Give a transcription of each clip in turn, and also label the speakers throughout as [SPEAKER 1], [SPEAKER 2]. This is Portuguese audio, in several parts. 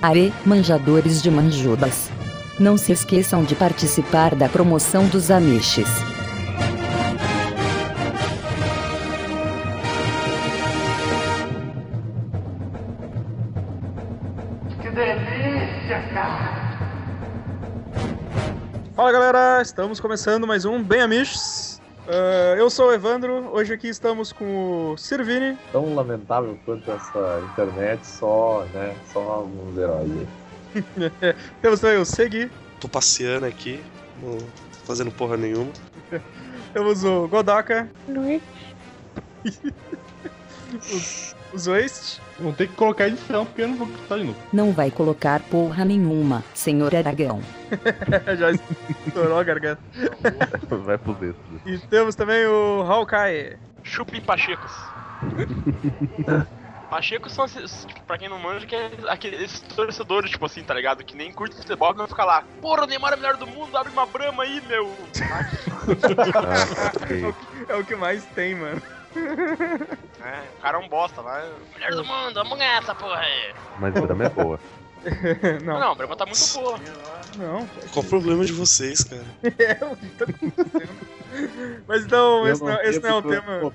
[SPEAKER 1] Are, manjadores de manjubas. Não se esqueçam de participar da promoção dos Amixes.
[SPEAKER 2] Que delícia, cara!
[SPEAKER 3] Fala galera, estamos começando mais um Bem Amigos. Ah, eu sou o Evandro, hoje aqui estamos com o Sirvini,
[SPEAKER 4] tão lamentável quanto essa internet, só, né, só alguns heróis. aí.
[SPEAKER 3] temos também o Segui,
[SPEAKER 5] Tô passeando aqui, não tô fazendo porra nenhuma.
[SPEAKER 3] temos o Godaka,
[SPEAKER 6] Luiz,
[SPEAKER 3] o Zoist,
[SPEAKER 7] Vou ter que colocar edição porque eu não vou escutar de novo.
[SPEAKER 1] Não vai colocar porra nenhuma, senhor Aragão.
[SPEAKER 3] já estourou a garganta,
[SPEAKER 4] Vai pro dentro.
[SPEAKER 3] e temos também o Hawkeye.
[SPEAKER 8] Chupem Pachecos. Pachecos são, esses, tipo, pra quem não manja, que é aquele- esses torcedores, tipo assim, tá ligado? Que nem curte futebol, mas fica lá. Porra, o Neymar é o melhor do mundo, abre uma brama aí, meu.
[SPEAKER 4] Ah, ok.
[SPEAKER 3] É o que mais tem, mano.
[SPEAKER 8] É, o cara é um bosta, vai. Melhor do mundo, vamos ganhar essa porra aí.
[SPEAKER 4] Mas o drama é boa.
[SPEAKER 8] Não,
[SPEAKER 3] Não,
[SPEAKER 8] não a brama tá muito boa.
[SPEAKER 3] não.
[SPEAKER 5] Qual o problema de vocês, cara?
[SPEAKER 3] É o que tá acontecendo. Mas então, esse não, esse não é o tema.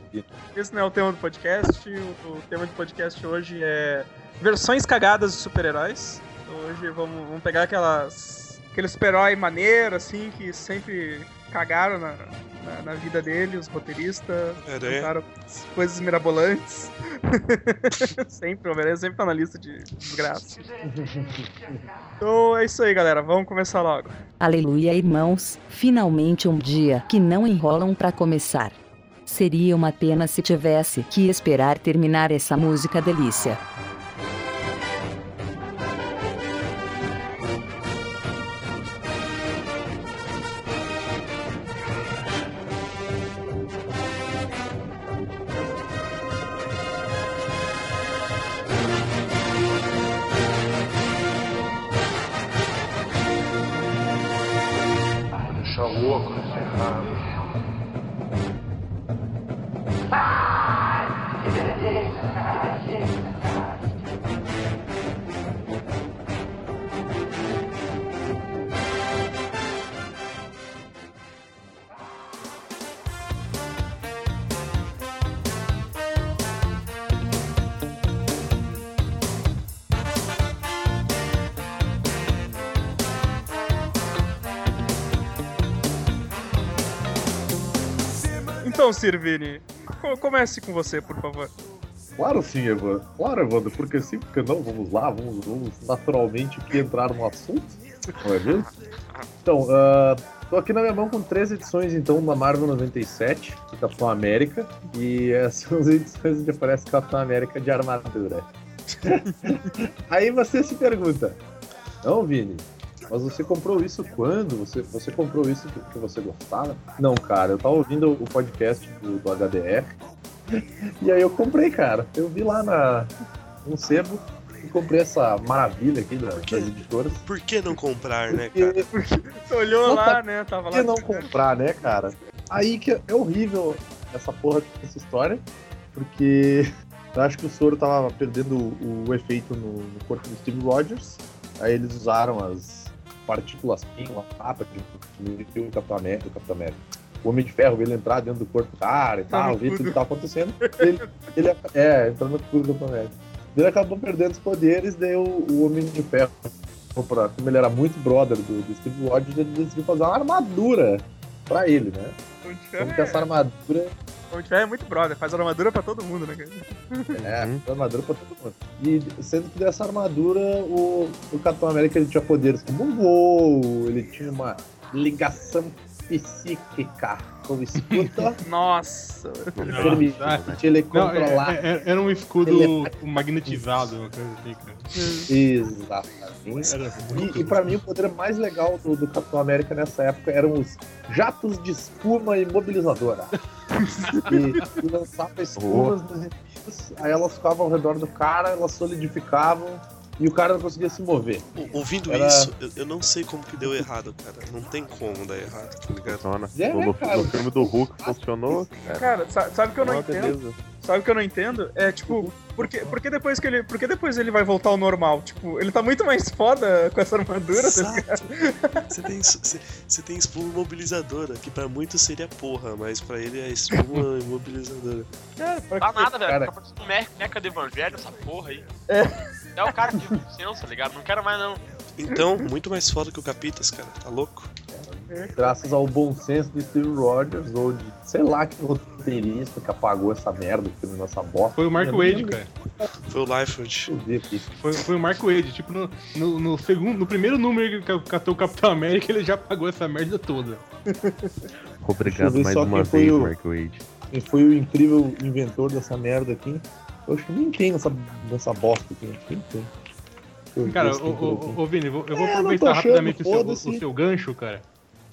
[SPEAKER 3] Esse não é o tema do podcast. O, o tema do podcast hoje é versões cagadas de super-heróis. Então hoje vamos, vamos pegar aquelas. aquele super-herói maneiro, assim, que sempre cagaram na, na, na vida dele, os roteiristas,
[SPEAKER 5] Aranha.
[SPEAKER 3] tentaram coisas mirabolantes. sempre, o Homem-Aranha sempre tá na lista de desgraça. Então é isso aí, galera. Vamos começar logo.
[SPEAKER 1] Aleluia, irmãos, finalmente um dia que não enrolam pra começar. Seria uma pena se tivesse que esperar terminar essa música delícia.
[SPEAKER 2] Deixar o óculos errado.
[SPEAKER 3] Então, Sirvini, co- comece com você, por favor.
[SPEAKER 4] Claro sim, Evandro. Claro, Evandro, porque sim, porque não, vamos lá, vamos, vamos naturalmente que entrar no assunto, não é mesmo? Então, ah, tô aqui na minha mão com três edições, então, da Marvel 97, do Capitão América, e essas são as edições onde aparece Capitão América de armadura. Aí você se pergunta, não, Vini, mas você comprou isso quando? Você, você comprou isso porque você gostava? Não, cara, eu tava ouvindo o podcast do, do HDR, e aí eu comprei, cara. Eu vi lá na um sebo e comprei essa maravilha aqui da- das
[SPEAKER 5] quê?
[SPEAKER 4] editoras.
[SPEAKER 5] Por que não comprar, né, cara?
[SPEAKER 4] E
[SPEAKER 3] Você olhou
[SPEAKER 4] Não,
[SPEAKER 3] lá,
[SPEAKER 4] tá-
[SPEAKER 3] né? Tava
[SPEAKER 4] por
[SPEAKER 3] lá.
[SPEAKER 4] que não comprar, né, cara? Aí que é horrível essa porra dessa história, porque eu acho que o soro tava perdendo o, o efeito no, no corpo do Steve Rogers. Aí eles usaram as partículas PIN, uma papa que diminuiu o Capitão América. O, Capitão América. o Homem de Ferro, ele entrar dentro do corpo do cara e
[SPEAKER 3] Tá no
[SPEAKER 4] tal, ver
[SPEAKER 3] cu
[SPEAKER 4] tudo
[SPEAKER 3] do-
[SPEAKER 4] que tá acontecendo. Ele, ele ac- é, entrando no cu do Capitão América. Ele acabou perdendo os poderes, daí o, o Homem de Ferro, pra- como ele era muito brother do, do Steve Rogers, ele decidiu fazer uma armadura pra ele, né?
[SPEAKER 3] Homem de Ferro
[SPEAKER 4] Como que essa
[SPEAKER 3] é-
[SPEAKER 4] armadura
[SPEAKER 3] Homem de Ferro é muito brother, faz armadura pra todo mundo, né, cara?
[SPEAKER 4] É, armadura pra todo mundo. E sendo que dessa armadura, o, o Capitão América ele tinha poderes como um voo, ele tinha uma ligação psíquica com o escuta,
[SPEAKER 3] Nossa!
[SPEAKER 4] que
[SPEAKER 7] Nossa.
[SPEAKER 4] permitia ele
[SPEAKER 7] Não, é-
[SPEAKER 4] controlar.
[SPEAKER 7] é- é- era um escudo
[SPEAKER 4] Telepático.
[SPEAKER 7] magnetizado, uma coisa assim, cara.
[SPEAKER 4] Exatamente.
[SPEAKER 7] Era muito
[SPEAKER 4] E, e pra mim, o poder mais legal do, do Capitão América nessa época eram os jatos de espuma imobilizadora. e, e lançava espumas nos inimigos, aí elas ficavam ao redor do cara, elas solidificavam e o cara não conseguia se mover.
[SPEAKER 5] O- Ouvindo
[SPEAKER 4] Era-
[SPEAKER 5] isso, eu, eu não sei como que deu errado, cara. Não tem como dar errado, tá ligado?
[SPEAKER 4] É, né, cara?
[SPEAKER 9] O filme do Hulk funcionou, cara.
[SPEAKER 3] Cara, sa- sabe que eu não
[SPEAKER 9] Ó,
[SPEAKER 3] entendo?
[SPEAKER 9] beleza.
[SPEAKER 3] Sabe o que eu não entendo? É, tipo, por que, por que depois que ele. Por que depois ele vai voltar ao normal? Tipo, ele tá muito mais foda com essa armadura. tá ligado?
[SPEAKER 5] Exato. Você tem, você- você tem espuma mobilizadora, que pra muitos seria porra, mas pra ele é espuma imobilizadora.
[SPEAKER 3] Cara, pra
[SPEAKER 8] Dá
[SPEAKER 3] que-
[SPEAKER 8] nada, velho.
[SPEAKER 4] cara.
[SPEAKER 8] Tá parecendo um me- meca do evangelho, essa porra aí. É. o cara de licença, tá ligado? Não quero mais, não.
[SPEAKER 5] Então, muito mais foda que o Capitas, cara. Tá louco?
[SPEAKER 4] Graças ao bom senso de Steve Rogers, ou de sei lá que roteirista que apagou essa merda, que fez essa bosta.
[SPEAKER 7] Foi o Mark
[SPEAKER 4] Eu
[SPEAKER 7] Wade,
[SPEAKER 4] lembro
[SPEAKER 7] cara.
[SPEAKER 5] Foi o Liefeld.
[SPEAKER 4] de ver aqui.
[SPEAKER 7] Foi, foi o Mark Wade. Tipo, no, no, no segundo, no primeiro número que ca- catou o Capitão América, ele já pagou essa merda toda.
[SPEAKER 4] Deixa
[SPEAKER 6] Obrigado
[SPEAKER 4] eu ver
[SPEAKER 6] mais
[SPEAKER 4] só
[SPEAKER 6] uma
[SPEAKER 4] quem foi
[SPEAKER 6] vez,
[SPEAKER 4] o-
[SPEAKER 6] Mark Wade.
[SPEAKER 4] Quem foi o incrível inventor dessa merda aqui? Eu acho que nem tem essa, dessa bosta aqui. Acho que nem tem. Deixa eu ver
[SPEAKER 7] Cara,
[SPEAKER 4] se
[SPEAKER 7] ô,
[SPEAKER 4] tem por aqui.
[SPEAKER 7] ô, ô, Vini, eu vou, eu vou
[SPEAKER 4] É, eu não tô
[SPEAKER 7] aproveitar
[SPEAKER 4] achando,
[SPEAKER 7] rapidamente o seu, o- o
[SPEAKER 4] foda-se.
[SPEAKER 7] seu gancho, cara.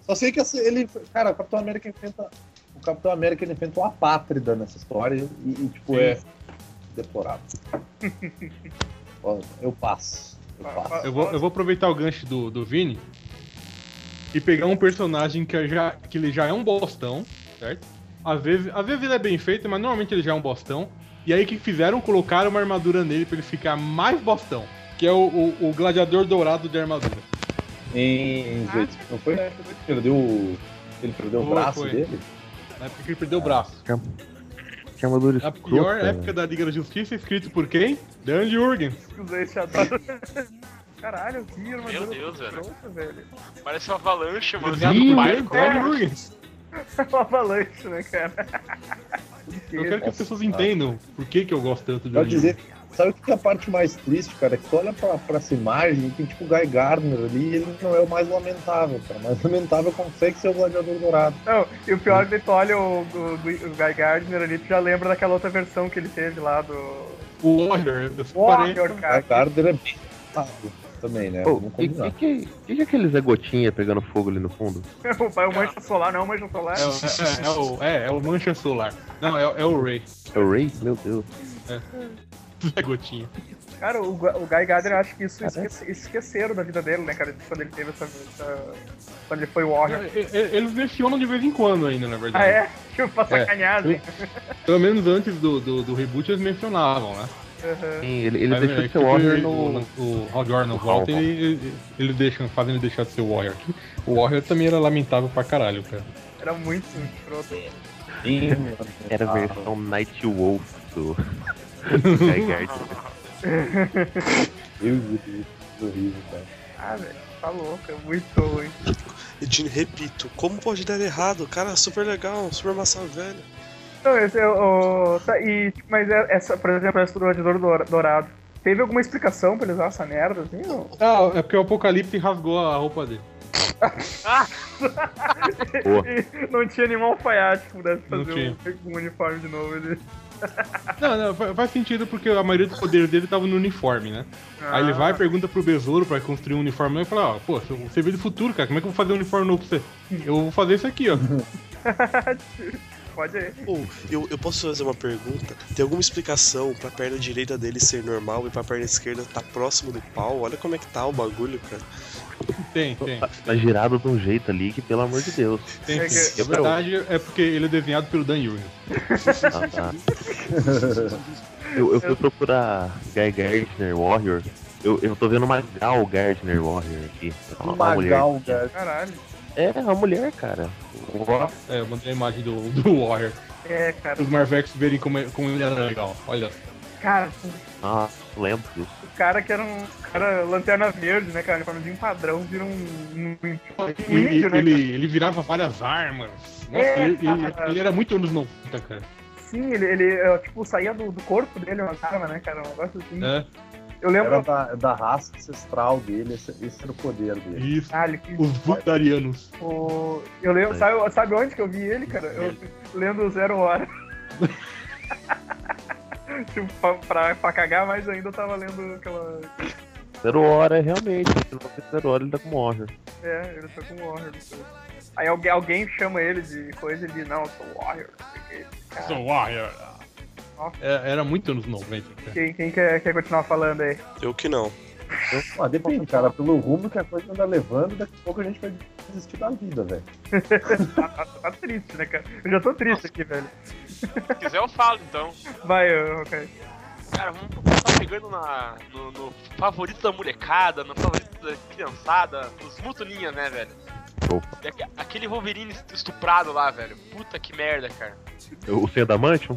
[SPEAKER 4] Só sei que esse- ele. Cara, o Capitão América enfrenta. O Capitão América ele enfrenta o apátrida nessa história e, e, tipo, é deplorável. Ó, eu passo. Eu
[SPEAKER 7] Ah,
[SPEAKER 3] Fa-
[SPEAKER 4] passo.
[SPEAKER 3] fa-
[SPEAKER 7] Eu vou, eu vou aproveitar o gancho do, do Vini e pegar um personagem que, já, que ele já é um bostão, certo? Às vezes, às vezes ele é bem feito, mas normalmente ele já é um bostão. E aí o que fizeram? Colocaram uma armadura nele pra ele ficar mais bostão. Que é o, o- o gladiador dourado de armadura.
[SPEAKER 4] Em gente, não foi na época que ele perdeu o. Ele perdeu o
[SPEAKER 7] Foi,
[SPEAKER 4] braço
[SPEAKER 7] foi.
[SPEAKER 4] dele?
[SPEAKER 7] Na época que ele perdeu o braço.
[SPEAKER 6] Que armadura
[SPEAKER 7] Na pior
[SPEAKER 6] escrota,
[SPEAKER 7] época da Liga da Justiça, escrito por quem? Dan Jurgens.
[SPEAKER 3] Os dois chatados. Caralho, que armadura.
[SPEAKER 8] Meu Deus, velho.
[SPEAKER 3] pronta, velho.
[SPEAKER 8] Parece uma avalanche, mano.
[SPEAKER 7] Sim,
[SPEAKER 8] Vai,
[SPEAKER 7] Dan
[SPEAKER 8] vai.
[SPEAKER 7] Jurgens.
[SPEAKER 3] É Uma avalanche, né, cara?
[SPEAKER 7] Eu quero que as
[SPEAKER 4] Nossa,
[SPEAKER 7] pessoas
[SPEAKER 4] cara.
[SPEAKER 7] entendam por que, que eu gosto tanto do Dan
[SPEAKER 4] Pode
[SPEAKER 7] Jurgens.
[SPEAKER 4] dizer. Sabe o que é a parte mais triste, cara? É que tu olha pra, pra essa imagem e tem tipo o Guy Gardner ali e ele não é o mais lamentável, cara. O mais lamentável consegue ser o gladiador dourado.
[SPEAKER 3] Não, e o pior é que tu olha o, o, o Guy Gardner ali, tu já lembra daquela outra versão que ele teve lá do.
[SPEAKER 7] O Warrior, eu separei.
[SPEAKER 3] Warrior,
[SPEAKER 4] O Guy
[SPEAKER 3] cara.
[SPEAKER 4] Gardner é bem lamentável também, né?
[SPEAKER 6] Pô,
[SPEAKER 4] Vamos
[SPEAKER 6] e
[SPEAKER 4] combinar.
[SPEAKER 6] que, que, que que é aquele Zé Gotinha pegando fogo ali no fundo?
[SPEAKER 3] O pai é o Mancha Solar, não é o Mancha Solar?
[SPEAKER 7] É, o- é- é o, é, é o Mancha Solar. Não, é, é o Ray.
[SPEAKER 6] É o Ray? Meu Deus.
[SPEAKER 7] É gotinha.
[SPEAKER 3] Cara, o, Gu- o Guy Gardner, acho que isso
[SPEAKER 4] Parece.
[SPEAKER 3] esquece- esqueceram da vida dele, né, cara? Quando ele teve essa. essa- quando ele foi Warrior.
[SPEAKER 7] E- e- É, Eles mencionam de vez em quando ainda, na verdade.
[SPEAKER 3] Ah, é? Tipo, pra sacanear, né?
[SPEAKER 7] Pelo menos antes do, do, do reboot eles mencionavam, né?
[SPEAKER 3] Aham.
[SPEAKER 6] Sim, ele, ele
[SPEAKER 7] Mas, é,
[SPEAKER 6] deixou de ser
[SPEAKER 7] que
[SPEAKER 4] tipo
[SPEAKER 6] Warrior
[SPEAKER 7] O,
[SPEAKER 4] né?
[SPEAKER 6] no.
[SPEAKER 7] o Hal Jordan
[SPEAKER 6] no
[SPEAKER 7] volta e
[SPEAKER 6] Hall.
[SPEAKER 7] ele- eles deixam, fazem ele deixar de ser Warrior. O Warrior também era lamentável pra caralho, cara.
[SPEAKER 3] Era muito escroto.
[SPEAKER 6] Era
[SPEAKER 4] Ah.
[SPEAKER 6] a versão Night Wolf do. do Guy Gardner.
[SPEAKER 4] Eu diria que é horrível, cara.
[SPEAKER 3] Ah, velho, tá louco, é muito ruim.
[SPEAKER 5] E te repito, como pode dar errado? Cara, super legal, super maçã velho.
[SPEAKER 3] Não, esse é o. tá, e, tipo, mas é- essa, por exemplo, essa do Gladiador Doura- Dourado. Teve alguma explicação pra eles usar essa merda, assim? ou-
[SPEAKER 7] Ah, é porque o Apocalipse rasgou a roupa dele.
[SPEAKER 6] Boa.
[SPEAKER 3] E não tinha nenhum alfaiate que pudesse
[SPEAKER 7] Não
[SPEAKER 3] fazer um, um uniforme de novo. Ele...
[SPEAKER 7] Não, não, fa- faz sentido porque a maioria dos poderes dele tava no uniforme, né? Aí ele vai, pergunta pro Besouro pra construir um uniforme novo e fala, ó, pô, você veio do futuro, cara, como é que eu vou fazer um uniforme novo pra você? Eu vou fazer isso aqui, ó.
[SPEAKER 3] Pode ir.
[SPEAKER 5] Ou, eu, eu posso fazer uma pergunta? Tem alguma explicação pra perna direita dele ser normal e pra perna esquerda tá próximo do pau? Olha como é que tá o bagulho, cara.
[SPEAKER 7] Tem, tem.
[SPEAKER 6] Tá, tá girado de um jeito ali que, pelo amor de Deus.
[SPEAKER 7] Tem,
[SPEAKER 3] É
[SPEAKER 7] sim.
[SPEAKER 3] que-
[SPEAKER 7] Na verdade, é porque ele é desenhado pelo Dan Jurgens.
[SPEAKER 6] Ah, tá. Eu, eu fui procurar Guy Gardner Warrior. Eu, eu tô vendo uma Gal Gardner Warrior aqui. É Uma, uma mulher.
[SPEAKER 4] Magal, cara.
[SPEAKER 3] Caralho.
[SPEAKER 6] É, uma mulher, cara. Ó,
[SPEAKER 7] É, eu mandei a imagem do, do Warrior.
[SPEAKER 3] É, cara.
[SPEAKER 7] Os Marvex verem como, é- como ele era legal. Olha.
[SPEAKER 3] Cara,
[SPEAKER 6] Nossa, lembro disso.
[SPEAKER 3] o cara que era um cara lanterna verde, né, cara? Uniformezinho padrão, vira um, um, um
[SPEAKER 7] Ele,
[SPEAKER 3] índio, né? cara?
[SPEAKER 7] ele, ele virava várias armas. Nossa,
[SPEAKER 3] É,
[SPEAKER 7] ele, ele-
[SPEAKER 3] cara.
[SPEAKER 7] ele era muito anos 90, cara.
[SPEAKER 3] Sim, ele, ele é, tipo, saía do, do corpo dele uma arma, né, cara? Um negócio assim.
[SPEAKER 7] É,
[SPEAKER 3] Eu lembro.
[SPEAKER 4] Era da, da raça ancestral dele, esse, esse era o poder dele.
[SPEAKER 7] isso.
[SPEAKER 3] Caralho, que
[SPEAKER 7] Os Vultarianos.
[SPEAKER 3] O- Eu lembro, sabe, sabe onde que eu vi ele, cara? Eu lendo Zero Hora. tipo, pra, pra, pra cagar mais ainda, eu tava lendo aquela.
[SPEAKER 6] Zero hora, realmente. Se não for zero hora, ele tá com Warrior.
[SPEAKER 3] É, ele tá com Warrior. não sei. Aí alguém, alguém chama ele de coisa e ele diz: Não, eu sou Warrior. não sei o quê.
[SPEAKER 7] So Warrior. É, era muito anos 90, cara.
[SPEAKER 3] Quem, quem quer, quer continuar falando aí?
[SPEAKER 5] Eu que não.
[SPEAKER 4] Então, ó, depende, cara, pelo rumo que a coisa anda levando, daqui a pouco a gente vai desistir da vida, velho.
[SPEAKER 3] Tá, tá- tá triste, né, cara? Eu já tô triste aqui, velho.
[SPEAKER 8] Se quiser eu falo, então.
[SPEAKER 3] Vai, ô, Caio.
[SPEAKER 8] Cara, vamos começar pegando na, no, no favorito da molecada, no favorito da criançada, os mutulinhas, né, velho?
[SPEAKER 6] Opa.
[SPEAKER 8] E aque- Aquele Wolverine estuprado lá, velho. Puta que merda, cara.
[SPEAKER 6] O Senhor da Mansion?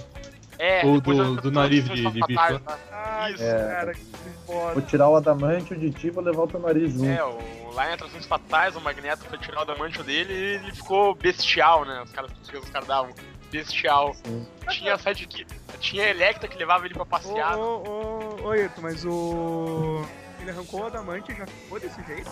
[SPEAKER 8] É,
[SPEAKER 7] Ou
[SPEAKER 8] depois
[SPEAKER 7] do-
[SPEAKER 8] eu-
[SPEAKER 7] do nariz
[SPEAKER 8] eu-
[SPEAKER 7] de-
[SPEAKER 8] eu-
[SPEAKER 7] de
[SPEAKER 8] eu-
[SPEAKER 7] bicho, né?
[SPEAKER 3] Ai,
[SPEAKER 8] Isso.
[SPEAKER 3] cara, que foda.
[SPEAKER 4] Vou tirar o adamante de ti e vou levar o teu nariz
[SPEAKER 7] né?
[SPEAKER 4] junto.
[SPEAKER 8] É, o, lá em Atrações Fatais, o Magneto foi tirar o Adamantium dele e ele ficou bestial, né? Os caras os caras davam bestial.
[SPEAKER 4] Sim.
[SPEAKER 8] Tinha a sidekick, tinha a Electra que levava ele pra
[SPEAKER 3] Ô,
[SPEAKER 8] passear.
[SPEAKER 3] ô, ô, ô, Ito, mas o. Ele arrancou o Adamante e já ficou desse jeito?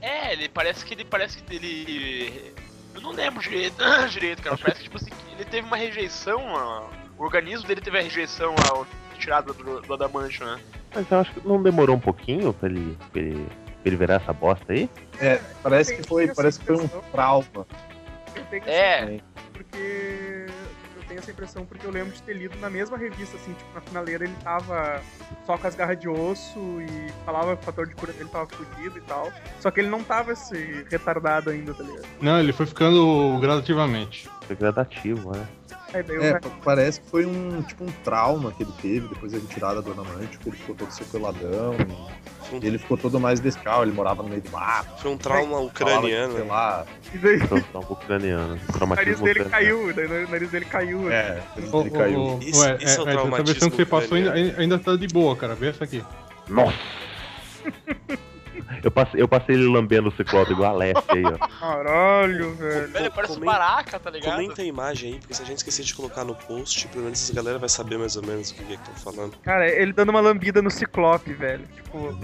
[SPEAKER 8] É, ele parece que ele parece que ele. Eu não lembro direito, direito cara. Parece que tipo assim, que ele teve uma rejeição. ó. O organismo dele teve a rejeição ao tirado do, do Adamantio, né?
[SPEAKER 6] Mas eu acho que não demorou um pouquinho pra ele, pra ele, pra ele virar essa bosta aí?
[SPEAKER 4] Parece que foi, parece que foi um trauma.
[SPEAKER 3] Eu tenho essa
[SPEAKER 8] É,
[SPEAKER 3] porque eu tenho essa impressão porque eu lembro de ter lido na mesma revista, assim, tipo, na finaleira ele tava só com as garras de osso e falava que o fator de cura dele tava fudido e tal. Só que ele não tava esse retardado ainda, tá ligado?
[SPEAKER 7] Não, ele foi ficando gradativamente.
[SPEAKER 6] Foi gradativo, né?
[SPEAKER 3] Aí daí eu
[SPEAKER 4] É, pa- parece que foi um tipo um trauma que ele teve depois da retirada do Adamante, que ele ficou todo sequeladão. e- E ele ficou todo mais descal, ele morava no meio do mato.
[SPEAKER 5] Foi um trauma
[SPEAKER 4] falava que,
[SPEAKER 5] ucraniano.
[SPEAKER 4] Sei lá.
[SPEAKER 3] e daí o
[SPEAKER 6] Tradução ucraniana.
[SPEAKER 3] nariz
[SPEAKER 6] Traumatismo
[SPEAKER 3] dele
[SPEAKER 6] ucraniano.
[SPEAKER 3] caiu, daí o nariz dele caiu.
[SPEAKER 4] É, ele,
[SPEAKER 7] Ô,
[SPEAKER 4] ele caiu.
[SPEAKER 7] ô, ô,
[SPEAKER 5] Isso-
[SPEAKER 7] ué,
[SPEAKER 5] isso é o
[SPEAKER 7] é, essa versão
[SPEAKER 5] traumatismo
[SPEAKER 7] que você passou ainda,
[SPEAKER 5] ucraniano.
[SPEAKER 7] ainda tá de boa, cara. Vê essa aqui.
[SPEAKER 6] Nossa! Eu passei, eu passei ele lambendo o ciclope igual a Leste aí, ó.
[SPEAKER 3] Caralho, velho.
[SPEAKER 8] velho, parece um
[SPEAKER 5] comenta-
[SPEAKER 8] baraca, tá ligado?
[SPEAKER 5] Comenta a imagem aí, porque se a gente esquecer de colocar no post, pelo menos a galera vai saber mais ou menos o que é que eu tô falando.
[SPEAKER 3] Cara, ele dando uma lambida no ciclope, velho. Tipo,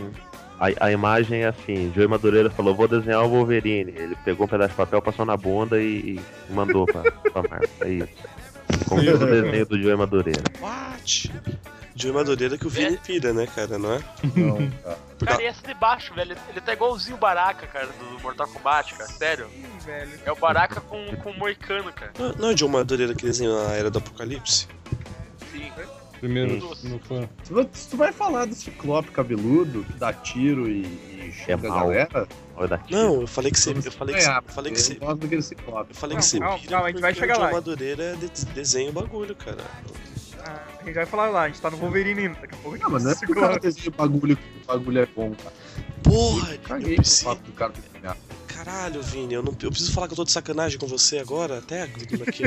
[SPEAKER 6] A, a imagem é assim, Joey Madureira falou, vou desenhar o Wolverine. Ele pegou um pedaço de papel, passou na bunda e, e mandou pra, pra Marta. É isso. Como o desenho do Joey Madureira.
[SPEAKER 5] What? De uma madureira que o Vini pira, né, cara, não é?
[SPEAKER 4] Não, cara.
[SPEAKER 8] Cara, e esse de baixo, velho, ele tá igualzinho o Baraka, cara, do Mortal Kombat, cara, sério.
[SPEAKER 3] ih, velho.
[SPEAKER 8] É o Baraka com, com o Moicano, cara.
[SPEAKER 5] Não- Não é de uma madureira que desenhou a Era do Apocalipse?
[SPEAKER 8] Sim.
[SPEAKER 7] Primeiro
[SPEAKER 8] Sim.
[SPEAKER 7] no fã.
[SPEAKER 4] Se vo- se tu vai falar do ciclope cabeludo, que dá tiro e, e xinga a
[SPEAKER 6] mau.
[SPEAKER 4] galera,
[SPEAKER 6] Olha daqui.
[SPEAKER 5] Não, eu falei que você. Eu falei que,
[SPEAKER 4] É,
[SPEAKER 5] eu falei que você.
[SPEAKER 4] eu gosto daquele ciclope.
[SPEAKER 5] Eu falei
[SPEAKER 3] Não,
[SPEAKER 5] que você
[SPEAKER 3] calma,
[SPEAKER 5] pira
[SPEAKER 3] calma, a gente vai
[SPEAKER 5] porque
[SPEAKER 3] chegar
[SPEAKER 5] o John
[SPEAKER 3] lá.
[SPEAKER 5] Madureira de- desenha o bagulho, cara.
[SPEAKER 3] Ah, a gente vai falar lá, a gente tá no Wolverine ainda, daqui a pouco a gente
[SPEAKER 4] Não, mas não é porque o cara desenha bagulho que o bagulho é bom, cara.
[SPEAKER 5] Porra,
[SPEAKER 3] Tá
[SPEAKER 4] Caguei
[SPEAKER 5] eu
[SPEAKER 4] pro
[SPEAKER 5] preciso.
[SPEAKER 4] fato do cara desenhar.
[SPEAKER 5] Caralho, Vini, eu, não, eu preciso falar que eu tô de sacanagem com você agora, até aqui.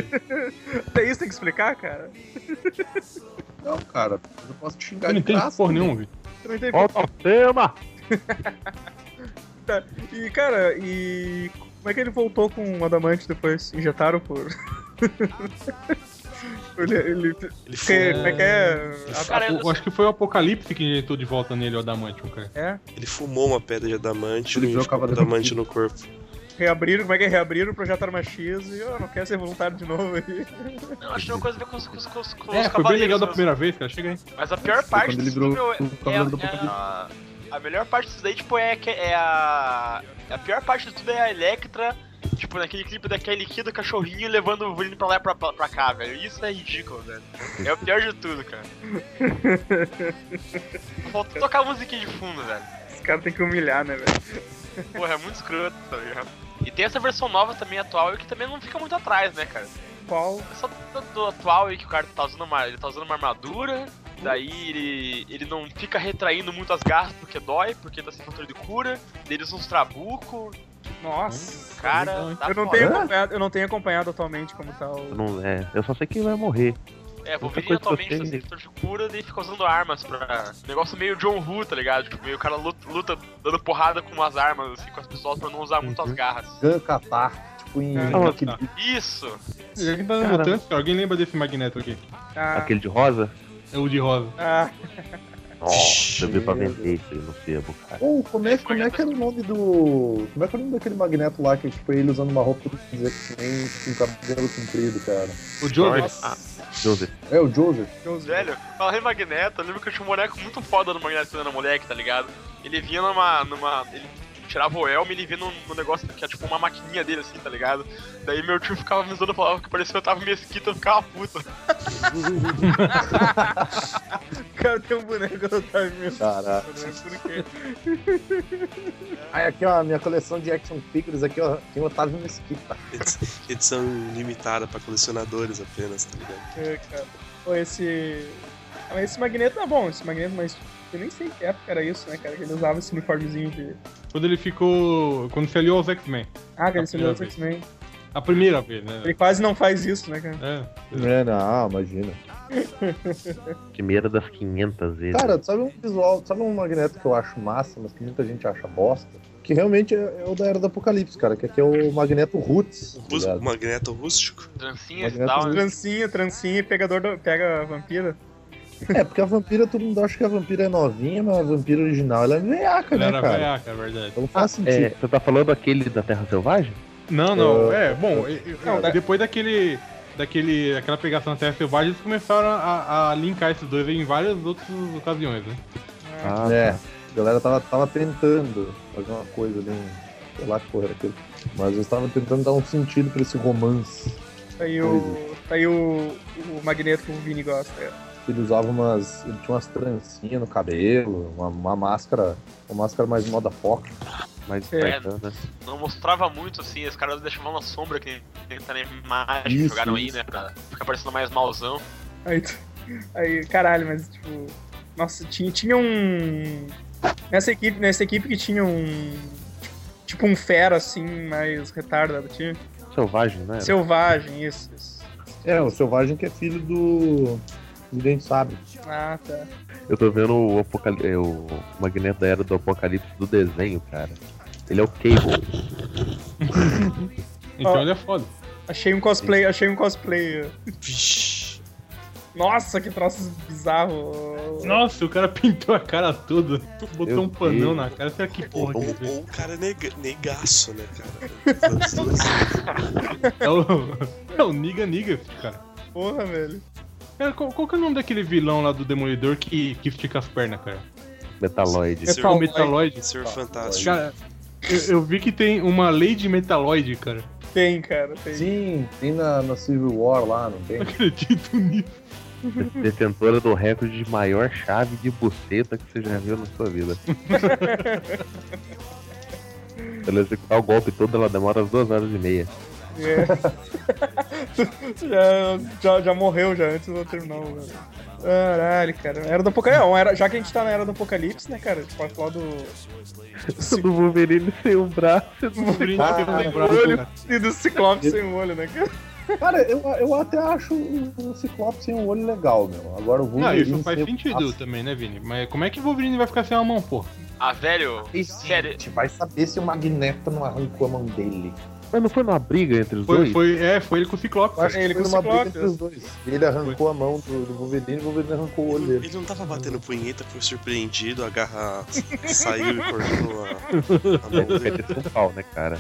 [SPEAKER 3] Até É isso tem que explicar, cara.
[SPEAKER 4] Não, cara, eu não posso te xingar
[SPEAKER 7] Eu não
[SPEAKER 4] de
[SPEAKER 7] entendo
[SPEAKER 4] graça.
[SPEAKER 7] porra
[SPEAKER 4] né?
[SPEAKER 7] nenhuma, Vitor.
[SPEAKER 3] Eu não entendi.
[SPEAKER 6] Volta ao tema!
[SPEAKER 3] Tá. E, cara, e como é que ele voltou com o Adamante depois? Injetaram por. ele. ele...
[SPEAKER 5] Ele
[SPEAKER 3] que-
[SPEAKER 5] fumou,
[SPEAKER 3] Como é que é? A-
[SPEAKER 8] Cara, eu-
[SPEAKER 7] Eu acho que foi o Apocalipse que injetou de volta nele o Adamantium, cara.
[SPEAKER 3] É?
[SPEAKER 5] ele fumou uma pedra de adamante
[SPEAKER 4] Ele
[SPEAKER 5] e
[SPEAKER 4] virou
[SPEAKER 5] ficou com
[SPEAKER 4] Cavaleiro
[SPEAKER 5] adamante no corpo.
[SPEAKER 3] Reabriram, como é que é? Reabriram o projeto Arma X e eu não quero ser voluntário de novo aí.
[SPEAKER 8] Não, acho que tem uma coisa a ver com os, com os, com os, com os
[SPEAKER 7] É, foi bem legal
[SPEAKER 8] cavaleiros
[SPEAKER 7] da
[SPEAKER 8] mesmo.
[SPEAKER 7] primeira vez, cara. Chega aí.
[SPEAKER 8] Mas a pior parte
[SPEAKER 4] quando ele
[SPEAKER 8] disso,
[SPEAKER 4] virou
[SPEAKER 8] meu, é,
[SPEAKER 4] o Cavaleiro do
[SPEAKER 8] é- é a, a melhor parte disso daí, tipo, é, que- é a. A pior parte de tudo é a Electra, tipo, naquele clipe da Kelly Key do cachorrinho levando o Wolverine pra lá e pra, pra, pra cá, velho. Isso é ridículo, velho. É o pior de tudo, cara. Falta tocar a musiquinha de fundo, velho.
[SPEAKER 3] Esse cara tem que humilhar, né, velho?
[SPEAKER 8] Porra, é muito escroto, tá ligado? E tem essa versão nova também atual e que também não fica muito atrás, né, cara?
[SPEAKER 3] Qual?
[SPEAKER 8] Só do, do atual aí que o cara tá usando uma, ele tá usando uma armadura, daí ele, ele não fica retraindo muito as garras porque dói, porque tá sem fator de cura, daí ele usa uns trabuco,
[SPEAKER 3] Nossa.
[SPEAKER 8] cara, tá
[SPEAKER 3] Eu não,
[SPEAKER 8] foda.
[SPEAKER 3] tenho acompanhado, eu não tenho acompanhado atualmente como tá o.
[SPEAKER 6] Eu, não, é, eu só sei que ele vai morrer.
[SPEAKER 8] É, vou vir
[SPEAKER 6] coisa que eu
[SPEAKER 8] atualmente tá
[SPEAKER 6] sei.
[SPEAKER 8] sem fator de cura, daí fica usando armas pra. Negócio meio John Woo, tá ligado? Tipo, meio o cara luta, luta dando porrada com umas armas, assim, com as pessoas pra não usar muito
[SPEAKER 3] Uhum.
[SPEAKER 8] as garras.
[SPEAKER 4] Gun Katar, né? tipo em
[SPEAKER 3] Ah,
[SPEAKER 4] Rock
[SPEAKER 7] tá.
[SPEAKER 4] Lee.
[SPEAKER 8] Isso!
[SPEAKER 7] Já que tá no
[SPEAKER 6] Cara.
[SPEAKER 7] mutante, cara. Alguém lembra desse Magneto aqui?
[SPEAKER 3] Ah,
[SPEAKER 6] Aquele de rosa?
[SPEAKER 7] É o de rosa.
[SPEAKER 3] ah,
[SPEAKER 6] Nossa, eu vi pra vender isso aí no sebo, cara.
[SPEAKER 4] Ou como é, como é que era o nome do. Como é que era o nome daquele magneto lá que tipo, ele usando uma roupa que nem um cabelo comprido, cara?
[SPEAKER 7] O Joseph.
[SPEAKER 6] Ah, Joseph.
[SPEAKER 4] É o Joseph?
[SPEAKER 8] Velho, falando em Magneto, eu lembro que eu tinha um boneco muito foda no Magneto quando eu era moleque, tá ligado? Ele vinha numa. numa. Ele tirava o elmo e ele vinha num, num negócio que é tipo uma maquininha dele assim, tá ligado? Daí meu tio ficava me zoando, falava que parecia que eu tava mesquita, eu ficava puto.
[SPEAKER 3] cara tem um boneco do Otávio Miller.
[SPEAKER 4] Caraca.
[SPEAKER 3] Por quê?
[SPEAKER 4] Aí aqui, ó, minha coleção de action figures aqui, ó, tem o Otávio Mesquita.
[SPEAKER 5] Edi- Edição limitada pra colecionadores apenas, tá ligado?
[SPEAKER 3] É, cara. Pô, esse. Ah, mas esse magneto tá bom, esse magneto, mas eu nem sei que época era isso, né, cara? Que ele usava esse uniformezinho de.
[SPEAKER 7] Quando ele ficou. Quando se aliou aos X-Men.
[SPEAKER 3] Ah, cara,
[SPEAKER 7] A
[SPEAKER 3] esse
[SPEAKER 7] primeira
[SPEAKER 3] outro
[SPEAKER 7] vez.
[SPEAKER 3] X-Men.
[SPEAKER 7] A primeira vez, né?
[SPEAKER 3] Ele quase não faz isso, né, cara?
[SPEAKER 7] É.
[SPEAKER 4] É, não, imagina.
[SPEAKER 6] Primeira das 500 vezes.
[SPEAKER 4] Cara, sabe um visual, sabe um magneto que eu acho massa, mas que muita gente acha bosta? Que realmente é, é o da Era do Apocalipse, cara, que aqui é o magneto Roots. tá
[SPEAKER 5] Bus-
[SPEAKER 4] ligado?
[SPEAKER 5] Um Magneto rústico?
[SPEAKER 8] Trancinhas e
[SPEAKER 4] Magneto
[SPEAKER 8] tal, né?
[SPEAKER 3] Trancinha, trancinha, e pegador do... pega a vampira.
[SPEAKER 4] É, porque a vampira, todo mundo acha que a vampira é novinha, mas a vampira original ela é veiaca,
[SPEAKER 7] Ele
[SPEAKER 4] né,
[SPEAKER 7] era
[SPEAKER 4] cara?
[SPEAKER 7] veiaca, é verdade.
[SPEAKER 4] Então faz sentido.
[SPEAKER 6] É, você tá falando aquele da Terra Selvagem?
[SPEAKER 7] Não, não.
[SPEAKER 4] Eu-
[SPEAKER 7] É, bom, eu- eu-
[SPEAKER 3] Não, da-
[SPEAKER 7] depois daquele. Daquele, daquela pegação na Terra Selvagem, eles começaram a, a linkar esses dois em várias outras ocasiões, né?
[SPEAKER 6] Ah,
[SPEAKER 4] É, a galera tava, tava tentando fazer uma coisa ali, um- sei lá que porra era aquilo. Mas eles estavam tentando dar um sentido pra esse romance.
[SPEAKER 3] Tá Aí o. tá Aí o, o magneto que o Vini gosta. é. cara.
[SPEAKER 4] Ele usava umas. Ele tinha umas trancinhas no cabelo, uma, uma máscara. Uma máscara mais moda foca.
[SPEAKER 6] mas
[SPEAKER 3] É.
[SPEAKER 4] né?
[SPEAKER 6] bacana.
[SPEAKER 8] Não mostrava muito, assim, os caras deixavam na sombra que nem tá na imagem que
[SPEAKER 4] Isso,
[SPEAKER 8] jogaram aí,
[SPEAKER 4] isso.
[SPEAKER 8] né? Pra ficar parecendo mais mauzão.
[SPEAKER 3] Aí, tu- aí, caralho, mas tipo. Nossa, tinha, tinha um. Nessa equipe, nessa equipe que tinha um. Tipo um fera assim, mais retardado, tinha.
[SPEAKER 6] Selvagem, né?
[SPEAKER 3] Selvagem, isso, isso.
[SPEAKER 4] É, o Selvagem que é filho do. do Dente Sabe.
[SPEAKER 3] Ah, tá.
[SPEAKER 6] Eu tô vendo o, apocal... é, o Magneto da Era do Apocalipse do desenho, cara. Ele é o Cable.
[SPEAKER 7] Então
[SPEAKER 3] Ó.
[SPEAKER 7] ele é foda.
[SPEAKER 3] Achei um cosplay, achei um cosplay.
[SPEAKER 5] Vixi.
[SPEAKER 3] Nossa, que troço bizarro.
[SPEAKER 7] Nossa, o cara pintou a cara toda, botou
[SPEAKER 6] Meu
[SPEAKER 7] um panão
[SPEAKER 6] Deus.
[SPEAKER 7] na cara. Será que
[SPEAKER 5] Ou,
[SPEAKER 7] porra que ele
[SPEAKER 5] ou-
[SPEAKER 7] fez?
[SPEAKER 5] ou o cara é nega- negaço, né, cara? Os dois.
[SPEAKER 7] É o, é o Niga Niga, cara.
[SPEAKER 3] Porra, velho.
[SPEAKER 7] Cara, qual, qual que é o nome daquele vilão lá do Demolidor que, que estica as pernas, cara?
[SPEAKER 6] Metaloid.
[SPEAKER 5] Senhor-
[SPEAKER 7] É o
[SPEAKER 3] Metal-
[SPEAKER 7] Metaloid?
[SPEAKER 5] Senhor um Fantástico.
[SPEAKER 7] Cara, eu, eu vi que tem uma lei de Metaloid, cara.
[SPEAKER 3] Tem, cara, tem.
[SPEAKER 4] Sim, tem na, na Civil War lá, não tem?
[SPEAKER 7] Não acredito nisso.
[SPEAKER 6] Detentora do recorde de maior chave de buceta que você já viu na sua vida. Ela executar o golpe todo, ela demora as duas horas e meia.
[SPEAKER 3] É. já, já, já morreu já antes do terminal, velho. Caralho, cara. Era do Apocalipse. não, era- já que a gente tá na era do Apocalipse, né, cara? A gente pode falar do.
[SPEAKER 6] Do Wolverine sem o braço.
[SPEAKER 7] Wolverine sem
[SPEAKER 4] Ah,
[SPEAKER 7] lembrar,
[SPEAKER 3] olho.
[SPEAKER 7] cara.
[SPEAKER 3] E do Ciclope sem o olho, né, cara?
[SPEAKER 4] Cara, eu, eu até acho o o Ciclope sem um olho legal, meu. Agora o
[SPEAKER 7] Não,
[SPEAKER 4] Wolverine.
[SPEAKER 7] isso faz
[SPEAKER 4] sem- um
[SPEAKER 7] sentido também, né, Vini? Mas como é que o Wolverine vai ficar sem a mão, pô?
[SPEAKER 8] Ah, velho,
[SPEAKER 4] Ah, isso,
[SPEAKER 8] sério,
[SPEAKER 4] gente, vai saber se o Magneto não arrancou a mão dele.
[SPEAKER 6] Mas não foi uma briga entre os
[SPEAKER 7] Foi,
[SPEAKER 6] dois?
[SPEAKER 7] foi, é, foi ele com o Ciclope.
[SPEAKER 4] Eu acho
[SPEAKER 7] Cara.
[SPEAKER 4] que
[SPEAKER 3] Ele
[SPEAKER 4] ele foi
[SPEAKER 3] com o
[SPEAKER 4] uma briga
[SPEAKER 6] né?
[SPEAKER 3] Ciclope.
[SPEAKER 4] entre os dois. Ele arrancou a mão do, do Wolverine e o Wolverine arrancou o olho dele.
[SPEAKER 5] Ele não tava batendo punheta, foi surpreendido, a garra saiu e cortou a, a mão
[SPEAKER 6] Quer
[SPEAKER 5] dele.
[SPEAKER 6] dizer, São Paulo, né, cara?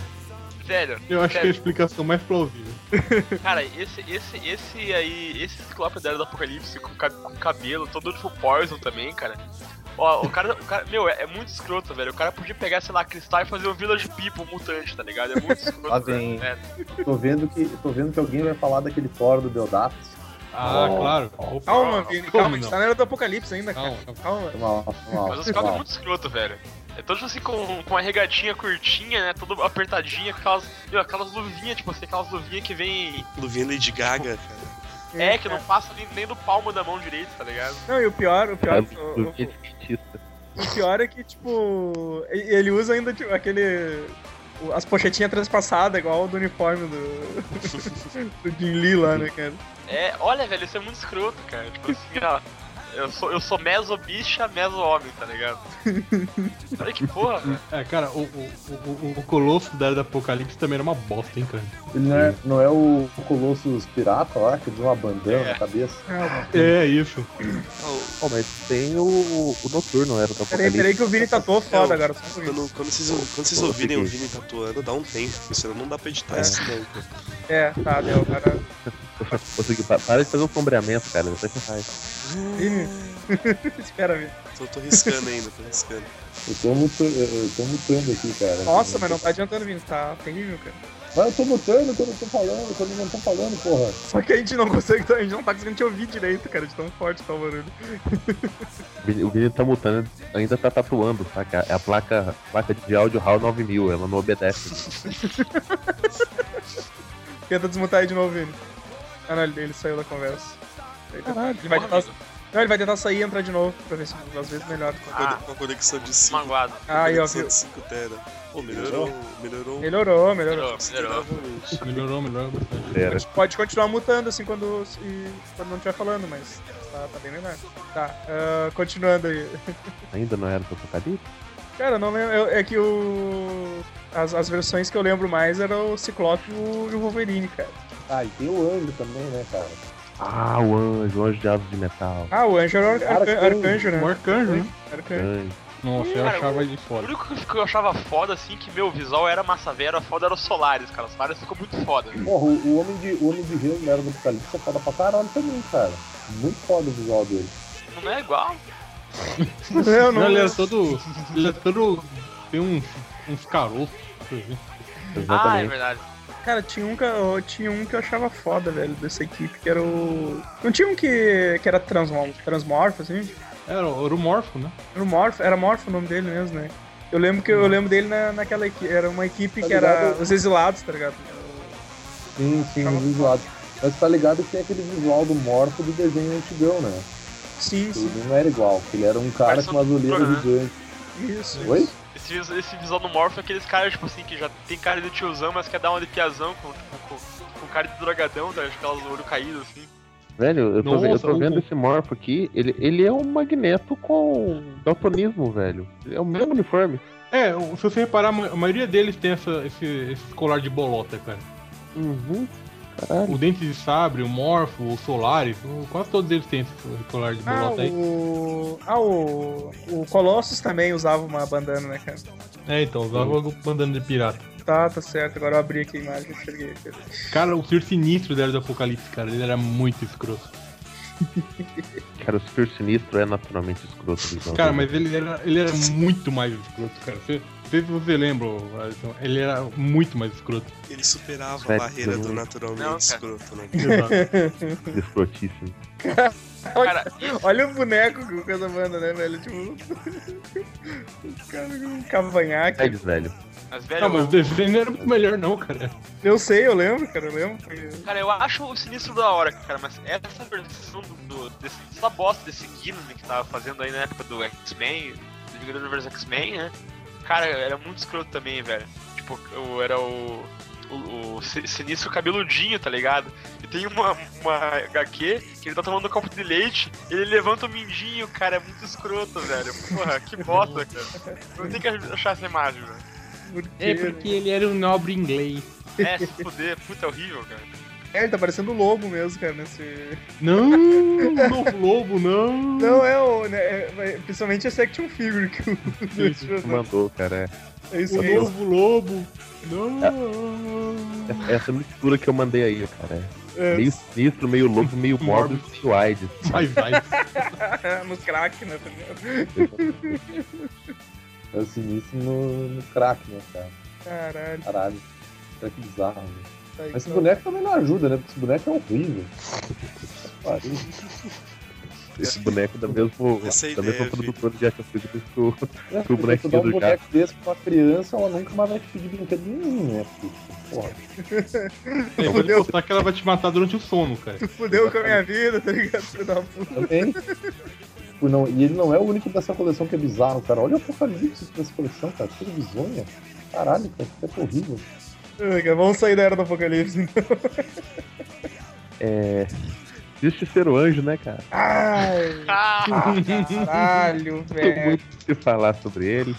[SPEAKER 8] sério.
[SPEAKER 7] Eu acho que é a
[SPEAKER 8] sério.
[SPEAKER 7] explicação mais plausível.
[SPEAKER 8] Cara, esse, esse, esse aí, esse ciclope da Era do Apocalipse com, cab com cabelo, todo tipo Poison também, cara. Ó, o cara, o cara, meu, é, é muito escroto, velho. O cara podia pegar, sei lá, cristal e fazer um Village People mutante, tá ligado? É muito escroto.
[SPEAKER 4] Lá vem.
[SPEAKER 8] velho. É,
[SPEAKER 4] Tô vendo que, tô vendo que alguém vai falar daquele fora do Deodato.
[SPEAKER 7] Ah,
[SPEAKER 4] Oh.
[SPEAKER 7] claro. Opa,
[SPEAKER 3] Calma, Vini, calma.
[SPEAKER 7] Como
[SPEAKER 3] A gente
[SPEAKER 7] não?
[SPEAKER 3] tá na era do Apocalipse ainda, cara.
[SPEAKER 7] Calma.
[SPEAKER 3] Calma.
[SPEAKER 4] Foi mal, foi mal,
[SPEAKER 8] Mas
[SPEAKER 4] foi
[SPEAKER 8] o ciclope é
[SPEAKER 4] mal.
[SPEAKER 8] muito escroto, velho. É todo tipo assim com, com uma regatinha curtinha, né? Todo apertadinha, com aquelas, meu, aquelas luvinhas, tipo assim, aquelas luvinhas que vem.
[SPEAKER 5] Luvinha Lady Gaga, cara.
[SPEAKER 8] É, que não passa nem, nem do palmo da mão direito, tá ligado?
[SPEAKER 3] Não, e o pior, o
[SPEAKER 6] É
[SPEAKER 3] pior, o-
[SPEAKER 6] Do
[SPEAKER 3] o-
[SPEAKER 6] que skatista.
[SPEAKER 3] O pior é que, tipo, e- ele usa ainda tipo, aquele. o- As pochetinhas transpassadas, igual o do uniforme do. do Jim Lee lá, né, cara?
[SPEAKER 8] É, olha, velho, isso é muito escroto, cara. Tipo assim, ó. Eu sou, eu sou meso bicha, meso homem, tá ligado? Olha que porra, velho.
[SPEAKER 7] É, cara, o, o, o, o Colosso da Era do Apocalipse também era uma bosta, hein, cara.
[SPEAKER 4] Ele não é, não é o Colossus pirata lá, que deu uma bandana na cabeça?
[SPEAKER 7] É, isso.
[SPEAKER 6] Oh, mas tem o, o Noturno, era do
[SPEAKER 3] Peraí,
[SPEAKER 6] Apocalipse.
[SPEAKER 3] peraí que o Vini tatou foda agora. Só um segundo.
[SPEAKER 5] Quando, quando vocês, quando vocês ouvirem o Vini tatuando, dá um tempo, senão não dá pra editar isso não. cara.
[SPEAKER 3] É, tá, deu, cara.
[SPEAKER 6] Consegui, pa- para de fazer um sombreamento, cara. Depois você faz.
[SPEAKER 3] Vini, Espera ver.
[SPEAKER 5] Tô, tô riscando ainda, tô riscando.
[SPEAKER 4] Eu tô, mutu... eu tô mutando aqui, cara.
[SPEAKER 3] Nossa, mas não tá adiantando, Vini, tá terrível, cara.
[SPEAKER 4] Mas eu tô mutando quando eu tô falando, quando eu não tô falando, porra.
[SPEAKER 3] Só que a gente não consegue, a gente não tá conseguindo te ouvir direito, cara, de tão forte que tá o barulho.
[SPEAKER 6] O vídeo tá mutando, ainda tá tatuando, saca? É a placa, placa de áudio HAL 9000, ela não obedece.
[SPEAKER 3] Tenta desmutar aí de novo, Vini. Ah, não, ele, ele saiu da conversa. Ele, ele vai tentar... Não, ele vai tentar sair e entrar de novo, pra ver se às vezes melhor.
[SPEAKER 5] Uma con- Uma conexão de 5
[SPEAKER 8] Manguado.
[SPEAKER 3] Ah, Aí, ó,
[SPEAKER 5] conexão
[SPEAKER 3] viu?
[SPEAKER 5] de 5 tera. Pô, melhorou,
[SPEAKER 3] Melhorou,
[SPEAKER 5] melhorou.
[SPEAKER 3] melhorou.
[SPEAKER 8] Melhorou, melhorou.
[SPEAKER 5] consideravelmente.
[SPEAKER 7] Melhorou, melhorou bastante.
[SPEAKER 6] Pera.
[SPEAKER 3] Pode continuar mutando assim quando, e- quando não estiver falando, mas tá, tá bem melhor. Tá, ah, continuando aí.
[SPEAKER 6] Ainda não era do Apocalipse?
[SPEAKER 3] Cara, eu não lembro. eu- é que o. As, as versões que eu lembro mais eram o Ciclope e o, e o Wolverine, cara.
[SPEAKER 9] Ah, e tem o Anjo também, né, cara?
[SPEAKER 6] Ah, o anjo, o anjo de asa de metal.
[SPEAKER 3] Ah, o Anjo era o arca-
[SPEAKER 9] Arcanjo.
[SPEAKER 3] arcanjo, né?
[SPEAKER 7] Um arcanjo, né?
[SPEAKER 3] Arcanjo.
[SPEAKER 6] Anjo.
[SPEAKER 7] Nossa, eu
[SPEAKER 8] Cara,
[SPEAKER 7] achava ele
[SPEAKER 8] O
[SPEAKER 7] foda.
[SPEAKER 8] único que eu achava foda, assim, que meu o visual era massa velha, foda era o Solaris, cara. O Solaris ficou muito foda.
[SPEAKER 9] Porra, o, o homem de, o homem de gelo na era do Apocalipse é foda pra caralho também, cara. Muito foda o visual dele.
[SPEAKER 8] Não é igual?
[SPEAKER 3] Eu não é
[SPEAKER 7] Não, ele era
[SPEAKER 3] lembro.
[SPEAKER 7] todo. Ele era todo. Tem uns, uns caroços. deixa eu ver.
[SPEAKER 8] Ah, é
[SPEAKER 6] Exatamente.
[SPEAKER 8] verdade.
[SPEAKER 3] Cara, tinha um, que eu- tinha um que eu achava foda, velho, dessa equipe, que era o. Não tinha um que, que era transmo- transmorfo, assim?
[SPEAKER 7] Era, o- era o Morfo, né?
[SPEAKER 3] Era o Morph, era Morph o nome dele mesmo, né? Eu lembro que eu lembro dele na, naquela equipe. Era uma equipe
[SPEAKER 9] Tá
[SPEAKER 3] que era
[SPEAKER 9] ligado?
[SPEAKER 3] os exilados, tá ligado?
[SPEAKER 9] Sim, sim, o visual. Mas tá ligado que é aquele visual do morto do desenho antigão, né?
[SPEAKER 3] Sim, sim.
[SPEAKER 9] Ele não era igual, porque ele era um cara
[SPEAKER 8] Parece
[SPEAKER 9] com umas
[SPEAKER 8] um-
[SPEAKER 9] olheiras
[SPEAKER 8] Uhum.
[SPEAKER 9] gigantes.
[SPEAKER 3] Isso. isso.
[SPEAKER 9] Oi?
[SPEAKER 8] Esse, vis- esse visual do Morph é aqueles caras, tipo assim, que já tem cara de tiozão, mas quer dar uma de piazão com, tipo, com, com cara de drogadão, tá? Aquelas olho caído, assim.
[SPEAKER 6] Velho, eu tô, ve- eu
[SPEAKER 7] Nossa,
[SPEAKER 6] tô vendo
[SPEAKER 7] o-
[SPEAKER 6] esse morfo aqui, ele, ele é um magneto com daltonismo, velho. É o mesmo uniforme.
[SPEAKER 7] É, o- se você reparar, a ma- a maioria deles tem essa, esse, esse colar de bolota, cara.
[SPEAKER 6] Uhum. Caralho.
[SPEAKER 7] O Dente de Sabre, o Morfo, o Solaris, o- quase todos eles têm esse colar de
[SPEAKER 3] Ah,
[SPEAKER 7] bolota aí.
[SPEAKER 3] o. Ah, o. O Colossus também usava uma bandana, né, cara?
[SPEAKER 7] É, então, usava o bandana de pirata.
[SPEAKER 3] Tá, tá certo. Agora eu abri aqui a imagem, enxerguei.
[SPEAKER 7] Cara, o Senhor Sinistro dele do Apocalipse, cara, ele era muito escroto.
[SPEAKER 6] Cara, o Spear Sinistro é naturalmente escroto. então, visualmente.
[SPEAKER 7] Cara, mas ele era, ele era muito mais escroto, cara. Você- Não sei se você lembra, Alisson, ele era muito mais escroto.
[SPEAKER 5] Ele superava
[SPEAKER 6] Vai,
[SPEAKER 5] a barreira do
[SPEAKER 6] não.
[SPEAKER 5] naturalmente
[SPEAKER 8] Não, cara.
[SPEAKER 5] escroto, né?
[SPEAKER 6] Escrotíssimo.
[SPEAKER 8] Cara,
[SPEAKER 3] Olha o boneco que coisa banda, né, velho? Tipo. Cara, um cavanhaque.
[SPEAKER 6] Eles, velho.
[SPEAKER 8] mas velho,
[SPEAKER 7] Ah, mas o desenho não era muito melhor, não, cara.
[SPEAKER 3] Eu sei, eu lembro, cara, eu lembro. Foi-
[SPEAKER 8] Cara, eu acho o sinistro da hora, cara, mas essa versão do, do- desse, dessa bosta desse Guilherme que tava fazendo aí na época do X-Men, do Liga do Universo X-Men, né? Cara, era muito escroto também, velho. Tipo, eu era o. O, o si- sinistro cabeludinho, tá ligado? E tem uma, uma HQ que ele tá tomando um copo de leite, ele levanta o mindinho, cara, é muito escroto, velho. Porra, que bosta, cara. Não tem que achar essa imagem, velho.
[SPEAKER 3] por quê, né?
[SPEAKER 7] ele era um nobre inglês.
[SPEAKER 8] É, se fuder, puta, é horrível, cara.
[SPEAKER 3] É, ele tá parecendo o lobo mesmo, cara, nesse.
[SPEAKER 7] Não, novo lobo, não.
[SPEAKER 3] Não é o. Né, é- é- principalmente esse action figure que o.
[SPEAKER 6] Mandou, cara. é.
[SPEAKER 3] É isso
[SPEAKER 7] O
[SPEAKER 3] aí.
[SPEAKER 7] novo lobo. Não.
[SPEAKER 6] Essa mistura que eu mandei aí, cara.
[SPEAKER 3] É.
[SPEAKER 6] Meio sinistro, meio louco, meio mórbido, meio wide.
[SPEAKER 7] Vai, vai.
[SPEAKER 3] Nos crack, né? tá ligado?
[SPEAKER 9] É o sinistro no, no crack, né, cara?
[SPEAKER 3] Caralho,
[SPEAKER 9] Caralho. Cara, que bizarro, né?
[SPEAKER 3] tá aí.
[SPEAKER 9] Mas esse
[SPEAKER 6] um
[SPEAKER 3] então.
[SPEAKER 9] boneco também não ajuda, né? Porque esse boneco é horrível. Pariu.
[SPEAKER 6] Esse boneco da mesmo,
[SPEAKER 5] Essa
[SPEAKER 6] da
[SPEAKER 5] ideia,
[SPEAKER 6] mesma
[SPEAKER 5] filho.
[SPEAKER 6] produtora de Action Figures que o
[SPEAKER 9] É,
[SPEAKER 6] Que o
[SPEAKER 9] porque
[SPEAKER 6] bonequinho
[SPEAKER 9] tu dá
[SPEAKER 6] do
[SPEAKER 9] um boneco desse pra uma criança, ela nunca mais vai te pedir brinquedo nenhum, né? Porque, Porra.
[SPEAKER 7] É, vai
[SPEAKER 3] Fudeu.
[SPEAKER 7] postar que ela vai te matar durante o sono, cara.
[SPEAKER 3] Tu fudeu com a minha vida, tá ligado? Filho da puta.
[SPEAKER 9] Também. Tipo, não, e ele não é o único dessa coleção que é bizarro, cara. Olha o apocalipse dessa coleção, cara. Que coisa bizonha. Caralho, cara. Que coisa horrível.
[SPEAKER 3] Ai, cara, Vamos sair da era do apocalipse. então.
[SPEAKER 6] Existe ser o anjo, né, cara?
[SPEAKER 3] Ai,
[SPEAKER 8] Ah!
[SPEAKER 3] caralho,
[SPEAKER 6] Tem
[SPEAKER 3] velho.
[SPEAKER 6] muito o que falar sobre ele.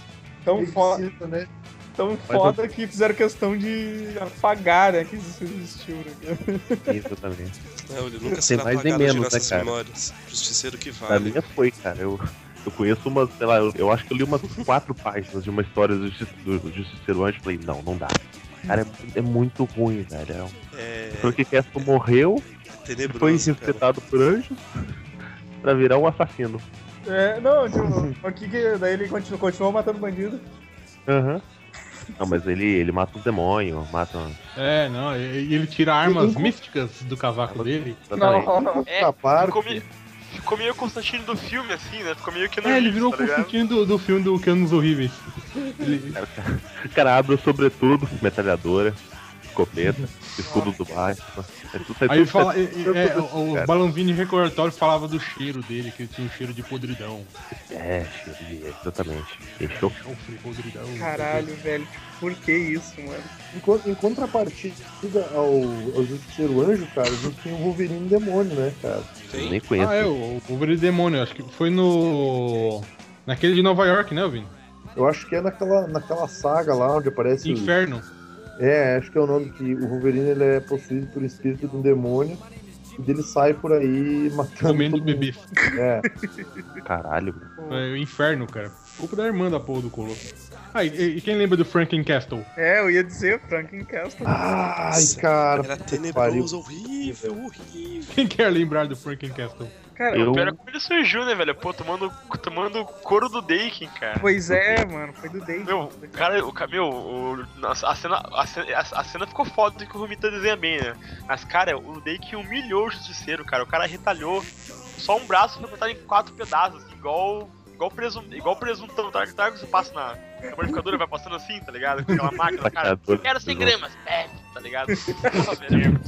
[SPEAKER 3] Tão, fo
[SPEAKER 9] Precisa, né?
[SPEAKER 3] tão foda que fizeram questão de apagar, né? Que isso existiu, né? cara?
[SPEAKER 6] Exatamente.
[SPEAKER 5] Não, ele nunca será
[SPEAKER 6] mais nem
[SPEAKER 5] apagado de
[SPEAKER 6] menos, né,
[SPEAKER 5] nossas
[SPEAKER 6] cara?
[SPEAKER 5] memórias. Justiceiro que
[SPEAKER 6] Pra
[SPEAKER 5] vale.
[SPEAKER 6] mim é foi, cara. Eu, eu conheço umas, sei lá, eu, eu acho que eu li umas quatro páginas de uma história do, Justi- do, do Justiceiro Anjo e falei, não, não dá. Cara, é, é muito ruim, velho. É um-
[SPEAKER 5] É
[SPEAKER 6] Porque Castro morreu,
[SPEAKER 5] tenebroso,
[SPEAKER 6] foi
[SPEAKER 5] cara.
[SPEAKER 6] respeitado por anjos. pra virar um assassino.
[SPEAKER 3] É, não, tipo, o que que- daí ele continu- continuou matando bandido.
[SPEAKER 6] Aham. Não, mas ele, ele mata os demônios, mata.
[SPEAKER 7] É, não, e e ele tira armas místicas do cavaco dele.
[SPEAKER 6] Exatamente.
[SPEAKER 8] É,
[SPEAKER 9] Outra parte.
[SPEAKER 8] ficou, meio, ficou meio Constantino do filme, assim, né? Ficou meio que não.
[SPEAKER 7] É, ele virou o
[SPEAKER 8] tá ligado?
[SPEAKER 7] Constantino do, do filme do Canos Horríveis. Ele,
[SPEAKER 6] O cara abre o sobretudo, metralhadora, escopeta, escudo do Batman. É tudo, é
[SPEAKER 7] aí
[SPEAKER 6] tudo-
[SPEAKER 7] fala,
[SPEAKER 6] é-
[SPEAKER 7] é, é, é, o, o Balanvini recordatório falava do cheiro dele, que ele tinha um cheiro de podridão.
[SPEAKER 6] É, cheiro de- exatamente. Fechou.
[SPEAKER 7] Chofre, podridão.
[SPEAKER 3] Caralho, velho, por que isso, mano?
[SPEAKER 9] Em, co- em contrapartida ao, ao Justiceiro Anjo, cara, a gente tem o Wolverine Demônio, né, cara?
[SPEAKER 6] Eu
[SPEAKER 5] Tem?
[SPEAKER 6] nem conheço.
[SPEAKER 7] Ah, é, o, o Wolverine Demônio, acho que foi no. Naquele de Nova York, né, Vini?
[SPEAKER 9] Eu acho que é naquela, naquela saga lá onde aparece. o-
[SPEAKER 7] Inferno.
[SPEAKER 9] É, acho que é o nome que o Wolverine ele é possuído por um espírito de um demônio. E dele sai por aí
[SPEAKER 4] Tá
[SPEAKER 9] matando.
[SPEAKER 7] Comendo
[SPEAKER 9] todo mundo.
[SPEAKER 7] bebês.
[SPEAKER 9] É,
[SPEAKER 6] Caralho, mano.
[SPEAKER 7] É, o inferno, cara. Culpa da irmã da porra do colo. Ah, e, e quem lembra do Franklin Castle?
[SPEAKER 3] É, eu ia dizer, Franklin Castle.
[SPEAKER 9] Ai,
[SPEAKER 5] Nossa,
[SPEAKER 9] cara.
[SPEAKER 5] Era
[SPEAKER 9] puta que pariu.
[SPEAKER 5] tenebroso, horrível, horrível.
[SPEAKER 7] Quem quer lembrar do Franklin Castle?
[SPEAKER 3] Cara,
[SPEAKER 6] Eu,
[SPEAKER 8] Pior é como ele surgiu, né, velho? Pô, tomando, tomando couro do Daken, cara.
[SPEAKER 3] pois é, mano, foi do Dave.
[SPEAKER 8] Meu, o cara, o, ca- meu, o- nossa, a, cena, a, cena, a- a cena ficou foda que o Romita desenha bem, né? Mas, cara, o Dake humilhou o justiceiro, cara. O cara retalhou. Só um braço foi cortado em quatro pedaços, assim, igual. Igual presunto, igual presuntão, tá? Tá que você passa na na panificadora, vai passando assim, tá ligado? Com aquela máquina, cara.
[SPEAKER 6] Panificadora.
[SPEAKER 8] Quero 100 gramas, é, tá ligado? Porra, velho.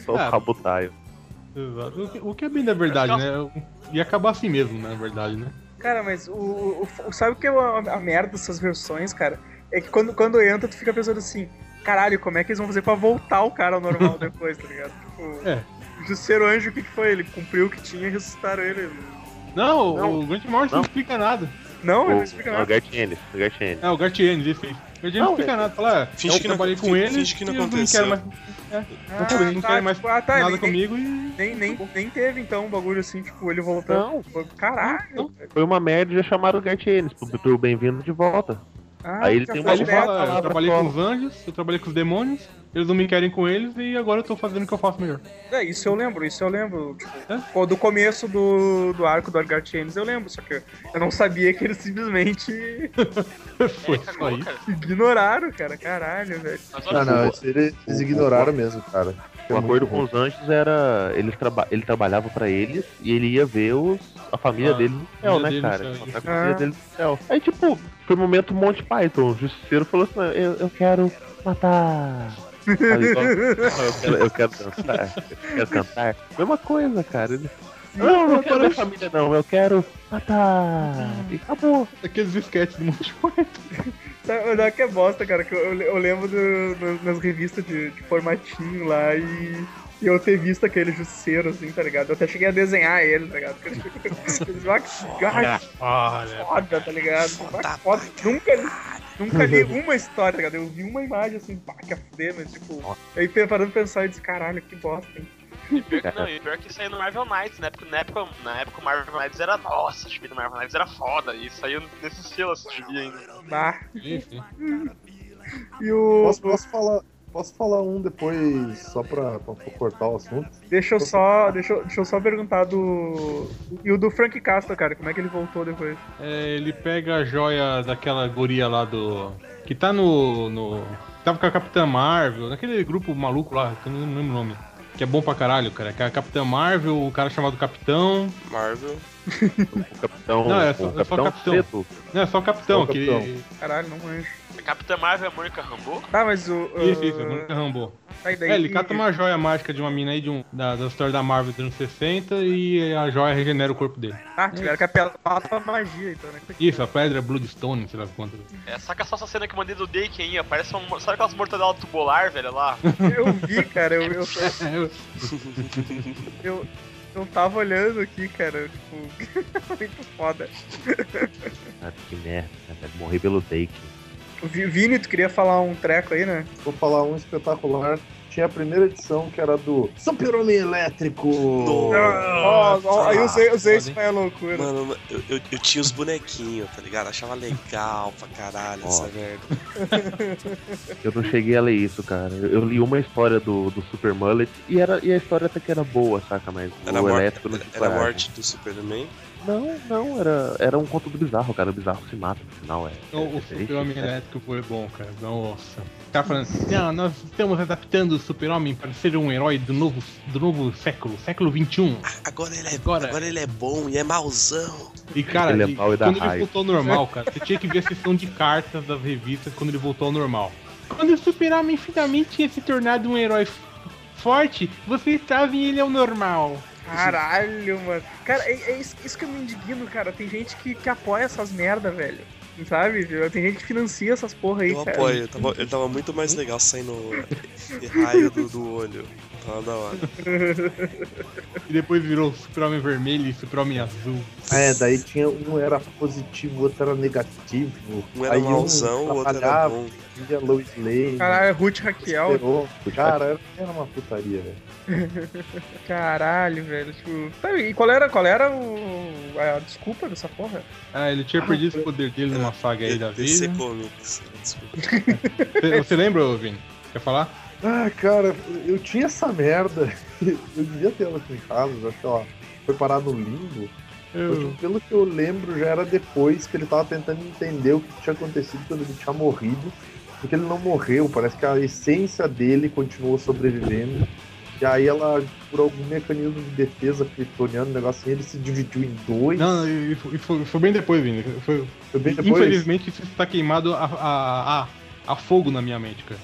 [SPEAKER 6] só o
[SPEAKER 7] Ah.
[SPEAKER 6] Rabutaio.
[SPEAKER 7] Exato. O que- O que é bem da verdade, né? Ia acabar assim mesmo, na verdade, né?
[SPEAKER 3] Cara, mas o, o- o- sabe o que é a, a merda dessas versões, cara? É que quando, quando entra, tu fica pensando assim, caralho, como é que eles vão fazer pra voltar o cara ao normal depois, tá ligado? Tipo,
[SPEAKER 7] É.
[SPEAKER 3] o Justiceiro Anjo, o que, que foi? Ele cumpriu o que tinha e ressuscitaram ele.
[SPEAKER 7] Não,
[SPEAKER 6] Não.
[SPEAKER 7] o Grant Morrison não.
[SPEAKER 6] Não.
[SPEAKER 7] explica nada.
[SPEAKER 3] Não, ele
[SPEAKER 6] O,
[SPEAKER 3] não explica
[SPEAKER 6] o
[SPEAKER 3] nada.
[SPEAKER 6] Gartienes, o Gartienes.
[SPEAKER 7] É, o Gartienes, esse aí. O Gartienes não explica nada. Fala, é,
[SPEAKER 5] Finge
[SPEAKER 7] eu
[SPEAKER 5] que não-
[SPEAKER 7] trabalhei com
[SPEAKER 5] finge-
[SPEAKER 7] ele
[SPEAKER 5] finge que não
[SPEAKER 7] e eu
[SPEAKER 5] aconteceu.
[SPEAKER 7] Não quero mais
[SPEAKER 3] Ah,
[SPEAKER 7] não querem mais
[SPEAKER 3] tipo, ah, tá,
[SPEAKER 7] nada
[SPEAKER 3] nem-
[SPEAKER 7] comigo e...
[SPEAKER 3] Nem, nem, nem teve então um bagulho assim, tipo, ele voltando.
[SPEAKER 6] Não,
[SPEAKER 3] Tipo, Caralho!
[SPEAKER 6] foi uma merda e já chamaram o Gartienes pro, pro Bem-vindo de volta.
[SPEAKER 3] Ah,
[SPEAKER 6] Aí ele
[SPEAKER 3] já
[SPEAKER 6] tem um-
[SPEAKER 3] foi
[SPEAKER 7] Aí ele
[SPEAKER 6] Mas
[SPEAKER 3] direto.
[SPEAKER 6] é
[SPEAKER 7] fala,
[SPEAKER 6] a
[SPEAKER 7] eu
[SPEAKER 6] palavra
[SPEAKER 7] trabalhei
[SPEAKER 6] só.
[SPEAKER 7] com os anjos, eu trabalhei com os demônios, eles não me querem com eles e agora eu tô fazendo o que eu faço melhor.
[SPEAKER 3] É, isso eu lembro, isso eu lembro. Tipo,
[SPEAKER 7] Hã?
[SPEAKER 3] pô, do começo do, do arco do Argatienes eu lembro, só que eu- eu não sabia que eles simplesmente
[SPEAKER 7] Foi só
[SPEAKER 8] Cagou,
[SPEAKER 7] É isso.
[SPEAKER 8] cara.
[SPEAKER 3] ignoraram, cara. Caralho, velho.
[SPEAKER 8] Mas
[SPEAKER 4] Ah,
[SPEAKER 9] Não,
[SPEAKER 8] olha
[SPEAKER 9] não, esse eles, eles ignoraram mesmo, cara.
[SPEAKER 6] O acordo com os anjos era. Eles traba ele trabalhava pra eles e ele ia ver os, a família
[SPEAKER 7] Ah,
[SPEAKER 6] dele no céu, né,
[SPEAKER 7] família dele no
[SPEAKER 6] cara?
[SPEAKER 7] céu,
[SPEAKER 6] Encontrar com
[SPEAKER 3] isso.
[SPEAKER 6] a família
[SPEAKER 3] Ah.
[SPEAKER 6] dele no céu. Aí, tipo, foi um momento Monty Python. O justiceiro falou assim: Eu, eu quero matar. Sabe, igual, eu, quero, eu quero dançar, eu quero cantar. Mesma coisa, cara. Ele, não, eu não quero minha família, não. Eu quero matar. E acabou.
[SPEAKER 7] Aqueles esquetes do Monty Python.
[SPEAKER 3] Sabe, Mas é que é bosta, cara, que eu, eu lembro do- do- nas revistas de, de formatinho lá e, e eu ter visto aquele justiceiro, assim, tá ligado? Eu até cheguei a desenhar ele, tá ligado? Ah, que gato
[SPEAKER 7] Olha.
[SPEAKER 3] foda, tá ligado? Ah, que foda. Nunca, li- nunca li uma história, tá ligado? Eu vi uma imagem assim, pá, que a fuder, mas tipo, aí parando pra pensar, eu disse, caralho, que bosta, hein?
[SPEAKER 8] Pior que não, e pior que saiu no Marvel Knights, né? Porque na época, na época o Marvel Knights era. Nossa, o gibi do Marvel Knights era foda. E saiu nesse estilo esse gibi ainda.
[SPEAKER 3] Bah.
[SPEAKER 7] Esse.
[SPEAKER 3] Tá? E o.
[SPEAKER 9] Posso, posso falar, posso falar um depois, só pra, pra cortar o assunto?
[SPEAKER 3] Deixa eu só. Deixa eu, deixa eu só perguntar do. E o do Frank Castle, cara, como é que ele voltou depois?
[SPEAKER 7] É, ele pega a joia daquela guria lá do. Que tá no. no... Tava com a Capitã Marvel, naquele grupo maluco lá, que eu não lembro o nome. Que é bom pra caralho, cara. Que é a Capitã Marvel, o cara chamado Capitão.
[SPEAKER 5] Marvel.
[SPEAKER 6] O capitão.
[SPEAKER 7] Não, é só-
[SPEAKER 6] o
[SPEAKER 7] é só
[SPEAKER 6] capitão,
[SPEAKER 7] capitão.
[SPEAKER 6] Preto.
[SPEAKER 7] Não, é só o Capitão,
[SPEAKER 9] Só o
[SPEAKER 7] que.
[SPEAKER 9] Capitão.
[SPEAKER 3] Caralho, não manjo.
[SPEAKER 8] Capitã Marvel é a Mônica Rambeau?
[SPEAKER 3] Tá, mas o.
[SPEAKER 7] Isso, isso,
[SPEAKER 3] ah,
[SPEAKER 7] nunca Rambo.
[SPEAKER 3] aí daí
[SPEAKER 7] É, ele
[SPEAKER 3] que-
[SPEAKER 7] cata uma joia mágica de uma mina aí de um, da, da história da Marvel dos anos 60 e a joia regenera o corpo dele.
[SPEAKER 3] Ah, tiveram que apelar pra magia, então, né?
[SPEAKER 7] Isso, a pedra é Bloodstone, sei lá quanto.
[SPEAKER 8] É, saca só essa cena que eu mandei do Daken aí, ó. Parece uma. mor- Sabe aquelas mortadelas tubular, velho? Lá.
[SPEAKER 3] Eu vi, cara, eu, eu,
[SPEAKER 7] É, eu-
[SPEAKER 3] eu, eu tava olhando aqui, cara, tipo. muito foda.
[SPEAKER 6] Ah, que merda, né, velho? Morri pelo Take.
[SPEAKER 3] O Vi- Vini, tu queria falar um treco aí, né?
[SPEAKER 9] Vou falar um espetacular
[SPEAKER 4] tinha a primeira edição que era do Super Homem Elétrico.
[SPEAKER 3] Ó, ó, aí eu sei, eu sei, isso
[SPEAKER 10] Foda,
[SPEAKER 3] é loucura.
[SPEAKER 5] Mano, eu, eu, eu tinha os bonequinhos, tá ligado? Achava legal pra caralho essa
[SPEAKER 6] Ó.
[SPEAKER 5] merda.
[SPEAKER 6] Eu não cheguei a ler isso, cara. Eu eu li uma história do, do Super Mullet e, era, e a história até que era boa, saca? Mas
[SPEAKER 5] Era, a
[SPEAKER 6] o
[SPEAKER 5] mor-
[SPEAKER 6] elétrico não
[SPEAKER 5] era-
[SPEAKER 6] tinha
[SPEAKER 5] era a
[SPEAKER 6] coragem.
[SPEAKER 5] morte do Superman.
[SPEAKER 6] Não, não, era, era um conto do bizarro, cara. O bizarro se mata no final, é.
[SPEAKER 4] Então,
[SPEAKER 7] Não,
[SPEAKER 6] é
[SPEAKER 7] o
[SPEAKER 6] triste,
[SPEAKER 7] Super-Homem
[SPEAKER 6] né?
[SPEAKER 7] Elétrico foi bom, cara. Nossa. Tá falando, não, nós estamos adaptando o Super-Homem para ser um herói do novo, do novo século, século XXI.
[SPEAKER 5] Agora ele é,
[SPEAKER 7] Agora-
[SPEAKER 5] agora... ele é bom e é mauzão.
[SPEAKER 7] E, cara,
[SPEAKER 6] Ele é
[SPEAKER 7] e
[SPEAKER 6] mau e dá
[SPEAKER 7] quando ele
[SPEAKER 6] raiva.
[SPEAKER 7] voltou ao normal, cara, você tinha que ver a sessão de cartas das revistas quando ele voltou ao normal. Quando o Super-Homem finalmente tinha se tornado um herói f- forte, vocês trazem ele ao normal.
[SPEAKER 3] Caralho, mano. Cara, é, é isso, isso que eu me indigno, cara. Tem gente que, que apoia essas merda, velho. Sabe? viu? Tem gente que financia essas porra aí,
[SPEAKER 5] Eu
[SPEAKER 3] cara.
[SPEAKER 5] apoio, tava, ele tava muito mais legal saindo e raio do, do olho. Tava da hora.
[SPEAKER 7] E depois virou Super-Homem Vermelho e Super-Homem Azul.
[SPEAKER 4] É, daí tinha um era positivo, outro era negativo.
[SPEAKER 5] Um era
[SPEAKER 4] aí
[SPEAKER 5] mauzão, o outro era
[SPEAKER 4] atrapalhava,
[SPEAKER 5] bom.
[SPEAKER 4] tinha Lois Lane.
[SPEAKER 3] Caralho, Ruth Raquel.
[SPEAKER 4] esperou. Cara, era- era uma putaria, velho.
[SPEAKER 3] Caralho, velho. Tipo, tá, e qual era, qual era o, a desculpa dessa porra?
[SPEAKER 7] Ah, ele tinha perdido o poder dele numa saga aí da
[SPEAKER 5] DC
[SPEAKER 7] vida.
[SPEAKER 5] Comics. Desculpa.
[SPEAKER 7] Você você lembra, ô, Vini? Quer falar?
[SPEAKER 4] Ah, cara, eu tinha essa merda. Eu devia ter ela aqui em casa, acho que ela foi parar no limbo. Mas, tipo, pelo que eu lembro, já era depois que ele tava tentando entender o que tinha acontecido quando ele tinha morrido. Porque ele não morreu, parece que a essência dele continuou sobrevivendo. E aí ela, por algum mecanismo de defesa kryptoniano, um negócio assim, ele se dividiu em dois.
[SPEAKER 7] Não, não, e- e foi, foi- foi bem depois, Vini. Foi-
[SPEAKER 4] Foi bem depois.
[SPEAKER 7] infelizmente, isso está queimado a, a, a, a fogo na minha mente, cara.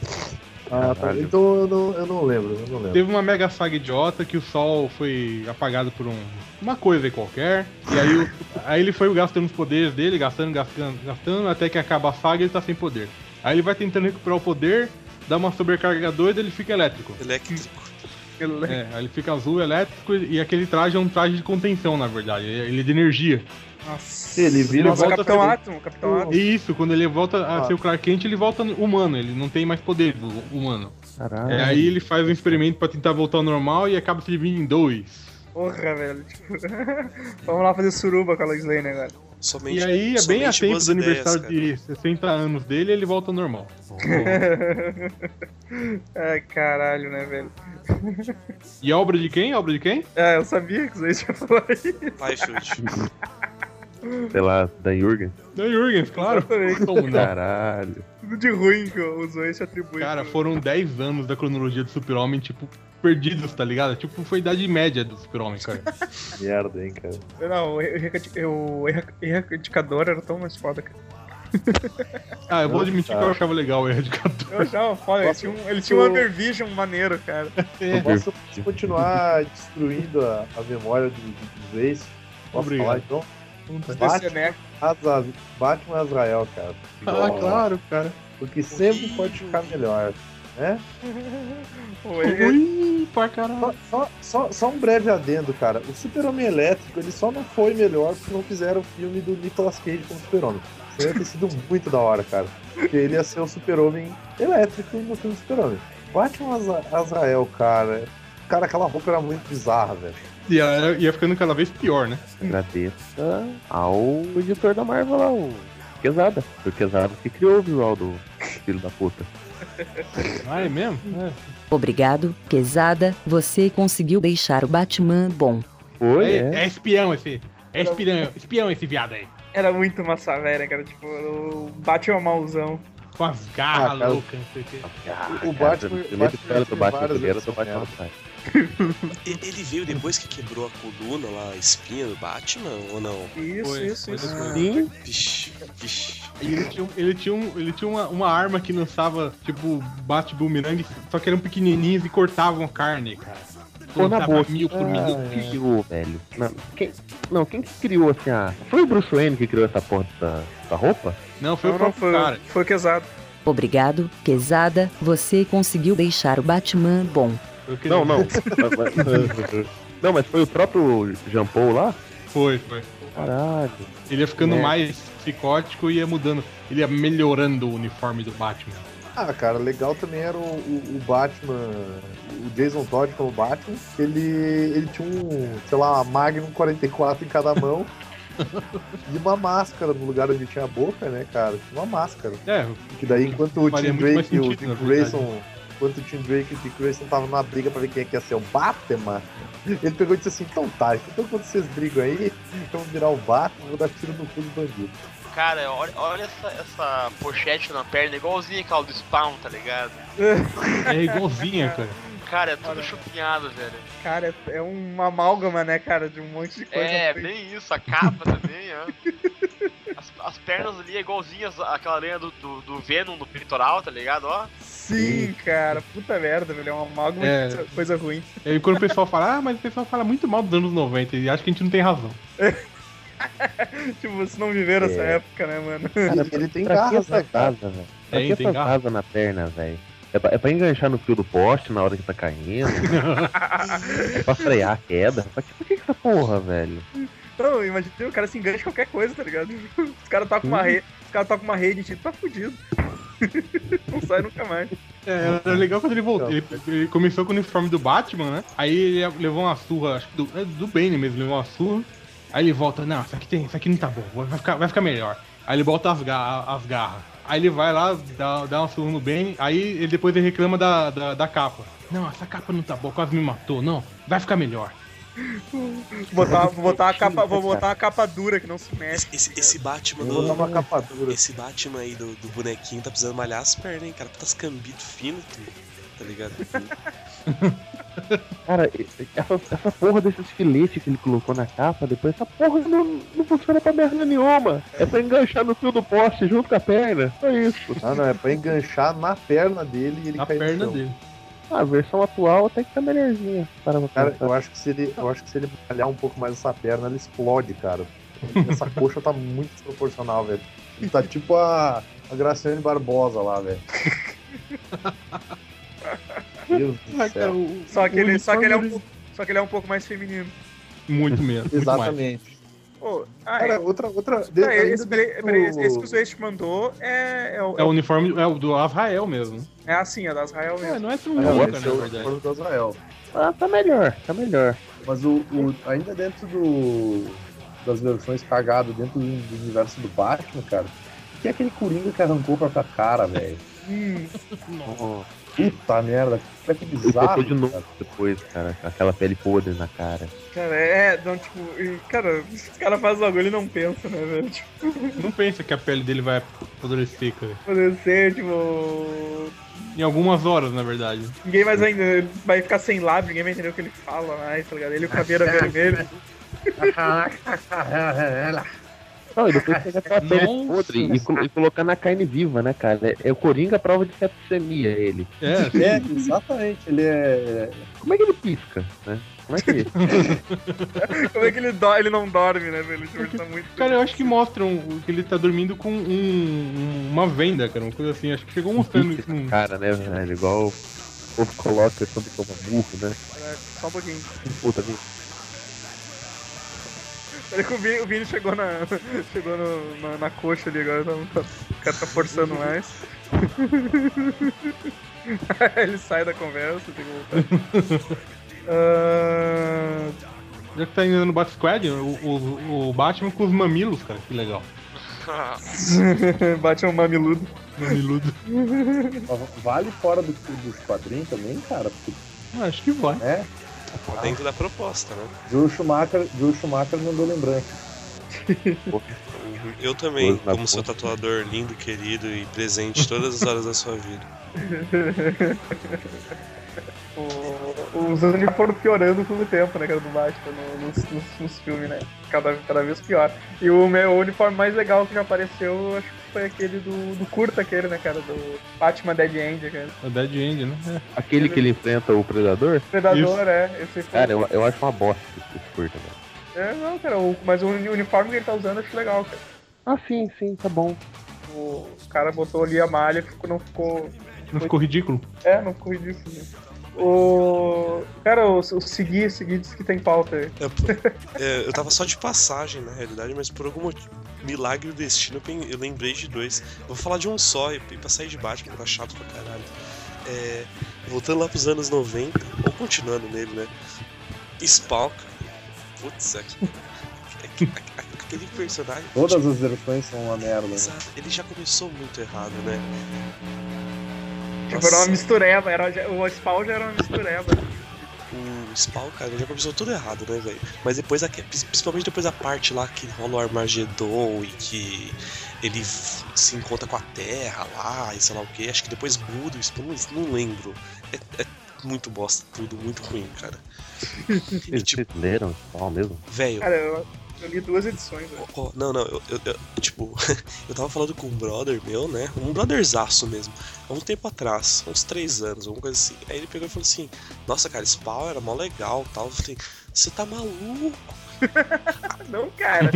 [SPEAKER 4] Ah, tá.
[SPEAKER 6] Caralho.
[SPEAKER 4] Então eu não, eu não lembro, eu não lembro.
[SPEAKER 7] Teve uma mega saga idiota que o sol foi apagado por um, uma coisa aí qualquer. E aí, o- aí ele foi gastando os poderes dele, gastando, gastando, gastando, até que acaba a saga e ele tá sem poder. Aí ele vai tentando recuperar o poder, dá uma sobrecarga doida ele fica elétrico.
[SPEAKER 5] Elétrico.
[SPEAKER 7] É, aí ele fica azul, elétrico, e aquele traje é um traje de contenção, na verdade. Ele ele é de energia.
[SPEAKER 3] Nossa.
[SPEAKER 4] Ele vira
[SPEAKER 3] Nossa,
[SPEAKER 4] e volta
[SPEAKER 3] Capitão
[SPEAKER 4] pra-
[SPEAKER 3] Átomo, Capitão Átomo.
[SPEAKER 7] E isso, quando ele volta a
[SPEAKER 4] Ah.
[SPEAKER 7] ser o Clark Kent, ele volta humano, ele não tem mais poder do- humano.
[SPEAKER 6] Caralho.
[SPEAKER 7] É, aí ele faz um experimento pra tentar voltar ao normal e acaba se dividindo em dois.
[SPEAKER 3] Porra, velho. Tipo, vamos lá fazer suruba com a Lois Lane agora.
[SPEAKER 5] Somente,
[SPEAKER 7] E aí é bem a
[SPEAKER 5] somente
[SPEAKER 7] tempo
[SPEAKER 5] boas
[SPEAKER 7] do aniversário
[SPEAKER 5] ideias,
[SPEAKER 7] de 60 anos dele, ele volta ao normal.
[SPEAKER 3] Ai, caralho, né, velho?
[SPEAKER 7] E a obra de quem? A obra de quem?
[SPEAKER 3] É, eu sabia que vocês iam falar isso.
[SPEAKER 5] cara. Liefeld.
[SPEAKER 6] Sei lá, da Jürgen.
[SPEAKER 7] Da Jürgens, claro.
[SPEAKER 3] Exatamente.
[SPEAKER 7] Como não?
[SPEAKER 6] Caralho.
[SPEAKER 3] Tudo de ruim que o Zoe se atribui.
[SPEAKER 7] Cara,
[SPEAKER 3] pro-
[SPEAKER 7] foram 10 anos da cronologia do Super-Homem, tipo, perdidos, tá ligado? Tipo, foi a idade média do Super-Homem, cara.
[SPEAKER 4] Merda, hein, cara.
[SPEAKER 3] Não, o erradi- o erra- erradicador era tão mais foda, cara.
[SPEAKER 7] Ah, eu vou admitir que eu achava legal o Erradicador.
[SPEAKER 3] Eu achava foda, ele tinha um, ele tinha um undervision maneiro, cara.
[SPEAKER 7] É.
[SPEAKER 4] Eu posso continuar destruindo a, a memória do, do do Ace? Posso
[SPEAKER 7] Obrigado.
[SPEAKER 4] falar então?
[SPEAKER 3] Desse, né?
[SPEAKER 4] Asa- Batman Azrael, cara. Ó,
[SPEAKER 7] Ah, cara.
[SPEAKER 4] Porque sempre pode ficar melhor. Né?
[SPEAKER 3] Pô, ele-
[SPEAKER 7] Ui, pra caralho.
[SPEAKER 4] Só, só, só, só um breve adendo, cara. O Super-Homem Elétrico ele só não foi melhor porque não fizeram o filme do Nicolas Cage como Super-Homem. Isso ia ter sido muito da hora, cara. Porque ele ia ser o Super-Homem Elétrico no filme do Super-Homem. Batman Azra- Azrael, cara. Cara, aquela roupa era muito bizarra, velho.
[SPEAKER 7] E ela ia ficando cada vez pior, né?
[SPEAKER 6] Agradeça ah, ao editor da Marvel lá, o Quesada. Foi o Quesada que criou o visual do filho da puta.
[SPEAKER 7] Ah, é mesmo?
[SPEAKER 1] Obrigado, Quesada, você conseguiu deixar o Batman bom.
[SPEAKER 6] Foi,
[SPEAKER 7] É,
[SPEAKER 6] é.
[SPEAKER 7] é espião esse. É espião, espião esse viado aí.
[SPEAKER 3] Era muito massa velha, cara. Tipo, o Batman malzão.
[SPEAKER 7] Com as garras
[SPEAKER 4] Ah, cara.
[SPEAKER 7] loucas, não sei o quê.
[SPEAKER 6] Ah,
[SPEAKER 4] O
[SPEAKER 6] cara,
[SPEAKER 4] Batman-
[SPEAKER 6] a
[SPEAKER 4] Batman
[SPEAKER 6] primeira história do
[SPEAKER 4] teve
[SPEAKER 6] Batman, a
[SPEAKER 4] várias
[SPEAKER 6] primeira do
[SPEAKER 4] versões
[SPEAKER 6] Batman.
[SPEAKER 4] dela.
[SPEAKER 6] Atrás.
[SPEAKER 5] E- Ele veio depois que quebrou a coluna lá, a espinha do Batman ou não?
[SPEAKER 3] Isso,
[SPEAKER 7] Foi,
[SPEAKER 3] isso,
[SPEAKER 7] foi
[SPEAKER 3] isso.
[SPEAKER 7] depois.
[SPEAKER 6] Sim,
[SPEAKER 5] Vixi, vixi.
[SPEAKER 7] E ele tinha, um- ele tinha, um- ele tinha uma, uma arma que lançava, tipo, bate bumerangue, só que eram pequenininhos e cortavam carne, cara.
[SPEAKER 6] Pô, na
[SPEAKER 7] Cortava
[SPEAKER 6] boa.
[SPEAKER 7] mil por minuto.
[SPEAKER 6] Quem criou, velho? Não, quem, não, quem que criou assim a. Foi o Bruce Wayne que criou essa porra da, da roupa?
[SPEAKER 7] Não, foi
[SPEAKER 3] Não,
[SPEAKER 7] o
[SPEAKER 3] não
[SPEAKER 7] próprio
[SPEAKER 3] foi.
[SPEAKER 7] cara.
[SPEAKER 3] Foi o Quesado.
[SPEAKER 1] Obrigado, Quesada, você conseguiu deixar o Batman bom.
[SPEAKER 7] Foi o que-
[SPEAKER 6] Não, não. Mas- mas- não, mas foi o próprio Jean Paul lá?
[SPEAKER 7] Foi, foi.
[SPEAKER 6] Caralho.
[SPEAKER 7] Ele ia ficando
[SPEAKER 6] É.
[SPEAKER 7] mais psicótico e ia mudando. Ele ia melhorando o uniforme do Batman.
[SPEAKER 9] Ah, cara, legal também era o, o, o Batman, o Jason Todd como Batman. Ele, ele tinha um, sei lá, uma Magnum 44 em cada mão. e uma máscara no lugar onde tinha a boca, né, cara? Tinha uma máscara.
[SPEAKER 7] É,
[SPEAKER 9] Que daí, enquanto o
[SPEAKER 7] Faria
[SPEAKER 9] Tim
[SPEAKER 7] muito mais
[SPEAKER 9] Drake e o
[SPEAKER 7] sentido, na
[SPEAKER 9] Dick
[SPEAKER 7] verdade.
[SPEAKER 9] Grayson. Enquanto o Tim Drake e o Dick Grayson estavam numa briga pra ver quem é que ia ser o Batman, ele pegou e disse assim: então tá, então quando vocês brigam aí, eu vou virar o Batman, vou dar tiro no cu do bandido.
[SPEAKER 8] Cara, olha, olha essa, essa pochete na perna, igualzinha aquela do Spawn, tá ligado?
[SPEAKER 7] É igualzinha, cara.
[SPEAKER 8] Cara, é tudo chupinhado, velho.
[SPEAKER 3] Cara, é- é uma amálgama, né, cara, de um monte de coisa.
[SPEAKER 8] É, bem isso, a capa também, é. As, as pernas ali é igualzinhas àquela aranha do, do, do Venom no peitoral, tá ligado? Ó,
[SPEAKER 3] Sim, cara, puta merda, velho. É uma amálgama
[SPEAKER 7] É.
[SPEAKER 3] de coisa ruim.
[SPEAKER 7] E aí quando o pessoal fala, ah, mas o pessoal fala muito mal dos anos 90 e acha que a gente não tem razão.
[SPEAKER 3] Tipo, vocês não viveram essa
[SPEAKER 6] É.
[SPEAKER 3] época, né, mano?
[SPEAKER 9] Cara, ele tem
[SPEAKER 6] Pra que
[SPEAKER 9] garras,
[SPEAKER 6] essa
[SPEAKER 9] né, cara?
[SPEAKER 6] casa, velho? Pra
[SPEAKER 7] Tem,
[SPEAKER 6] que
[SPEAKER 7] tem
[SPEAKER 6] essa
[SPEAKER 7] garra.
[SPEAKER 6] casa na perna, velho? É pra, é pra enganchar no fio do poste na hora que tá caindo? é pra frear a queda? Pra que, pra que essa porra, velho?
[SPEAKER 3] Não, Então, imagina, o cara se engancha em qualquer coisa, tá ligado? Os caras tocam uma rede, os caras tocam uma rede, tipo, tá fudido. não sai nunca mais.
[SPEAKER 7] É, era legal quando ele voltou. Ele, ele começou com o uniforme do Batman, né? Aí ele levou uma surra, acho que do, é, do Bane mesmo, levou uma surra. Aí ele volta, não, isso aqui, tem, isso aqui não tá bom, vai- vai ficar, vai ficar melhor. Aí ele bota as, ga- as garras. Aí ele vai lá, dá, dá uma surra no Bane, aí ele, depois ele reclama da, da, da capa. Não, essa capa não tá boa, quase me matou, não, vai ficar melhor.
[SPEAKER 3] Vou botar, vou botar uma capa, vou botar uma capa dura que não se mexe.
[SPEAKER 5] Esse, esse Batman
[SPEAKER 9] Eu vou dar
[SPEAKER 5] do,
[SPEAKER 9] uma capa dura.
[SPEAKER 5] esse Batman aí do, do bonequinho tá precisando malhar as pernas, hein, cara. Tá escambido fino, tu, tá ligado?
[SPEAKER 6] Cara, e- e- essa, essa porra desse estilete que ele colocou na capa, depois essa porra não, não funciona pra merda nenhuma. É pra enganchar no fio do poste junto com a perna. Só isso.
[SPEAKER 9] Não, não, é pra enganchar na perna dele e ele
[SPEAKER 7] Na
[SPEAKER 9] cair no
[SPEAKER 7] perna
[SPEAKER 9] chão.
[SPEAKER 7] dele.
[SPEAKER 6] Ah, A versão atual até que tá melhorzinha. Para pra
[SPEAKER 9] Cara,
[SPEAKER 6] pensar.
[SPEAKER 9] eu acho que se ele, eu acho que se ele malhar um pouco mais essa perna, ela explode, cara. Essa coxa tá muito desproporcional, velho. Ele tá tipo a, a Graciane Barbosa lá, velho. Meu Deus do
[SPEAKER 7] É,
[SPEAKER 9] céu.
[SPEAKER 3] Só que, ele, só, que ele é um,
[SPEAKER 7] pouco.
[SPEAKER 3] pouco- só que ele é um pouco mais feminino.
[SPEAKER 7] Muito mesmo. muito mais.
[SPEAKER 9] Exatamente.
[SPEAKER 3] Pô, ah, é.
[SPEAKER 9] Cara, outra. outra de-
[SPEAKER 3] Não,
[SPEAKER 9] ainda
[SPEAKER 3] esse, peraí,
[SPEAKER 9] dentro
[SPEAKER 3] peraí,
[SPEAKER 9] do-
[SPEAKER 3] esse que o Zuete mandou é, é, o-
[SPEAKER 7] É o uniforme é o do Azrael mesmo.
[SPEAKER 3] é assim, é da Israel
[SPEAKER 7] É,
[SPEAKER 3] mesmo.
[SPEAKER 7] não é tão
[SPEAKER 9] Ah, não,
[SPEAKER 7] louca,
[SPEAKER 6] né,
[SPEAKER 9] esse
[SPEAKER 7] na
[SPEAKER 9] é o
[SPEAKER 7] verdade.
[SPEAKER 9] Foro do Azrael.
[SPEAKER 6] Ah, tá melhor, tá melhor.
[SPEAKER 4] Mas o, o- ainda dentro do, das versões cagadas, dentro do, do universo do Batman, cara, que é aquele Coringa que arrancou pra tua cara, velho?
[SPEAKER 3] Hum,
[SPEAKER 4] Puta merda, cara, que
[SPEAKER 6] Ele
[SPEAKER 4] bizarro.
[SPEAKER 6] botou de
[SPEAKER 4] cara.
[SPEAKER 6] novo depois, cara. Aquela pele podre na cara.
[SPEAKER 3] cara, é, não, tipo, e, cara, os caras fazem o bagulho e não pensam, né, velho? Tipo,
[SPEAKER 7] Não pensa que a pele dele vai apodrecer, cara.
[SPEAKER 3] poder ser, tipo,
[SPEAKER 7] Em algumas horas, na verdade.
[SPEAKER 3] ninguém mais ainda vai ficar sem lábio, ninguém vai entender o que ele fala mais, tá ligado? Ele com a caveira vermelha.
[SPEAKER 6] Não, e depois pegar aquela pele
[SPEAKER 7] Nossa.
[SPEAKER 6] podre e, col- e colocar na carne viva, né, cara? É, é o Coringa à prova de septicemia, ele.
[SPEAKER 7] É,
[SPEAKER 4] É, exatamente, ele é.
[SPEAKER 6] Como é que ele pisca, né? Como é que...
[SPEAKER 3] Como é que ele, dó, ele não dorme, né, velho? Tipo, ele tá muito...
[SPEAKER 7] cara, eu acho que mostram que ele tá dormindo com um- um- uma venda, cara, uma coisa assim. Acho que chegou mostrando isso. num-
[SPEAKER 6] cara, né, velho? Igual o povo coloca quando toma burro, né?
[SPEAKER 3] É, Só um pouquinho.
[SPEAKER 6] Puta, viu?
[SPEAKER 3] Peraí que o Vini, o Vini chegou, na, chegou no- na, na coxa ali agora, tá, o cara tá forçando mais. Ele sai da conversa, tem que voltar. Ah,
[SPEAKER 7] Já que tá indo no Bat Squad, o, o- o Batman com os mamilos, cara, que legal.
[SPEAKER 3] bate um mamiludo.
[SPEAKER 7] Mamiludo.
[SPEAKER 4] Vale fora do, dos quadrinhos também, cara, porque
[SPEAKER 7] Ah, acho que vai.
[SPEAKER 5] Tá Dentro da proposta, né?
[SPEAKER 4] Joe Schumacher, Joe Schumacher mandou lembrança.
[SPEAKER 5] Eu também,
[SPEAKER 6] Pois na
[SPEAKER 5] como seu
[SPEAKER 6] ponta.
[SPEAKER 5] tatuador lindo, querido e presente todas as horas da sua vida.
[SPEAKER 3] O- Os anos foram piorando com o tempo, né, cara, do Batman no- nos, nos- nos filmes, né? Cada, cada vez pior. E o meu uniforme mais legal que já apareceu, acho que foi aquele do, do curta aquele, né, cara? Do Batman Dead End, cara.
[SPEAKER 7] É Dead End, né?
[SPEAKER 6] Aquele que ele enfrenta o predador,
[SPEAKER 3] Predador, é. Esse foi
[SPEAKER 6] cara, eu, eu acho uma bosta esse esse curta, velho.
[SPEAKER 3] É, não, cara, o- mas o uni- uniforme que ele tá usando eu acho legal, cara.
[SPEAKER 6] Ah, sim, sim, tá bom.
[SPEAKER 3] O cara botou ali a malha e ficou- não ficou.
[SPEAKER 7] É. Não ficou ridículo?
[SPEAKER 3] É, não ficou ridículo. né? O... Cara, o, o Segui, o Segui disse que tem pauta aí.
[SPEAKER 5] É, pô, é, eu tava só de passagem, na realidade, mas por algum motivo, milagre do destino, eu pen- eu lembrei de dois. Vou falar de um só, e e pra sair de baixo, porque tá chato pra caralho. É, voltando lá pros anos 90, ou continuando nele, né? Spalk. Putz, é, é- é- aquele personagem.
[SPEAKER 4] Todas as versões são uma merda. né?
[SPEAKER 5] Exato, ele já começou muito errado, né?
[SPEAKER 3] Tipo, era uma mistureba, era, o spawn já era uma mistureba.
[SPEAKER 5] o Spawn, cara, ele já começou tudo errado, né, velho? Mas depois, aque- principalmente depois da parte lá que rola o Armagedon e que ele f- se encontra com a Terra lá e sei lá o que, acho que depois muda o Spawn, não, não lembro. É, é muito bosta, tudo muito ruim, cara. E
[SPEAKER 6] Vocês
[SPEAKER 5] tipo,
[SPEAKER 6] leram Spawn mesmo?
[SPEAKER 5] velho,
[SPEAKER 3] Cara, eu, eu li duas edições, velho.
[SPEAKER 5] Ó, ó, Não, não, eu, eu- eu- tipo, eu tava falando com um brother meu, né? Um brotherzaço mesmo, há um tempo atrás, uns três anos, alguma coisa assim. Aí ele pegou e falou assim: Nossa, cara, esse pau era mó legal tal. Eu falei: Você tá maluco?
[SPEAKER 3] Não, cara.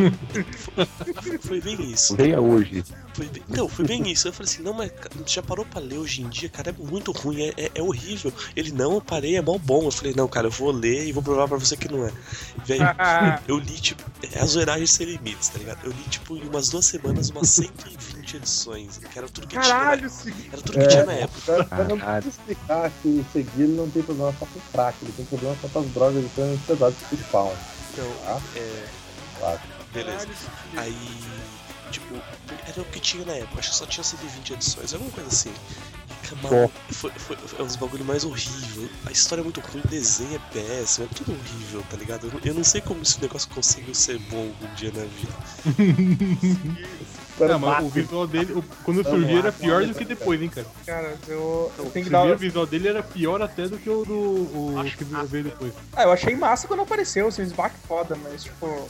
[SPEAKER 5] Foi bem isso.
[SPEAKER 6] Leia hoje.
[SPEAKER 5] Foi bem, não, foi bem isso. Eu falei assim: Não, mas ca- você já parou pra ler hoje em dia? Cara, é muito ruim, é, é- é horrível. Ele: Não, eu parei, é mó bom. Eu falei: Não, cara, eu vou ler e vou provar pra você que não é. Velho,
[SPEAKER 3] Ah,
[SPEAKER 5] Eu li, tipo, é a zoeiragem sem limites, tá ligado? Eu li, tipo, em umas duas semanas, umas 120 edições, que era tudo que
[SPEAKER 3] caralho, Segui.
[SPEAKER 5] tinha. Era tudo que tinha na época.
[SPEAKER 4] O cara, o cara não
[SPEAKER 6] Caralho.
[SPEAKER 4] precisa explicar que o Segui ele não tem problema só com crack, ele tem problema só com as drogas, ele tem ansiedade com spawn.
[SPEAKER 5] Então,
[SPEAKER 4] Tá?
[SPEAKER 5] é.
[SPEAKER 4] Claro.
[SPEAKER 5] Beleza.
[SPEAKER 3] Caralho, Segui.
[SPEAKER 5] Aí, tipo, era o que tinha na época, acho que só tinha 120 edições, alguma coisa assim. E, cara, mano, Foi, foi, foi um dos bagulho mais horrível. A história é muito ruim, o desenho é péssimo, é tudo horrível, tá ligado? Eu, não- eu não sei como esse negócio conseguiu ser bom algum dia na vida.
[SPEAKER 4] O cara
[SPEAKER 7] Ah, mas o
[SPEAKER 4] bate.
[SPEAKER 7] visual dele, o- quando eu
[SPEAKER 4] Vamos
[SPEAKER 7] surgiu,
[SPEAKER 4] lá,
[SPEAKER 7] era
[SPEAKER 4] vamos
[SPEAKER 7] pior
[SPEAKER 4] lá,
[SPEAKER 7] do que
[SPEAKER 4] cara.
[SPEAKER 7] depois, hein, cara.
[SPEAKER 3] Cara, eu, eu tenho que dar
[SPEAKER 7] Primeiro, o
[SPEAKER 3] uma...
[SPEAKER 7] visual dele era pior até do que o do o que veio depois.
[SPEAKER 3] Ah, eu achei massa quando apareceu, assim, o Sbac foda, mas, tipo...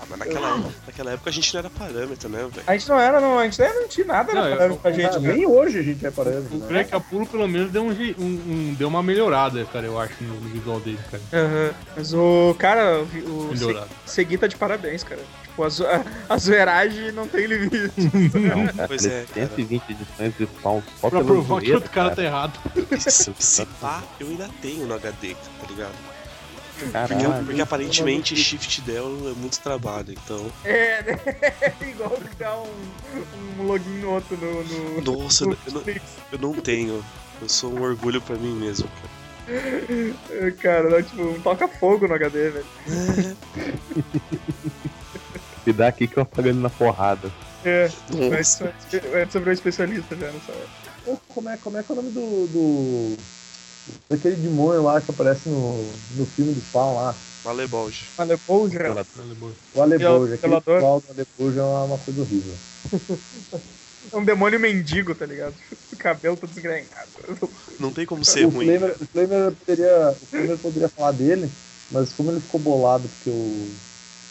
[SPEAKER 5] Ah, mas naquela, época- naquela época a gente não era parâmetro, né, velho?
[SPEAKER 3] A gente não era, não, a gente não tinha nada
[SPEAKER 7] Não,
[SPEAKER 3] não,
[SPEAKER 7] eu-
[SPEAKER 3] pra gente,
[SPEAKER 4] Ah,
[SPEAKER 3] cara.
[SPEAKER 4] nem hoje a gente é parando,
[SPEAKER 7] O
[SPEAKER 4] né?
[SPEAKER 7] Crack Apuro, pelo menos, deu, um, jei- um- um- deu uma melhorada, cara, eu acho, no, no visual dele, cara.
[SPEAKER 3] Aham. Mas o cara, o, o Se-
[SPEAKER 7] Melhorado.
[SPEAKER 3] Segui tá de parabéns, cara. Tipo, a, zo a, a zoeiragem não tem limite.
[SPEAKER 6] Não, cara.
[SPEAKER 5] Pois é, cara.
[SPEAKER 6] 120 edições de Spawn só
[SPEAKER 7] Pra
[SPEAKER 6] pela
[SPEAKER 7] provar que
[SPEAKER 6] zoeira,
[SPEAKER 7] outro cara tá errado.
[SPEAKER 5] Se, se pá, eu ainda tenho no HD, tá ligado? Porque,
[SPEAKER 6] Caralho.
[SPEAKER 5] porque aparentemente Shift Del é muito trabalho, então.
[SPEAKER 3] é, né? Igual que dá um, um login no outro no... no...
[SPEAKER 5] Nossa, eu,
[SPEAKER 3] no
[SPEAKER 5] eu não,
[SPEAKER 3] Netflix.
[SPEAKER 5] eu não tenho. Eu sou um orgulho pra mim mesmo. cara.
[SPEAKER 3] É, Cara, não, tipo, um toca fogo no HD, velho.
[SPEAKER 6] Me dá aqui que eu apago ele na porrada.
[SPEAKER 3] É, o
[SPEAKER 5] Nossa.
[SPEAKER 3] Edson- o Edson virou especialista já nessa época.
[SPEAKER 4] Pô, Como é, como é que é o nome do. do- daquele demônio lá que aparece no, no filme do Spawn lá?
[SPEAKER 5] Malebolge.
[SPEAKER 3] Valeu, bom, já.
[SPEAKER 7] né,
[SPEAKER 4] O Alebuja.
[SPEAKER 3] Pela-
[SPEAKER 4] Aquele
[SPEAKER 3] pelador.
[SPEAKER 4] Spawn do Alebuja é uma, uma coisa horrível.
[SPEAKER 3] É um demônio mendigo, tá ligado? O cabelo todo desgrenhado.
[SPEAKER 5] Não tem como ser
[SPEAKER 4] o,
[SPEAKER 5] é ruim.
[SPEAKER 4] Flamer, o, Flamer poderia, o Flamer poderia falar dele, mas como ele ficou bolado porque eu,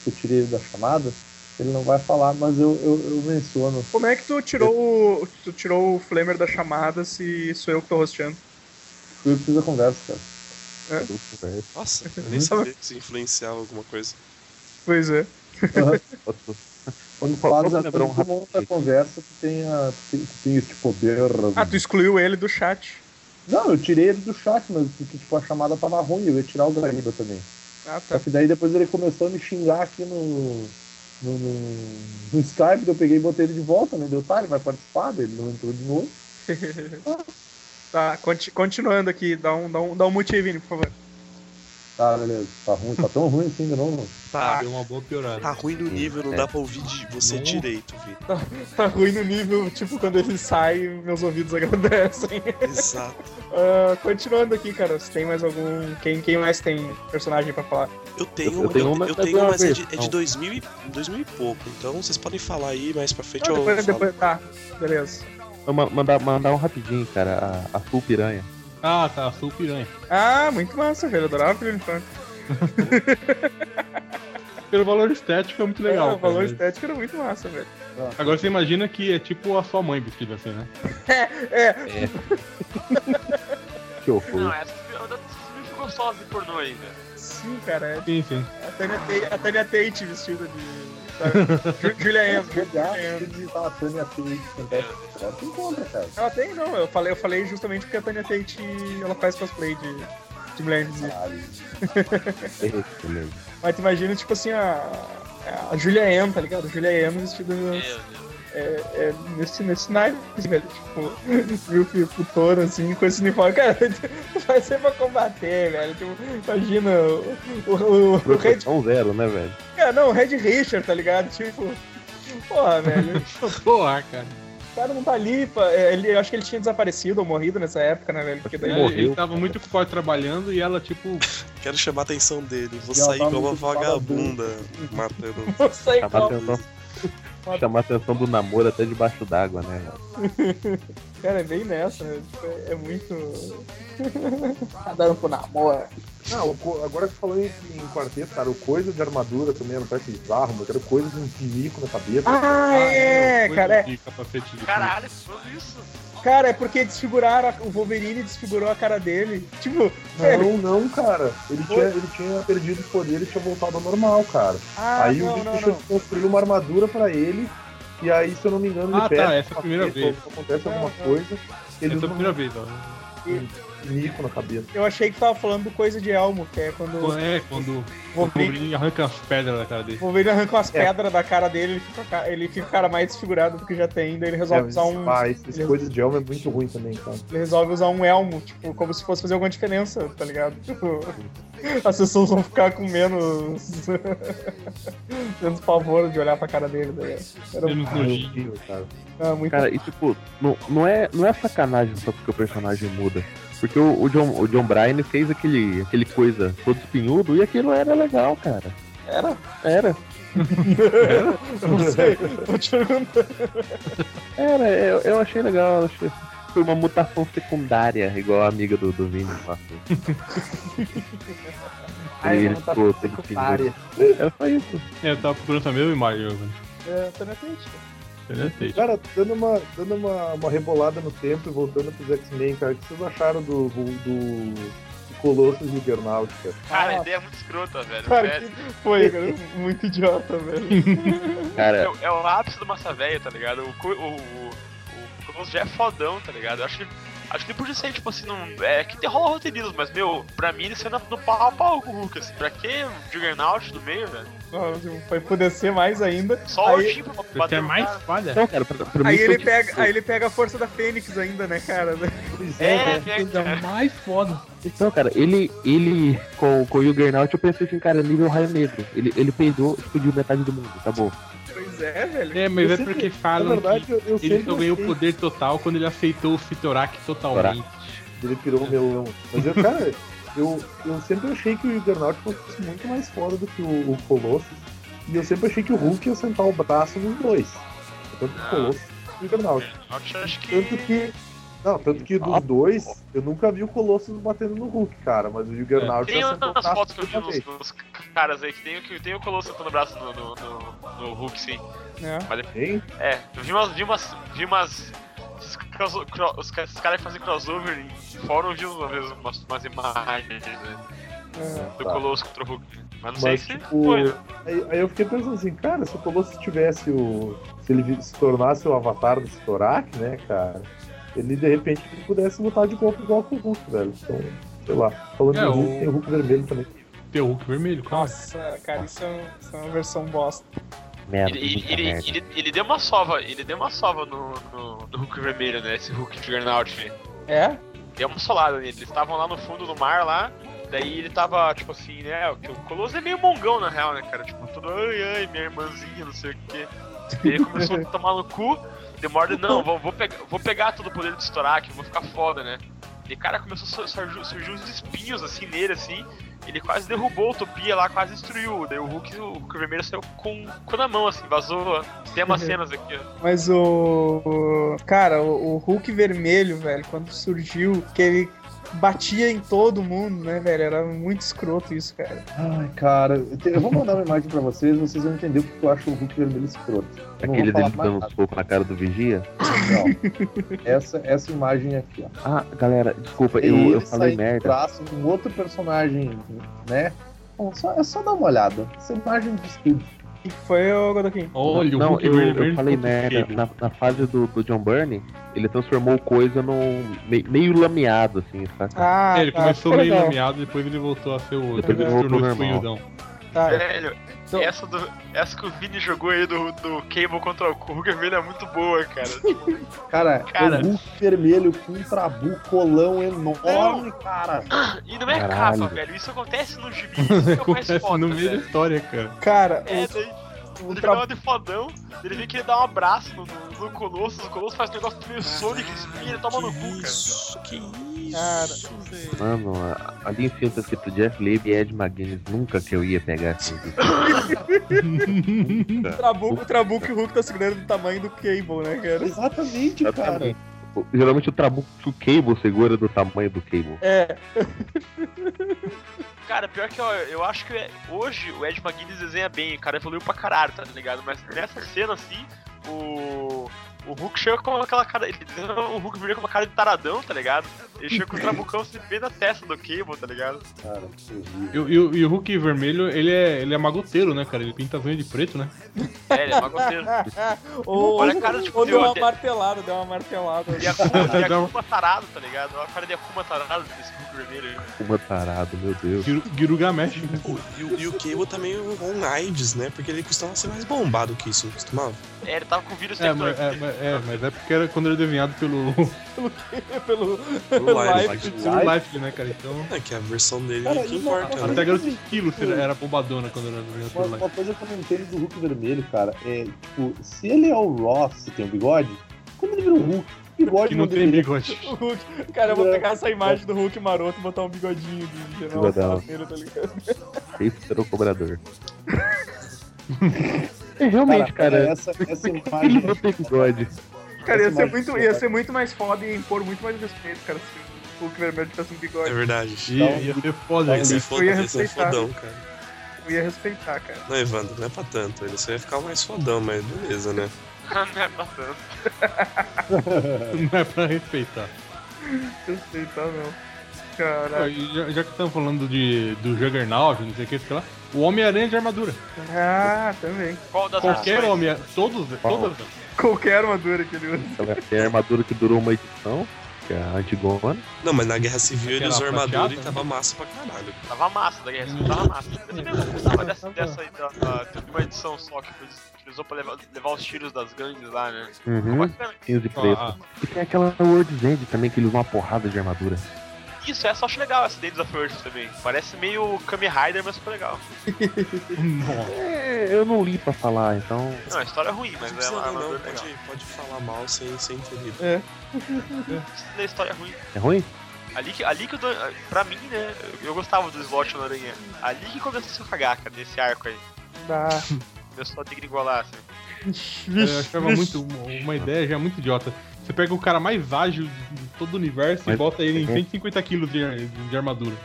[SPEAKER 4] eu tirei ele da chamada, ele não vai falar, mas eu, eu, eu menciono.
[SPEAKER 3] Como é que tu tirou o. Tu tirou o Flamer da chamada se sou eu que tô rosteando?
[SPEAKER 4] Eu preciso da conversa, cara.
[SPEAKER 6] assim,
[SPEAKER 5] Nossa, eu nem sabia que isso influenciava alguma coisa.
[SPEAKER 3] Pois é.
[SPEAKER 6] Outro-
[SPEAKER 4] Quando
[SPEAKER 6] Vamos
[SPEAKER 4] fala
[SPEAKER 6] lembrar um
[SPEAKER 4] quando tu monta a
[SPEAKER 6] rapidinho.
[SPEAKER 4] conversa, tu tem, a, tu tem, tu tem esse poder.
[SPEAKER 3] Ah, tu excluiu ele do chat.
[SPEAKER 4] Não, eu tirei ele do chat, mas porque tipo, a chamada tava ruim, eu ia tirar o Gariba também.
[SPEAKER 3] Ah,
[SPEAKER 4] Só
[SPEAKER 3] tá.
[SPEAKER 4] que daí depois ele começou a me xingar aqui no. No, no, no Skype, daí eu peguei e botei ele de volta, né? Deu, tá, ele vai participar, daí ele não entrou de novo.
[SPEAKER 3] Tá, conti- continuando aqui, dá um, dá um, dá um motivinho, por favor.
[SPEAKER 4] Tá, beleza. Tá ruim, tá tão ruim assim de novo.
[SPEAKER 5] Tá,
[SPEAKER 7] Deu uma boa piorada.
[SPEAKER 5] tá ruim no nível,
[SPEAKER 6] É.
[SPEAKER 5] não dá pra ouvir de você
[SPEAKER 7] Ah. Não.
[SPEAKER 5] direito, Vi.
[SPEAKER 3] Tá ruim no nível, tipo, quando ele sai, meus ouvidos agradecem.
[SPEAKER 5] Exato.
[SPEAKER 3] Ah, continuando aqui, cara, se tem mais algum. Quem, quem mais tem personagem pra falar?
[SPEAKER 5] Eu tenho,
[SPEAKER 6] Eu- eu tenho
[SPEAKER 5] eu,
[SPEAKER 6] uma,
[SPEAKER 5] eu
[SPEAKER 6] mas
[SPEAKER 5] tenho,
[SPEAKER 6] é uma
[SPEAKER 5] mas é de, é de
[SPEAKER 6] versão.
[SPEAKER 5] 2000, e, 2000 e pouco. Então vocês podem falar aí mais pra frente.
[SPEAKER 3] Ah,
[SPEAKER 5] eu
[SPEAKER 3] depois,
[SPEAKER 5] falo.
[SPEAKER 3] depois, tá, beleza.
[SPEAKER 6] Eu ma- Mandar, mandar um rapidinho, cara. A, a Full Piranha.
[SPEAKER 7] Ah, tá, sou o piranha.
[SPEAKER 3] Ah, muito massa, velho. eu Adorava o Infante.
[SPEAKER 7] Pelo valor estético é muito legal.
[SPEAKER 3] É, o valor
[SPEAKER 7] cara.
[SPEAKER 3] estético era muito massa, velho.
[SPEAKER 7] Agora você imagina que é tipo a sua mãe vestida assim, né?
[SPEAKER 3] É,
[SPEAKER 6] Que horror.
[SPEAKER 8] Não, é essa filme ficou sozinho pornô aí, velho.
[SPEAKER 3] sim, cara. é-
[SPEAKER 7] Sim, sim.
[SPEAKER 3] A Tânia, Ta- a Tânia Tate vestida de. Julia Andrews.
[SPEAKER 4] Chegar, se digitar a Tânia Tate Fantastic Four, né? tu encontra, cara.
[SPEAKER 3] Ela tem, não. Eu falei, eu falei justamente porque a Tânia Tate ela faz cosplay de, de mulher invisível.
[SPEAKER 4] Caralho.
[SPEAKER 3] Mas tu imagina, tipo assim, a, a Julia M, tá ligado? Julia M vestida
[SPEAKER 5] Meu Deus.
[SPEAKER 3] é, é, nesse, nesse naipe, velho. Tipo, viu o futuro assim, com esse uniforme. Cara, tu vai ser pra combater, velho. Tipo, imagina o, o, o, o Red.
[SPEAKER 6] Proporção zero, né, velho?
[SPEAKER 3] Cara, não, o Red Richard, tá ligado? Tipo, porra, velho.
[SPEAKER 7] Porra, ah, cara.
[SPEAKER 3] O cara não tá ali, pra- é, ele, eu acho que ele tinha desaparecido ou morrido nessa época, né, velho? Porque daí.
[SPEAKER 7] É, Ele tava muito ocupado trabalhando e ela, tipo,
[SPEAKER 5] Quero chamar a atenção dele. Vou
[SPEAKER 4] E ela
[SPEAKER 5] sair
[SPEAKER 4] tá
[SPEAKER 5] como uma
[SPEAKER 4] muito vagabunda.
[SPEAKER 5] vagabunda matando.
[SPEAKER 3] Não sei
[SPEAKER 6] Chamar
[SPEAKER 3] qual.
[SPEAKER 6] atenção. Chamar atenção do namoro até debaixo d'água, né? velho?
[SPEAKER 3] Cara, é bem nessa, né? Tipo, é, é muito. Nadaram pro namoro.
[SPEAKER 9] Não, Ah, o co- agora que falou em, em quarteto, cara, o coisa de armadura também um não parece bizarro, mas eu quero coisa de um pinico na cabeça.
[SPEAKER 3] Ah, é,
[SPEAKER 7] coisa
[SPEAKER 3] cara. É,
[SPEAKER 7] de capacete de
[SPEAKER 8] Caralho, tudo isso.
[SPEAKER 3] Cara, é porque desfiguraram a- o Wolverine desfigurou a cara dele. Tipo, velho.
[SPEAKER 9] Não, não, cara. Ele tinha, ele tinha perdido os poderes e tinha voltado ao normal, cara.
[SPEAKER 3] Ah,
[SPEAKER 9] aí o
[SPEAKER 3] não,
[SPEAKER 9] bicho
[SPEAKER 3] não,
[SPEAKER 9] deixou
[SPEAKER 3] não.
[SPEAKER 9] de construir uma armadura pra ele. E aí, se eu não me engano, ele
[SPEAKER 7] Ah, tá,
[SPEAKER 9] perde.
[SPEAKER 7] essa é a primeira
[SPEAKER 9] capacete,
[SPEAKER 7] vez.
[SPEAKER 9] ou Acontece alguma
[SPEAKER 3] Não, não.
[SPEAKER 9] coisa. Ele usa
[SPEAKER 7] Essa é a
[SPEAKER 9] um
[SPEAKER 7] primeira vez, ó.
[SPEAKER 9] pinico na cabeça.
[SPEAKER 3] Eu achei que tava falando do coisa de Elmo, que é quando o
[SPEAKER 7] É, quando o
[SPEAKER 3] Wolverine,
[SPEAKER 7] Wolverine arranca as pedras da cara dele.
[SPEAKER 3] Wolverine arranca as pedras da cara dele, ele fica, ca- ele fica o cara mais desfigurado do que já tem, daí ele resolve usar um.
[SPEAKER 9] Ah, esse- esse
[SPEAKER 3] ele-
[SPEAKER 9] coisa de alma é muito ruim também, cara.
[SPEAKER 3] Ele resolve usar um elmo, tipo, como se fosse fazer alguma diferença, tá ligado? Tipo, as pessoas vão ficar com menos. menos pavor de olhar pra cara dele, tá ligado? Era
[SPEAKER 7] Menos
[SPEAKER 9] Ah, é
[SPEAKER 7] nojinho.
[SPEAKER 9] horrível, cara.
[SPEAKER 3] ah, muito.
[SPEAKER 6] Cara, e tipo, não, não, é, não é sacanagem só porque o personagem muda. Porque o, o John, o John Bryan fez aquele, aquele coisa todo espinhudo e aquilo era legal, cara.
[SPEAKER 3] Era?
[SPEAKER 6] Era.
[SPEAKER 3] Eu não sei, tô te perguntando.
[SPEAKER 6] Era, eu, eu achei legal. eu Achei... Foi uma mutação secundária, igual a amiga do, do Vini passou.
[SPEAKER 9] Ai,
[SPEAKER 6] ele
[SPEAKER 9] não tá
[SPEAKER 6] ficou todo
[SPEAKER 9] secundária.
[SPEAKER 6] espinhudo. É só isso.
[SPEAKER 7] É, eu tava procurando essa mesma imagem, velho.
[SPEAKER 3] É, tá na frente.
[SPEAKER 7] Interessante.
[SPEAKER 9] Cara, dando uma, dando uma, uma rebolada no tempo e voltando pros X-Men, cara, o que vocês acharam do, do, do Colossus e Bernáutica?
[SPEAKER 8] Cara, a
[SPEAKER 3] Ah.
[SPEAKER 8] ideia é muito escrota, velho.
[SPEAKER 3] Cara,
[SPEAKER 8] Velho,
[SPEAKER 3] que foi, cara, muito idiota, velho.
[SPEAKER 6] Cara,
[SPEAKER 3] Então,
[SPEAKER 8] É, o- é o ápice do massa velha, tá ligado? O, co- o, o, o Cronos já é fodão, tá ligado? Eu acho que. Acho que ele podia ser, tipo assim, num, é que derrola roteirismo, mas, meu, pra mim ele saiu na- no pau a pau com o Hulk, assim. Pra que o Juggernaut do meio, velho?
[SPEAKER 3] Não, tipo, Foi pro descer mais ainda.
[SPEAKER 8] Só o
[SPEAKER 3] Aí-
[SPEAKER 8] Jim pra
[SPEAKER 7] Você
[SPEAKER 8] bater
[SPEAKER 7] é
[SPEAKER 8] no
[SPEAKER 7] mais
[SPEAKER 8] cara.
[SPEAKER 7] falha?
[SPEAKER 6] Então, cara, pra, pra
[SPEAKER 3] Aí
[SPEAKER 6] mim.
[SPEAKER 3] ele
[SPEAKER 6] foi-
[SPEAKER 3] pega, aí ele pega a força da Fênix ainda, né, cara?
[SPEAKER 9] Pois
[SPEAKER 8] É,
[SPEAKER 9] cara.
[SPEAKER 8] é, é,
[SPEAKER 7] mais foda.
[SPEAKER 6] Então, cara, ele, ele com, com o Juggernaut, eu pensei assim, cara, nível raio negro. Ele, ele peidou, explodiu metade do mundo, tá bom.
[SPEAKER 3] Pois é, velho.
[SPEAKER 7] É, mas
[SPEAKER 9] Eu
[SPEAKER 7] é
[SPEAKER 9] sempre-
[SPEAKER 7] porque
[SPEAKER 9] Na
[SPEAKER 7] falam
[SPEAKER 9] verdade,
[SPEAKER 7] que
[SPEAKER 9] eu, eu
[SPEAKER 7] ele
[SPEAKER 9] sempre
[SPEAKER 7] só ganhou
[SPEAKER 9] achei
[SPEAKER 7] poder total quando ele aceitou o Fitorak totalmente.
[SPEAKER 9] que ele pirou o melão. Mas eu, cara, eu, eu sempre achei que o Juggernaut fosse muito mais foda do que o, o Colossus. E eu sempre achei que o Hulk ia sentar o braço nos dois. Tanto o Colossus quanto o Juggernaut.
[SPEAKER 8] Eu acho que.
[SPEAKER 9] Tanto que. Não, tanto que dos dois, eu nunca vi o Colossus batendo no Hulk, cara, mas o Juggernaut
[SPEAKER 8] Tem
[SPEAKER 9] já sentou o
[SPEAKER 8] umas
[SPEAKER 9] braço
[SPEAKER 8] fotos que eu vi
[SPEAKER 9] toda vez.
[SPEAKER 8] nos, nos caras aí que tem, o que tem o Colosso sentando o braço no, no, no- no Hulk, sim.
[SPEAKER 3] É.
[SPEAKER 9] Hein?
[SPEAKER 8] É, eu vi umas. Vi umas, vi umas os, cross- cro- os ca- os caras que fazem crossover em fórum, eu vi uma vez umas, umas imagens né,
[SPEAKER 3] é.
[SPEAKER 8] do
[SPEAKER 9] Tá.
[SPEAKER 8] Colosso contra o Hulk. Mas não
[SPEAKER 9] Mas,
[SPEAKER 8] sei se
[SPEAKER 9] tipo,
[SPEAKER 8] foi, né?
[SPEAKER 9] aí, aí eu fiquei pensando assim, cara, se o Colossus tivesse o. Se ele vi- se tornasse o avatar do Storak, né, cara, ele de repente ele pudesse lutar de golpe igual com o Hulk, velho. Então, sei lá. Falando
[SPEAKER 7] É,
[SPEAKER 9] do Hulk,
[SPEAKER 7] o-
[SPEAKER 9] tem o Hulk vermelho também.
[SPEAKER 7] Tem o Hulk vermelho, quase.
[SPEAKER 3] Nossa, cara, isso é, um- isso é uma versão bosta.
[SPEAKER 6] Merda,
[SPEAKER 8] Ele, ele,
[SPEAKER 6] muita
[SPEAKER 8] ele,
[SPEAKER 6] merda.
[SPEAKER 8] ele- ele deu uma sova, ele deu uma sova no, no, no Hulk vermelho, né? Esse Hulk Juggernaut, né?
[SPEAKER 3] É?
[SPEAKER 8] deu uma solada nele. Eles estavam lá no fundo do mar lá. Daí ele tava, tipo assim, né? O Colosso é meio mongão, na real, né, cara? Tipo, todo, ai, ai, minha irmãzinha, não sei o quê. E ele começou a tomar no cu, demora, não, vou, vou, pegar, vou pegar todo o poder do Storak, vou ficar foda, né? E, cara, começou a sur- surgir, surgir uns espinhos, assim, nele, assim. Ele quase derrubou o Utopia lá, quase destruiu. Daí o Hulk, o Hulk vermelho saiu com, com na mão, assim, vazou. Tem umas cenas aqui, ó.
[SPEAKER 3] Mas o. o- Cara, o, o Hulk vermelho, velho, quando surgiu, que ele batia em todo mundo, né, velho? Era muito escroto isso, cara.
[SPEAKER 4] Ai, cara, eu, te- eu vou mandar uma imagem pra vocês, vocês vão entender porque eu acho o Hulk vermelho escroto. Eu não
[SPEAKER 6] Aquele
[SPEAKER 4] vou falar
[SPEAKER 6] dele
[SPEAKER 4] mais
[SPEAKER 6] dando
[SPEAKER 4] nada.
[SPEAKER 6] soco na cara do vigia.
[SPEAKER 4] Não. Essa, essa imagem aqui, ó.
[SPEAKER 6] Ah, galera, desculpa, eu,
[SPEAKER 4] Ele
[SPEAKER 6] eu falei
[SPEAKER 4] saindo do
[SPEAKER 6] merda.
[SPEAKER 4] braço de um outro personagem, né? Bom, só, é só dar uma olhada. Essa imagem diz tudo.
[SPEAKER 3] que foi, ô Godokin?
[SPEAKER 7] Olha, o
[SPEAKER 6] não,
[SPEAKER 7] Hulk é
[SPEAKER 6] eu,
[SPEAKER 7] vermelho
[SPEAKER 6] eu falei
[SPEAKER 7] ficou
[SPEAKER 6] merda.
[SPEAKER 7] feio.
[SPEAKER 6] Na, na fase do, do John Burney, ele transformou o coisa num me- meio lameado, assim, saca?
[SPEAKER 3] Ah,
[SPEAKER 7] É, ele
[SPEAKER 3] tá,
[SPEAKER 7] começou
[SPEAKER 3] ficou
[SPEAKER 7] meio
[SPEAKER 3] legal.
[SPEAKER 7] lameado, depois ele voltou a ser o.
[SPEAKER 6] Depois ele
[SPEAKER 7] se tornou
[SPEAKER 6] voltou
[SPEAKER 7] esse
[SPEAKER 6] normal.
[SPEAKER 7] punhudão.
[SPEAKER 3] Tá,
[SPEAKER 8] Velho,
[SPEAKER 3] Então-
[SPEAKER 8] essa, do, essa que o Vini jogou aí do, do Cable contra o Hulk vermelho é muito boa, cara.
[SPEAKER 4] Cara,
[SPEAKER 8] Cara.
[SPEAKER 4] o Hulk vermelho com um trabucolão enorme, cara.
[SPEAKER 8] Tipo, E não é
[SPEAKER 6] Caralho.
[SPEAKER 8] capa, velelo Isso acontece no gibi. Isso que é o mais
[SPEAKER 7] Acontece
[SPEAKER 8] foda,
[SPEAKER 7] no meio da
[SPEAKER 8] velho.
[SPEAKER 7] história, cara.
[SPEAKER 3] cara,
[SPEAKER 8] É,
[SPEAKER 3] o-
[SPEAKER 8] daí
[SPEAKER 3] o
[SPEAKER 8] ele
[SPEAKER 3] tra-
[SPEAKER 8] dá uma de fodão, ele vem querer dar um abraço no, no, no Colossus, o Colossus faz um negócio meio Sonic, espinha, ele toma no cu, cara.
[SPEAKER 5] Isso, que
[SPEAKER 3] Cara.
[SPEAKER 5] isso, velho.
[SPEAKER 6] Mano, a- ali em cima tá escrito Jeff Lib e Ed McGuinness. Nunca que eu ia pegar esse
[SPEAKER 3] Trabuco, o Trabuco e o Hulk tá segurando do tamanho do Cable, né, cara?
[SPEAKER 4] Exatamente, cara.
[SPEAKER 6] Geralmente o trabuco que o Cable segura é do tamanho do Cable.
[SPEAKER 3] É,
[SPEAKER 8] Cara, pior que eu, eu acho que é- hoje o Ed McGuinness desenha bem, o cara evoluiu pra caralho, tá ligado? Mas nessa cena assim, o. O Hulk chega com aquela cara. Ele desenha o Hulk vermelho com uma cara de taradão, tá ligado? Ele chega com o trabucão se bem na testa do Cable, tá ligado?
[SPEAKER 4] Cara, que horrível.
[SPEAKER 7] E, o- e o- e o Hulk vermelho, ele é, ele é magoteiro, né, cara? Ele pinta as unhas de preto, né?
[SPEAKER 8] É, ele é magoteiro.
[SPEAKER 3] Ah, ou,
[SPEAKER 8] Olha a cara tipo, assim, de
[SPEAKER 3] ou deu uma
[SPEAKER 8] fudeu,
[SPEAKER 3] martelada, deu uma martelada.
[SPEAKER 8] E a Kuma, e a
[SPEAKER 7] Dá um-
[SPEAKER 8] Kuma tarado, tá ligado? Olha a cara de Akuma tarado desse Hulk vermelho. aí.
[SPEAKER 6] Uma tarado, meu Deus.
[SPEAKER 7] Giru- Girugamesh. né?
[SPEAKER 5] Pô, E, o- e o Cable também é um AIDS, né? Porque ele costumava ser mais bombado que isso, não costumava?
[SPEAKER 8] É, ele tava com o vírus
[SPEAKER 7] É, mas é, mas- é, mas é porque era quando era desenhado pelo,
[SPEAKER 3] Pelo
[SPEAKER 5] Pelo
[SPEAKER 3] Life,
[SPEAKER 5] Life,
[SPEAKER 7] pelo Life, né, cara? Então.
[SPEAKER 5] É que a versão dele
[SPEAKER 4] Cara,
[SPEAKER 5] é que
[SPEAKER 4] ele
[SPEAKER 5] importa,
[SPEAKER 4] não-
[SPEAKER 5] né?
[SPEAKER 7] Até a garota esquilo era bombadona quando era desenhado
[SPEAKER 4] Uma,
[SPEAKER 7] pelo Life.
[SPEAKER 4] uma coisa que eu não entendo do Hulk vermelho, cara, é, tipo, se ele é o Ross e tem o bigode, como ele vira o Hulk? O bigode
[SPEAKER 7] Que não tem
[SPEAKER 4] deveria-
[SPEAKER 7] bigode.
[SPEAKER 3] o Hulk. Cara, eu vou pegar essa imagem do Hulk maroto e botar um bigodinho de general
[SPEAKER 6] Bigodão.
[SPEAKER 3] Saladeiro, tá ligado?
[SPEAKER 6] Esse será o cobrador. É, realmente, cara.
[SPEAKER 4] Essa, essa
[SPEAKER 6] Ele
[SPEAKER 4] imagem.
[SPEAKER 6] não tem bigode.
[SPEAKER 3] Cara, ia
[SPEAKER 4] Essa
[SPEAKER 3] ser,
[SPEAKER 4] imagem
[SPEAKER 3] muito, ia ser muito mais foda e impor muito mais respeito, cara, se o Hulk vermelho tivesse um
[SPEAKER 5] É
[SPEAKER 3] bigode.
[SPEAKER 5] verdade.
[SPEAKER 7] E ia ser foda,
[SPEAKER 5] Ia ser
[SPEAKER 7] cara.
[SPEAKER 5] foda-
[SPEAKER 3] ia
[SPEAKER 5] ia ser
[SPEAKER 3] respeitar.
[SPEAKER 5] fodão, cara.
[SPEAKER 3] Eu ia respeitar, cara.
[SPEAKER 5] Não, Evandro, não é pra tanto. Ele só ia ficar mais fodão, mas beleza, né?
[SPEAKER 8] Não é pra tanto.
[SPEAKER 7] Não é pra respeitar.
[SPEAKER 3] Respeitar não.
[SPEAKER 8] É.
[SPEAKER 3] Caralho.
[SPEAKER 7] E Já, já que estamos falando de, do Juggernaut, não sei o que, sei lá, o Homem-Aranha de armadura.
[SPEAKER 3] Ah, também.
[SPEAKER 8] Qual das
[SPEAKER 7] Qualquer
[SPEAKER 8] versões?
[SPEAKER 7] homem todos, todas.
[SPEAKER 3] Qualquer armadura que ele usa.
[SPEAKER 6] Ela tem a armadura que durou uma edição, que é a Antigona.
[SPEAKER 5] Não, mas na Guerra Civil ele
[SPEAKER 7] Aquela
[SPEAKER 5] usou armadura e
[SPEAKER 4] né?
[SPEAKER 7] prateada,
[SPEAKER 5] tava massa pra caralho.
[SPEAKER 8] Tava massa da Guerra Civil, tava
[SPEAKER 4] Uhum.
[SPEAKER 8] massa. Eu também não gostava dessa, dessa aí, da, da, de uma edição só que eles utilizou pra levar, levar os tiros das gangues lá, né?
[SPEAKER 6] Uhum.
[SPEAKER 8] Bacana.
[SPEAKER 6] 15 preto.
[SPEAKER 7] Ah,
[SPEAKER 6] E tem aquela World's End também, que ele usa uma porrada de armadura.
[SPEAKER 8] Isso, essa eu acho legal, essa Days of Earth também. Parece meio Kamen Rider, mas ficou legal.
[SPEAKER 7] nossa.
[SPEAKER 6] É, eu não li pra falar, então.
[SPEAKER 8] Não, a história é ruim, mas
[SPEAKER 5] Não
[SPEAKER 8] é
[SPEAKER 5] precisa
[SPEAKER 8] uma
[SPEAKER 5] Tipo assim, não, não,
[SPEAKER 8] armadura legal.
[SPEAKER 5] pode, pode falar mal sem ser entendido.
[SPEAKER 8] Isso da história é ruim.
[SPEAKER 6] É ruim?
[SPEAKER 8] Ali que, ali que eu dou, pra mim, né, eu gostava do slot no Aranha. Ali que começou a se cagar, cara, nesse arco aí.
[SPEAKER 3] Ah,
[SPEAKER 8] Começou a degringolar, assim.
[SPEAKER 7] Eu achava muito uma ideia já muito idiota. Você pega o cara mais ágil de todo o universo e
[SPEAKER 6] Mas-
[SPEAKER 7] bota ele em 150 quilos de, de armadura.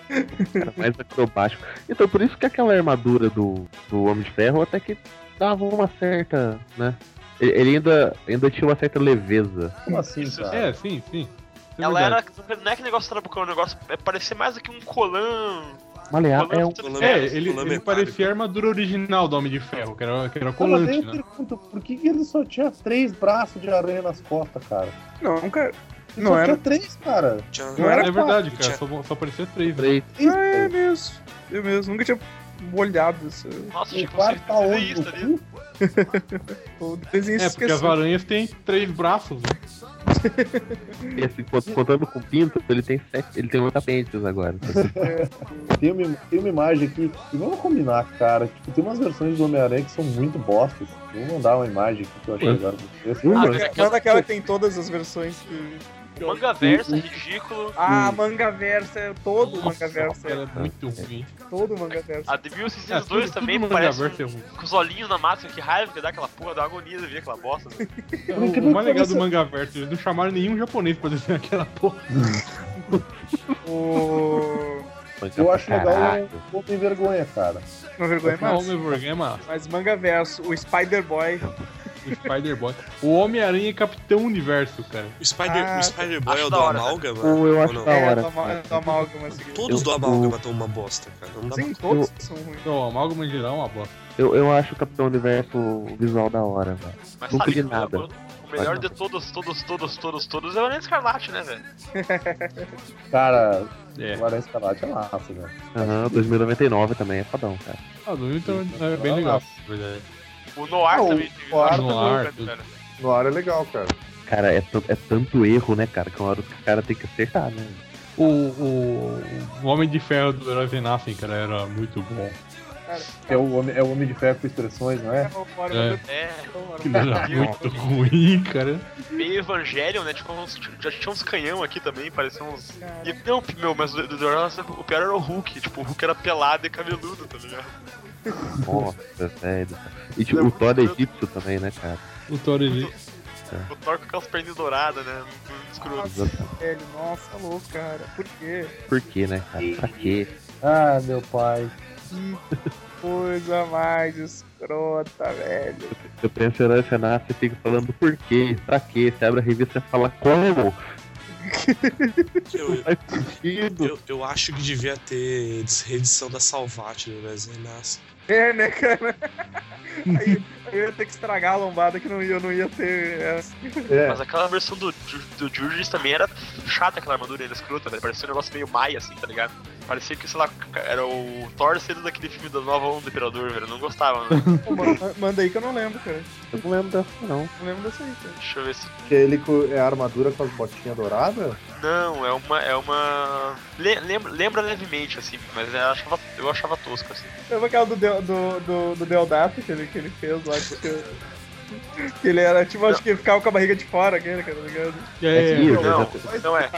[SPEAKER 6] Era mais é acrobático. Então, por isso que aquela armadura do, do Homem de Ferro até que dava uma certa, né? Ele ele ainda, ainda tinha uma certa leveza.
[SPEAKER 4] Como assim, cara?
[SPEAKER 7] É, sim, sim. Isso é
[SPEAKER 8] Ela
[SPEAKER 7] verdade.
[SPEAKER 8] era. Não é que negócio trabucão, o negócio é parecer mais do que um colan.
[SPEAKER 6] Maleável é um.
[SPEAKER 8] colan de
[SPEAKER 5] colan-
[SPEAKER 8] ferro.
[SPEAKER 7] É, ele,
[SPEAKER 5] Colan
[SPEAKER 7] ele
[SPEAKER 5] metálico.
[SPEAKER 7] parecia a armadura original do Homem de Ferro, que era, que era
[SPEAKER 4] Cara, mas aí
[SPEAKER 7] colante,
[SPEAKER 4] eu
[SPEAKER 7] né?
[SPEAKER 4] pergunto, por que, que ele só tinha três braços de aranha nas costas, cara?
[SPEAKER 3] não, cara.
[SPEAKER 4] Ele
[SPEAKER 3] Não
[SPEAKER 4] só
[SPEAKER 3] era-
[SPEAKER 4] tinha três, cara.
[SPEAKER 5] Tinha-
[SPEAKER 3] Não era
[SPEAKER 7] É verdade,
[SPEAKER 5] quatro,
[SPEAKER 7] cara, só, só parecia três. né?
[SPEAKER 6] Três.
[SPEAKER 4] Três,
[SPEAKER 3] É
[SPEAKER 4] cara.
[SPEAKER 3] mesmo. Eu mesmo. Nunca tinha olhado isso.
[SPEAKER 8] Nossa,
[SPEAKER 4] O
[SPEAKER 8] tipo, você
[SPEAKER 4] quarto tá onde?
[SPEAKER 8] isso ali.
[SPEAKER 4] O cu?
[SPEAKER 3] O desenho
[SPEAKER 7] É, porque as aranhas têm três braços. né?
[SPEAKER 6] E assim, cont- contando com o pinto, ele tem sete. Ele tem oito apêndices agora. Então,
[SPEAKER 4] Tem uma, tem uma imagem aqui, e vamos combinar, cara. Tipo, tem umas versões do Homem-Aranha que são muito bostas. Vamos mandar uma imagem aqui que eu achei
[SPEAKER 6] Ué.
[SPEAKER 4] agora. pra vocês.
[SPEAKER 8] mas é que-
[SPEAKER 3] Manda aquela que tem todas as versões. Que...
[SPEAKER 8] Manga versa, ridículo.
[SPEAKER 3] Ah, manga versa. é Todo manga versa.
[SPEAKER 7] Cara,
[SPEAKER 3] é,
[SPEAKER 7] é muito ruim.
[SPEAKER 3] Todo manga versa.
[SPEAKER 8] A de
[SPEAKER 7] É,
[SPEAKER 8] 1602
[SPEAKER 7] tudo-
[SPEAKER 8] também
[SPEAKER 7] tudo no
[SPEAKER 8] parece
[SPEAKER 7] Mangaverso
[SPEAKER 8] um-
[SPEAKER 7] é ruim.
[SPEAKER 8] com os olhinhos na máscara, que raiva que dá aquela porra, dá uma agonia de ver aquela bosta. né?
[SPEAKER 4] Por incrível
[SPEAKER 7] O mais
[SPEAKER 4] que
[SPEAKER 7] legal
[SPEAKER 4] pareça-
[SPEAKER 7] do Mangaverso, eles não chamaram nenhum japonês pra desenhar aquela porra.
[SPEAKER 3] O.
[SPEAKER 4] Eu acho legal um
[SPEAKER 6] Caralho.
[SPEAKER 4] o Homem Vergonha, cara.
[SPEAKER 3] Uma vergonha é
[SPEAKER 7] Não, o
[SPEAKER 3] massa.
[SPEAKER 7] Homem-Vergonha é massa.
[SPEAKER 3] Mas manga verso, o Spider-Boy.
[SPEAKER 7] O Spider-Boy. O Homem-Aranha é Capitão Universo, cara.
[SPEAKER 5] O Spider,
[SPEAKER 3] Ah,
[SPEAKER 5] o Spider Boy
[SPEAKER 8] acho
[SPEAKER 5] é o do
[SPEAKER 8] da hora, né?
[SPEAKER 5] Amalgama?
[SPEAKER 6] Ou eu acho
[SPEAKER 5] não?
[SPEAKER 6] da hora.
[SPEAKER 3] É, do ama- é do amálgama, assim.
[SPEAKER 5] Todos
[SPEAKER 6] Eu-
[SPEAKER 5] do Amalgama estão uma bosta, cara. Não dá
[SPEAKER 3] Sim, todos são ruins.
[SPEAKER 7] Não, o Amálgama em geral é uma bosta.
[SPEAKER 6] Eu, eu acho o Capitão Universo o visual da hora, velho.
[SPEAKER 8] Mas
[SPEAKER 6] Nunca
[SPEAKER 8] sabe
[SPEAKER 6] vi
[SPEAKER 8] que o-
[SPEAKER 6] nada.
[SPEAKER 8] O melhor de todos, todos, todos, todos, todos é o Aranha Escarlate, né, velho?
[SPEAKER 4] Cara,
[SPEAKER 7] É.
[SPEAKER 4] o Aranha Escarlate é massa, velho.
[SPEAKER 6] Aham, 2099 também é fodão, cara.
[SPEAKER 7] Ah, do então é bem legal. na verdade.
[SPEAKER 8] O Noir
[SPEAKER 9] Ah, o
[SPEAKER 8] também teve
[SPEAKER 9] Noir
[SPEAKER 8] um
[SPEAKER 7] Noir,
[SPEAKER 8] cara,
[SPEAKER 7] tudo.
[SPEAKER 8] cara.
[SPEAKER 9] No ar é legal, cara.
[SPEAKER 6] Cara, é, tan- é tanto erro, né, cara, que uma hora o cara tem que acertar, né?
[SPEAKER 7] O, o, o Homem de Ferro do Herói Van Affleck, cara, era muito bom.
[SPEAKER 4] É o homem, é o homem de ferro com expressões, não é?
[SPEAKER 7] É,
[SPEAKER 8] É,
[SPEAKER 7] aquilo era muito ruim, cara.
[SPEAKER 8] meio Evangelion, né? Tipo, uns- já tinha uns canhão aqui também, pareciam uns. E, não, meu, mas o, do- do- o pior era o Hulk. Tipo, o Hulk era pelado e cabeludo, tá ligado?
[SPEAKER 6] Nossa, velho. E tipo, o Thor é egípcio também, né, cara?
[SPEAKER 7] O Thor ele...
[SPEAKER 8] O Thor com aquelas pernas douradas, né? Muito escroto.
[SPEAKER 6] Exatamente.
[SPEAKER 3] Velho, nossa, louco, cara. Por quê?
[SPEAKER 6] Por quê, né, cara? Pra quê?
[SPEAKER 4] Ah, meu pai.
[SPEAKER 3] Coisa mais escrota, velho.
[SPEAKER 6] Eu penso em Herói Fenácio e fico falando por quê? Pra quê? Você abre a revista e fala como?
[SPEAKER 5] Eu, eu,
[SPEAKER 6] Faz sentido.
[SPEAKER 5] eu, eu acho que devia ter reedição da Salvatine, né? Zenas.
[SPEAKER 3] É, né, cara? Aí eu ia ter que estragar a lombada que não, ia- eu não ia ter. essa.
[SPEAKER 9] É,
[SPEAKER 8] Mas aquela versão do, Ju- do Jurgis também era chata, aquela armadura era escrota, velho. Parecia um negócio meio maia, assim, tá ligado? Parecia que, sei lá, era o Thor sendo daquele filme da nova onda do Imperador, velho. Eu não gostava, né?
[SPEAKER 3] Pô, mano, manda aí que eu não lembro, cara.
[SPEAKER 6] Eu não lembro dessa, não.
[SPEAKER 3] Não lembro dessa aí, cara.
[SPEAKER 8] Deixa eu ver se.
[SPEAKER 9] que ele co- é a armadura com as botinhas douradas?
[SPEAKER 8] Não, é uma. É uma. Le- Lembra, lembra levemente, assim, mas eu achava, eu achava tosco, assim.
[SPEAKER 3] Lembra aquela do, Del- do, do, do Deodato que ele, que ele fez lá? Que, que, que ele era, tipo, acho que ele ficava com a barriga de fora, aquele, cara, tá ligado?
[SPEAKER 4] É
[SPEAKER 7] E aí,
[SPEAKER 6] Isso,
[SPEAKER 8] Não,
[SPEAKER 6] exato.
[SPEAKER 8] não é.
[SPEAKER 7] é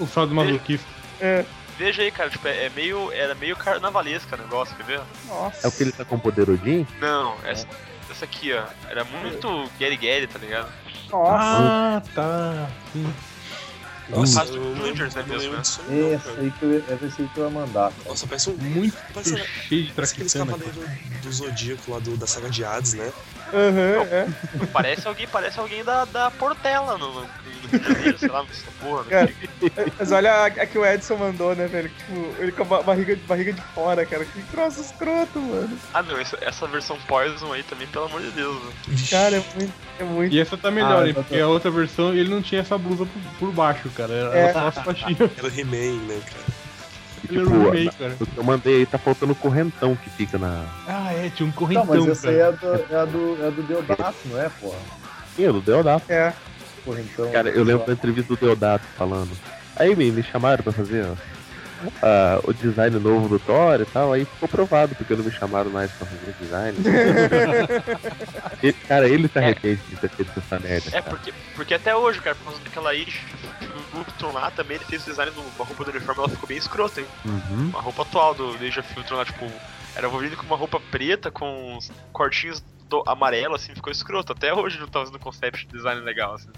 [SPEAKER 7] o Fado Maluquista.
[SPEAKER 3] É.
[SPEAKER 8] Veja aí, cara, tipo, é, é meio. Era meio carnavalesca o negócio, quer ver?
[SPEAKER 3] Nossa.
[SPEAKER 6] É o que ele tá com o poder Odin?
[SPEAKER 8] Não, essa, essa aqui, ó. Era muito Gary Gary, tá ligado?
[SPEAKER 3] Nossa.
[SPEAKER 7] Ah, tá.
[SPEAKER 5] Nossa,
[SPEAKER 8] Faz
[SPEAKER 5] eu
[SPEAKER 8] do
[SPEAKER 5] não lembro,
[SPEAKER 8] Avengers, né,
[SPEAKER 5] não lembro
[SPEAKER 8] mesmo, né?
[SPEAKER 5] disso, não,
[SPEAKER 4] Esse
[SPEAKER 5] cara.
[SPEAKER 4] aí que eu, esse aí que eu ia mandar. Tá, cara.
[SPEAKER 5] Nossa, parece um.
[SPEAKER 7] Muito
[SPEAKER 5] Parece,
[SPEAKER 7] cheio de
[SPEAKER 5] parece aqueles
[SPEAKER 7] traquitana.
[SPEAKER 5] cavaleiros do Zodíaco lá do, da saga de Hades, né?
[SPEAKER 3] Aham, é.
[SPEAKER 8] Parece alguém, parece alguém da, da Portela no, no, no Rio de Janeiro, sei lá, nessa porra. né?
[SPEAKER 3] Mas olha a, a que o Edson mandou, né, velho? Tipo, ele com a ba- barriga, barriga de fora, cara. Que troço escroto, mano.
[SPEAKER 8] Ah não, essa, essa versão Poison aí também, pelo amor de Deus. né?
[SPEAKER 3] Cara, é muito. É muito.
[SPEAKER 7] E essa tá melhor,
[SPEAKER 4] Ah,
[SPEAKER 7] hein?
[SPEAKER 4] tá-
[SPEAKER 7] Porque a outra versão ele não tinha essa blusa por, por baixo, cara. Era, era
[SPEAKER 3] É.
[SPEAKER 7] só as faixinhas.
[SPEAKER 5] Era o He-Man, né, cara?
[SPEAKER 6] E,
[SPEAKER 7] Ele era
[SPEAKER 6] tipo,
[SPEAKER 7] um remake, cara.
[SPEAKER 6] O que eu mandei aí tá faltando o correntão que fica na.
[SPEAKER 7] Ah, é, tinha um
[SPEAKER 4] Não,
[SPEAKER 7] correntão,
[SPEAKER 4] mas essa aí é
[SPEAKER 7] cara.
[SPEAKER 4] a do, é a do, é a do Deodato, não é, porra?
[SPEAKER 6] Ih, do Deodato.
[SPEAKER 3] É.
[SPEAKER 4] Porra, então.
[SPEAKER 6] Cara, eu lembro da entrevista do Deodato falando. Aí me, me chamaram pra fazer ó, ah, o design novo do Thor e tal, aí ficou provado, porque não me chamaram mais pra fazer design. Ele- cara, ele se arrepende de ter feito essa merda.
[SPEAKER 8] É,
[SPEAKER 6] cara.
[SPEAKER 8] porque, porque até hoje, cara, por causa daquela Irish do Ultron lá também, ele fez o design de um, uma roupa do uniforme, ela ficou bem escrota, hein?
[SPEAKER 6] Uhum.
[SPEAKER 8] Uma roupa atual do Ninja Filtron lá, tipo, era envolvido com uma roupa preta com uns cortinhos do, amarelo, assim, ficou escroto. Até hoje não tá fazendo concept de design legal, assim.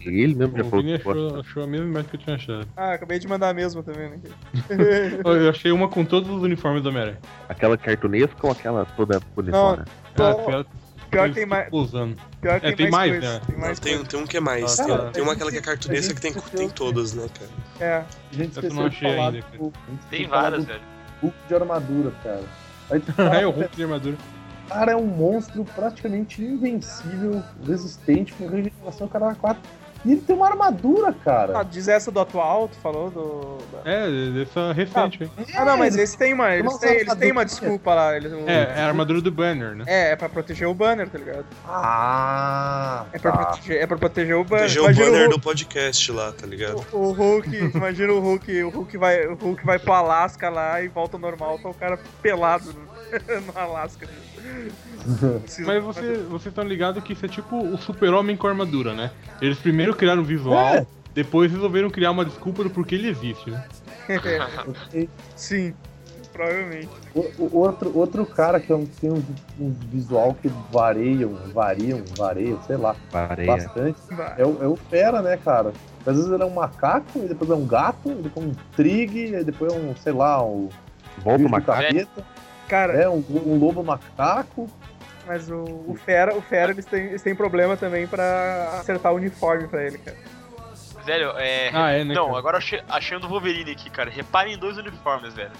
[SPEAKER 6] Ele
[SPEAKER 4] é
[SPEAKER 6] mesmo já
[SPEAKER 7] O Vini
[SPEAKER 6] falou. que gosta.
[SPEAKER 7] achou, achou a mesma merda que eu tinha achado.
[SPEAKER 3] Ah, acabei de mandar a mesma também, né?
[SPEAKER 7] Ó, Eu achei uma com todos os uniformes do Homem-Aranha.
[SPEAKER 6] Aquela cartunesca ou aquela toda bonitona?
[SPEAKER 7] Ah,
[SPEAKER 3] Bom,
[SPEAKER 7] pior-
[SPEAKER 3] Pior que tem
[SPEAKER 7] tô
[SPEAKER 3] mais.
[SPEAKER 7] Usando.
[SPEAKER 3] Pior que
[SPEAKER 7] É,
[SPEAKER 3] tem
[SPEAKER 7] tem
[SPEAKER 3] mais
[SPEAKER 7] mais,
[SPEAKER 3] coisa.
[SPEAKER 7] né?
[SPEAKER 3] Tem mais
[SPEAKER 5] Tem,
[SPEAKER 3] coisa.
[SPEAKER 5] tem um que é mais.
[SPEAKER 4] Ah,
[SPEAKER 5] tem,
[SPEAKER 4] cara,
[SPEAKER 5] tem uma aquela que é
[SPEAKER 4] a
[SPEAKER 5] cartunesa
[SPEAKER 4] gente
[SPEAKER 5] que tem,
[SPEAKER 4] esqueceu,
[SPEAKER 5] tem todas, né, cara?
[SPEAKER 3] É.
[SPEAKER 4] A gente
[SPEAKER 7] Essa eu
[SPEAKER 4] esqueceu
[SPEAKER 7] não
[SPEAKER 4] de
[SPEAKER 7] achei
[SPEAKER 4] falar
[SPEAKER 7] ainda, cara.
[SPEAKER 4] do, a gente esqueceu
[SPEAKER 8] Tem
[SPEAKER 4] de falar
[SPEAKER 8] várias, né?
[SPEAKER 4] do
[SPEAKER 8] velho.
[SPEAKER 4] Hulk de armadura, cara. Aí tu fala,
[SPEAKER 7] É o Hulk de armadura.
[SPEAKER 4] o cara é um monstro praticamente invencível, resistente, com regeneração, cara na 4. E ele tem uma armadura,
[SPEAKER 3] Ah,
[SPEAKER 4] cara.
[SPEAKER 3] diz essa do atual, tu falou do. da-
[SPEAKER 7] É, dessa recente, hein?
[SPEAKER 3] Ah, não, mas eles têm uma. Eles
[SPEAKER 4] Nossa,
[SPEAKER 3] têm, eles têm uma
[SPEAKER 4] armadura.
[SPEAKER 3] desculpa lá. Eles,
[SPEAKER 7] É, é a armadura do Banner, né?
[SPEAKER 3] é, é pra proteger o banner, tá ligado?
[SPEAKER 4] Ah!
[SPEAKER 3] É pra,
[SPEAKER 4] tá.
[SPEAKER 3] proteger, é pra proteger o banner.
[SPEAKER 5] Proteger o
[SPEAKER 3] Imagina
[SPEAKER 5] banner
[SPEAKER 3] Hulk-
[SPEAKER 5] do podcast lá, tá ligado?
[SPEAKER 3] O, o Hulk, imagina o Hulk, o Hulk vai, o Hulk vai pro Alasca lá e volta ao normal, tá o cara pelado no, no Alasca. Precisa-
[SPEAKER 7] Mas você, vocês estão ligados que isso é tipo o super-homem com armadura, né? Eles primeiro criaram o visual,
[SPEAKER 4] É.
[SPEAKER 7] depois resolveram criar uma desculpa do porquê ele existe, né?
[SPEAKER 3] Sim, provavelmente.
[SPEAKER 4] O- o outro, outro cara que é um- tem um, um visual que variam, variam, variam, sei lá,
[SPEAKER 6] Pareia.
[SPEAKER 4] bastante,
[SPEAKER 3] Vai.
[SPEAKER 4] é o, é o Fera, né, cara? Às vezes ele é um macaco, e depois é um gato, e depois é um trig, e depois é um, sei lá, um
[SPEAKER 6] Volta o macaco.
[SPEAKER 4] capeta,
[SPEAKER 3] Cara,
[SPEAKER 4] é um, um lobo macaco.
[SPEAKER 3] mas o, o Fera, o Fera eles, têm, eles têm problema também pra acertar o uniforme pra ele, cara.
[SPEAKER 8] Velho, é.
[SPEAKER 7] Ah, é, né?
[SPEAKER 8] Não,
[SPEAKER 7] cara?
[SPEAKER 8] agora achei, achei um do Wolverine aqui, cara. Reparem em dois uniformes, velho.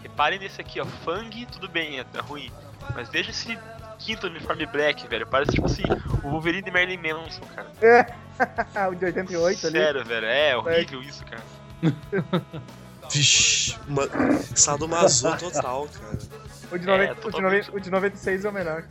[SPEAKER 8] Reparem nesse aqui, ó. Fang, tudo bem, é ruim. Mas veja esse quinto uniforme black, velho. Parece tipo assim, o Wolverine de Merlin Manson, cara.
[SPEAKER 3] o de 88 ali.
[SPEAKER 8] Sério, velho. É horrível isso, cara.
[SPEAKER 5] Vixi, ma... sadomaso total, cara.
[SPEAKER 3] O de,
[SPEAKER 8] É,
[SPEAKER 3] 90 o, de
[SPEAKER 8] totalmente.
[SPEAKER 3] 90 o de 96 é o menor.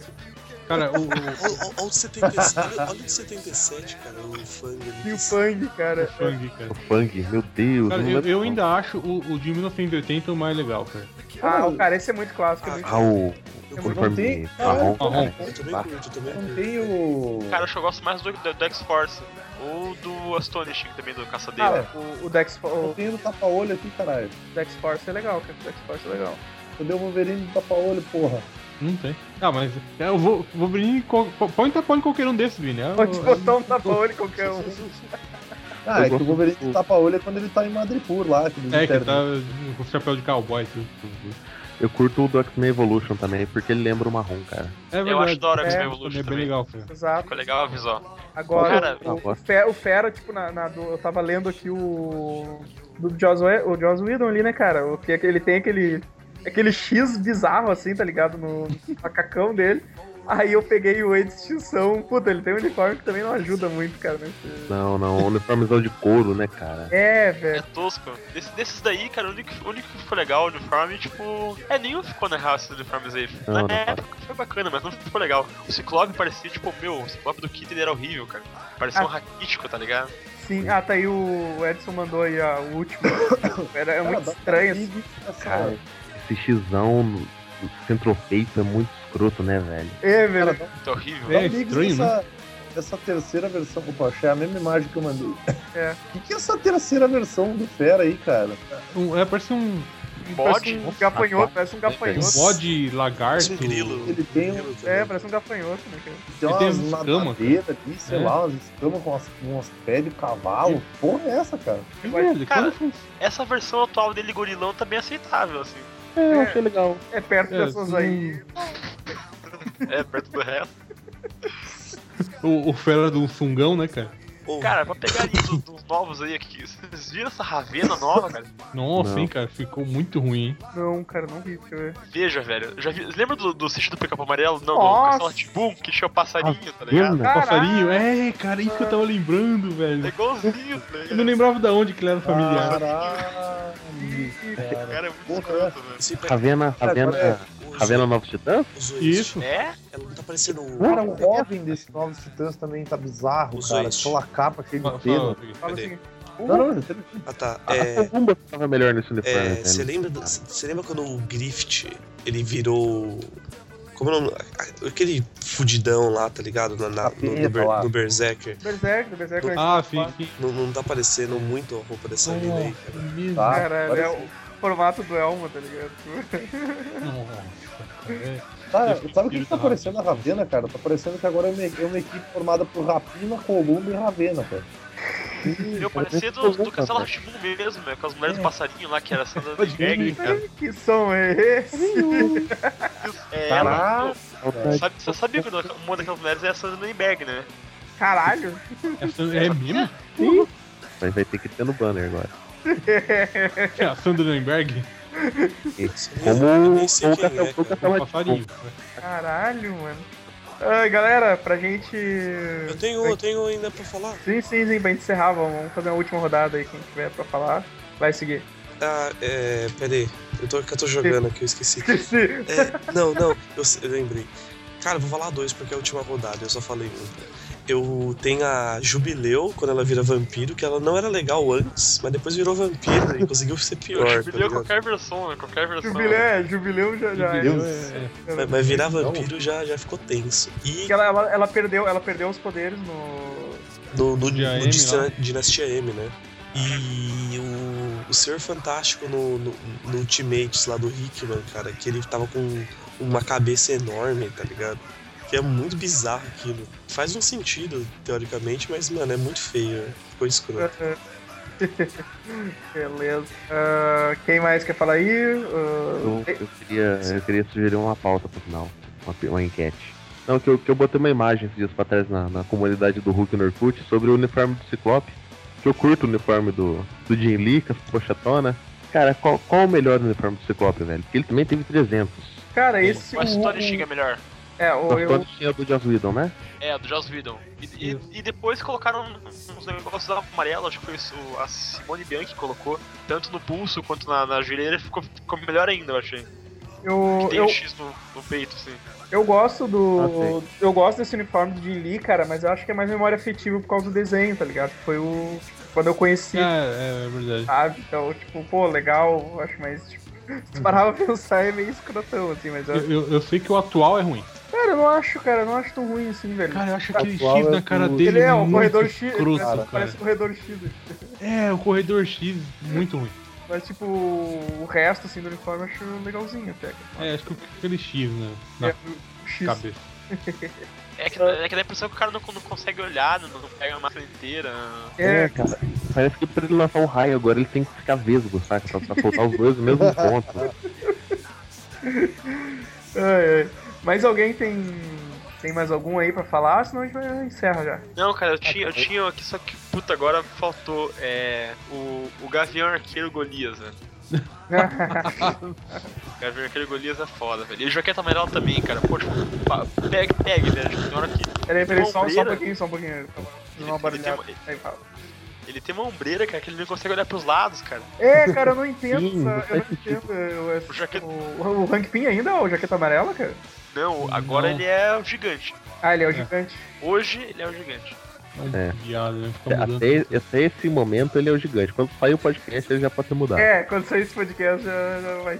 [SPEAKER 7] Cara, o, o-
[SPEAKER 5] Olha, olha- olha o 77, olha, olha o 77, cara, o Fang.
[SPEAKER 3] E o Fang, cara.
[SPEAKER 7] o Fang, cara.
[SPEAKER 6] O Fang, meu Deus.
[SPEAKER 7] Cara,
[SPEAKER 6] não
[SPEAKER 7] eu,
[SPEAKER 6] lembro
[SPEAKER 7] eu
[SPEAKER 6] não.
[SPEAKER 7] ainda acho o, o de 1980 o mais legal, cara.
[SPEAKER 3] Ah, o cara, esse é muito clássico. é muito-
[SPEAKER 6] Ah, o
[SPEAKER 4] Eu
[SPEAKER 6] uniforme
[SPEAKER 4] perguntei-
[SPEAKER 6] marrom.
[SPEAKER 7] Ah, Marrom.
[SPEAKER 6] cara.
[SPEAKER 5] Eu também
[SPEAKER 6] Bah,
[SPEAKER 5] curto, eu também
[SPEAKER 4] Não
[SPEAKER 5] curto.
[SPEAKER 4] tem o.
[SPEAKER 8] Cara, eu acho que eu gosto mais do, do, do X-Force. Ou do Astonishing também, do Caçadeiro.
[SPEAKER 4] Cara,
[SPEAKER 3] Ah, O, o Dex,
[SPEAKER 4] não
[SPEAKER 3] o
[SPEAKER 4] tem o tapa-olho aqui, caralho.
[SPEAKER 3] Dex Force é legal, cara. O Dex Force é legal.
[SPEAKER 4] Cadê o Wolverine do tapa-olho, porra?
[SPEAKER 7] Não tem. Ah, mas é, eu vou, vou brincar. Põe tapão em qualquer um desses, Vini. É,
[SPEAKER 3] Pode
[SPEAKER 7] o-
[SPEAKER 3] botar um tapa-olho em qualquer um.
[SPEAKER 4] Ah, é
[SPEAKER 6] Eu
[SPEAKER 4] que
[SPEAKER 6] gosto
[SPEAKER 4] o Wolverine
[SPEAKER 6] do-
[SPEAKER 4] do tapa-olho é quando ele tá em Madripoor lá, que eles
[SPEAKER 7] é, que
[SPEAKER 4] internem.
[SPEAKER 7] tá com o chapéu de cowboy. Tudo, tudo.
[SPEAKER 6] Eu curto o do X-Men Evolution também, porque ele lembra o marrom, cara.
[SPEAKER 7] É
[SPEAKER 8] eu acho da hora o X-Men
[SPEAKER 3] É,
[SPEAKER 7] Também
[SPEAKER 8] Evolution
[SPEAKER 7] é bem
[SPEAKER 8] também.
[SPEAKER 7] legal, cara.
[SPEAKER 3] Exato.
[SPEAKER 8] Ficou legal a visão.
[SPEAKER 3] Agora,
[SPEAKER 8] Cara,
[SPEAKER 3] o,
[SPEAKER 6] tá bom.
[SPEAKER 3] o Fe- o Fera, tipo, na, na do- eu tava lendo aqui o. Do Joss, Whe- o Joss Whedon ali, né, cara? O que, ele tem aquele. Aquele X bizarro, assim, tá ligado? No no macacão dele. Aí eu peguei o E de extinção. Puta, ele tem um uniforme que também não ajuda muito, cara. né?
[SPEAKER 6] Não, não, o uniformezão de couro, né, cara?
[SPEAKER 3] É,
[SPEAKER 8] É
[SPEAKER 3] velho.
[SPEAKER 8] tosco. Desse, desses daí, cara, o único, o único que ficou legal o uniforme, tipo. É, nenhum ficou na real esses uniformes aí.
[SPEAKER 6] Não,
[SPEAKER 8] Na
[SPEAKER 6] não.
[SPEAKER 8] época foi bacana, mas não ficou legal. O Ciclope parecia, tipo, meu, o Ciclope do Kit ele era horrível, cara. Parecia
[SPEAKER 3] Ah.
[SPEAKER 8] um raquítico, tá ligado?
[SPEAKER 3] Sim. Ah, tá aí o Edson mandou aí ó, o último. Era, é
[SPEAKER 4] Cara,
[SPEAKER 3] muito
[SPEAKER 4] dá pra
[SPEAKER 3] estranho.
[SPEAKER 4] ir
[SPEAKER 3] assim.
[SPEAKER 4] de- essa-
[SPEAKER 6] Cara, esse xizão no, no centrofeito é muito escroto, né, velho?
[SPEAKER 3] É, velho.
[SPEAKER 4] Cara, dá-
[SPEAKER 8] Muito horrível.
[SPEAKER 7] É
[SPEAKER 4] dá um ligue
[SPEAKER 7] estranho, né?
[SPEAKER 4] nessa- Essa terceira versão, opa, achei a mesma imagem que eu mandei.
[SPEAKER 3] É.
[SPEAKER 4] O que, que é essa terceira versão do Fera aí, cara?
[SPEAKER 7] Um- é, parece um,
[SPEAKER 3] Um
[SPEAKER 8] bode?
[SPEAKER 3] Parece um
[SPEAKER 5] Ah,
[SPEAKER 3] gafanhoto, parece um
[SPEAKER 5] tá.
[SPEAKER 7] um
[SPEAKER 3] gafanhoto.
[SPEAKER 7] bode lagarto.
[SPEAKER 5] Parece um grilo.
[SPEAKER 4] Ele tem um-
[SPEAKER 5] grilo também.
[SPEAKER 3] É, parece um gafanhoto, né, cara?
[SPEAKER 4] Tem
[SPEAKER 7] Ele tem
[SPEAKER 4] umas
[SPEAKER 7] as escamas,
[SPEAKER 4] madeiras ali, sei
[SPEAKER 7] É.
[SPEAKER 4] lá, umas escamas com umas, umas pés de cavalo. Porra, é essa, cara?
[SPEAKER 7] Que velho,
[SPEAKER 8] Cara,
[SPEAKER 7] quando foi-
[SPEAKER 8] Essa versão atual dele gorilão tá bem aceitável, assim.
[SPEAKER 6] É,
[SPEAKER 3] eu
[SPEAKER 6] eu
[SPEAKER 3] achei
[SPEAKER 6] achei legal.
[SPEAKER 3] É perto
[SPEAKER 7] É,
[SPEAKER 3] dessas aí.
[SPEAKER 8] É, perto do resto.
[SPEAKER 7] o, o fera do fungão, né, cara?
[SPEAKER 5] Ou-
[SPEAKER 8] Cara, pra pegar ali dos, dos novos aí aqui. Vocês viram essa Ravena nova, cara?
[SPEAKER 7] Nossa,
[SPEAKER 6] Não.
[SPEAKER 7] hein, cara, ficou muito ruim, hein?
[SPEAKER 3] Não, cara, não vi, deixa eu
[SPEAKER 4] É,
[SPEAKER 3] ver.
[SPEAKER 8] Veja, velho. Já vi... Lembra do, do sítio do Pica-Pau Amarelo? Não,
[SPEAKER 3] Nossa.
[SPEAKER 8] do Castelo Boom, que tinha o passarinho, tá ligado?
[SPEAKER 6] Vendo?
[SPEAKER 3] Caralho!
[SPEAKER 7] Passarinho, é, cara, isso que eu tava lembrando,
[SPEAKER 8] É
[SPEAKER 7] velho.
[SPEAKER 8] igualzinho, tá ligado?
[SPEAKER 7] Eu não lembrava da onde que ele era familiar.
[SPEAKER 4] Caralho,
[SPEAKER 8] O
[SPEAKER 4] cara.
[SPEAKER 8] cara é muito
[SPEAKER 4] Porra.
[SPEAKER 8] escroto, velho.
[SPEAKER 5] Esse cara-
[SPEAKER 6] Ravena,
[SPEAKER 4] Agora
[SPEAKER 6] Ravena,
[SPEAKER 5] o
[SPEAKER 6] Ravena Novos Titãs?
[SPEAKER 5] Zoist.
[SPEAKER 7] Isso.
[SPEAKER 8] É?
[SPEAKER 5] Ela não tá parecendo um.
[SPEAKER 4] Cara,
[SPEAKER 11] o
[SPEAKER 4] o
[SPEAKER 11] Robin desse Novos Titãs também tá bizarro,
[SPEAKER 5] Os
[SPEAKER 11] cara.
[SPEAKER 5] dois.
[SPEAKER 11] Aquela capa, aquele
[SPEAKER 7] Fala-
[SPEAKER 11] pelo.
[SPEAKER 7] fala,
[SPEAKER 3] Fala
[SPEAKER 5] Cadê?
[SPEAKER 3] assim,
[SPEAKER 4] Não, não, não, tem-
[SPEAKER 5] Ah tá.
[SPEAKER 6] A
[SPEAKER 5] É.
[SPEAKER 6] Rumba tava melhor nesse uniforme,
[SPEAKER 5] é,
[SPEAKER 6] velho. Ah,
[SPEAKER 5] Você lembra, da- você lembra quando o Grift ele virou. Como é o nome? Aquele fudidão lá, tá ligado? Na- na- no, no, Ber- no Berserker.
[SPEAKER 3] Berserk, Berserk. né?
[SPEAKER 7] Ah, sim, sim.
[SPEAKER 5] Não, não tá parecendo muito a roupa dessa mina aí, cara.
[SPEAKER 7] Nossa, é
[SPEAKER 4] tá,
[SPEAKER 3] Caralho,
[SPEAKER 4] parece-
[SPEAKER 3] é o formato do Elmo, tá ligado?
[SPEAKER 7] cara, é.
[SPEAKER 4] Cara, sabe o que, que tá parecendo a Ravena, cara? Tá parecendo que agora é uma, é uma equipe formada por Rapina, Columba e Ravena, cara.
[SPEAKER 8] Meu, parecia do, do Castelo Ratibu mesmo, velho. Com as mulheres do passarinho lá, que era a Sandra
[SPEAKER 7] Pode
[SPEAKER 8] Berg,
[SPEAKER 7] crer.
[SPEAKER 8] cara.
[SPEAKER 3] Que som é esse?
[SPEAKER 8] É, ela,
[SPEAKER 4] Caralho.
[SPEAKER 6] então tá.
[SPEAKER 8] pô, sabe, você sabia que uma daquelas mulheres é a Sandra Berg, né?
[SPEAKER 3] Caralho.
[SPEAKER 7] Essa- é mesmo?
[SPEAKER 6] Mas vai ter que ter no banner agora.
[SPEAKER 7] É a Sandra Lindbergh?
[SPEAKER 6] Como
[SPEAKER 5] Eu nem sei
[SPEAKER 6] o
[SPEAKER 5] quem é,
[SPEAKER 6] Castelo- o
[SPEAKER 5] cara.
[SPEAKER 7] É um
[SPEAKER 6] Castelo
[SPEAKER 7] passarinho.
[SPEAKER 3] Caralho, mano. Ai, galera, pra gente...
[SPEAKER 5] Eu tenho, eu tenho ainda pra falar.
[SPEAKER 3] Sim, sim, sim, pra gente encerrar, vamos vamos fazer uma última rodada aí, quem tiver pra falar. Vai seguir.
[SPEAKER 5] Ah, é. Pera aí. Eu tô, que eu tô jogando aqui, eu esqueci.
[SPEAKER 3] Sim.
[SPEAKER 5] É, não, não, eu, eu lembrei. Cara, eu vou falar dois porque é a última rodada, eu só falei um. Eu tenho a Jubileu, quando ela vira vampiro, que ela não era legal antes, mas depois virou vampiro e conseguiu ser
[SPEAKER 8] Eu
[SPEAKER 5] pior. Tá
[SPEAKER 8] jubileu é
[SPEAKER 5] ligado?
[SPEAKER 8] qualquer versão, né? Qualquer versão.
[SPEAKER 3] Jubileu, é, jubileu já, já é.
[SPEAKER 7] Entendeu? É, é.
[SPEAKER 5] mas, mas virar vampiro já, já ficou tenso. E
[SPEAKER 3] Porque Ela, ela, ela perdeu, ela perdeu os poderes no...
[SPEAKER 5] no, no,
[SPEAKER 7] Dinastia
[SPEAKER 5] no
[SPEAKER 7] M,
[SPEAKER 5] Dina-
[SPEAKER 7] lá.
[SPEAKER 5] Dinastia M, né? E o, o Senhor Fantástico no, no, no Ultimates lá do Hickman, cara, que ele tava com uma cabeça enorme, tá ligado? Que é muito bizarro aquilo. Faz um sentido, teoricamente, mas, mano, é muito feio. né? Ficou escroto.
[SPEAKER 3] Beleza. Ah, quem mais quer falar aí? Ah,
[SPEAKER 6] Eu, eu queria, eu queria sugerir uma pauta pro final, uma, pe- uma enquete. Não, que eu, que eu botei uma imagem esses dias pra trás na, na comunidade do Hulk no Orkut sobre o uniforme do Ciclope. Que eu curto o uniforme do, do Jim Lee, com as pochetona. é Cara, qual, qual o melhor uniforme do Ciclope, velho? Porque ele também teve 300.
[SPEAKER 3] Cara, esse.
[SPEAKER 8] Mas
[SPEAKER 3] o-
[SPEAKER 8] o Tony Schick é melhor.
[SPEAKER 3] É, o,
[SPEAKER 6] Nós
[SPEAKER 3] eu,
[SPEAKER 6] todos tinha do Joss Whedon, né?
[SPEAKER 8] É, do Joss Whedon. E, e, e depois colocaram uns negócios amarelos, acho que foi isso, a Simone Bianchi colocou, tanto no pulso quanto na, na joelheira, ficou, ficou melhor ainda, eu achei.
[SPEAKER 3] eu,
[SPEAKER 8] Tem
[SPEAKER 3] eu,
[SPEAKER 8] um X no, no peito, assim.
[SPEAKER 3] eu gosto do.
[SPEAKER 6] Ah,
[SPEAKER 3] eu gosto desse uniforme de Lee, cara, mas eu acho que é mais memória afetiva por causa do desenho, tá ligado? Foi o. Quando eu conheci,
[SPEAKER 7] É, é verdade.
[SPEAKER 3] sabe? Então, tipo, pô, legal, eu acho mais. Tipo, se tu parava pra pensar, é meio escrotão, assim, mas eu.
[SPEAKER 7] Eu, eu- eu sei que o atual é ruim.
[SPEAKER 3] Cara, eu não acho, cara, eu não acho tão ruim assim, velho.
[SPEAKER 7] Cara, eu acho aquele
[SPEAKER 4] Atual
[SPEAKER 7] X
[SPEAKER 4] é
[SPEAKER 7] na cara
[SPEAKER 4] do-
[SPEAKER 7] dele.
[SPEAKER 3] ele é um
[SPEAKER 7] muito
[SPEAKER 3] corredor X.
[SPEAKER 7] escroto,
[SPEAKER 3] parece-
[SPEAKER 7] cara.
[SPEAKER 3] parece um corredor X.
[SPEAKER 7] É, o corredor X, muito ruim.
[SPEAKER 3] Mas, tipo, o resto, assim, do uniforme eu acho legalzinho até. cara.
[SPEAKER 7] É, acho que aquele X né, na
[SPEAKER 3] É, o X.
[SPEAKER 7] cabeça.
[SPEAKER 8] É que, é que dá a impressão que o cara não, não consegue olhar, não, não pega a máscara inteira.
[SPEAKER 3] É,
[SPEAKER 6] cara. Parece que pra ele lançar um raio agora ele tem que ficar vesgo, saca? Pra, pra soltar os dois no mesmo ponto. né?
[SPEAKER 3] Tá Ai, ai. é. Mas alguém tem. Tem mais algum aí pra falar? Senão a gente vai encerra já.
[SPEAKER 8] Não,
[SPEAKER 7] É,
[SPEAKER 8] cara, eu tinha, eu tinha aqui, só que, puta, agora faltou é, o, o Gavião Arqueiro Golias, né? Gavião Arqueiro Golias é foda, velho. E o Jaqueta Amarela também, cara. Poxa, pa- pegue, pegue, velho. Tem hora que
[SPEAKER 3] peraí, peraí, só, só um
[SPEAKER 8] Ombreira?
[SPEAKER 3] pouquinho, só um pouquinho. Tá bom. Deu uma
[SPEAKER 8] ele, tem
[SPEAKER 3] barulhada.
[SPEAKER 8] uma,
[SPEAKER 3] Aí fala.
[SPEAKER 8] ele tem uma ombreira, cara, que ele não consegue olhar pros lados, cara.
[SPEAKER 3] É, cara, eu não entendo.
[SPEAKER 6] Sim, não
[SPEAKER 3] essa, eu
[SPEAKER 6] faz
[SPEAKER 3] não entendo. eu- essa-
[SPEAKER 8] O jaqueta-
[SPEAKER 3] o, o Hank Pym ainda é o jaqueta amarela, cara?
[SPEAKER 8] Não, agora
[SPEAKER 7] Não.
[SPEAKER 8] ele é o gigante.
[SPEAKER 3] Ah, ele é o
[SPEAKER 7] É.
[SPEAKER 3] gigante.
[SPEAKER 8] Hoje ele é o gigante.
[SPEAKER 6] É.
[SPEAKER 7] Viado, né? Fica mudando.
[SPEAKER 6] Até, até esse momento ele é o gigante. Quando sair o podcast ele já pode ter mudado.
[SPEAKER 3] É, quando sair esse podcast já, já vai.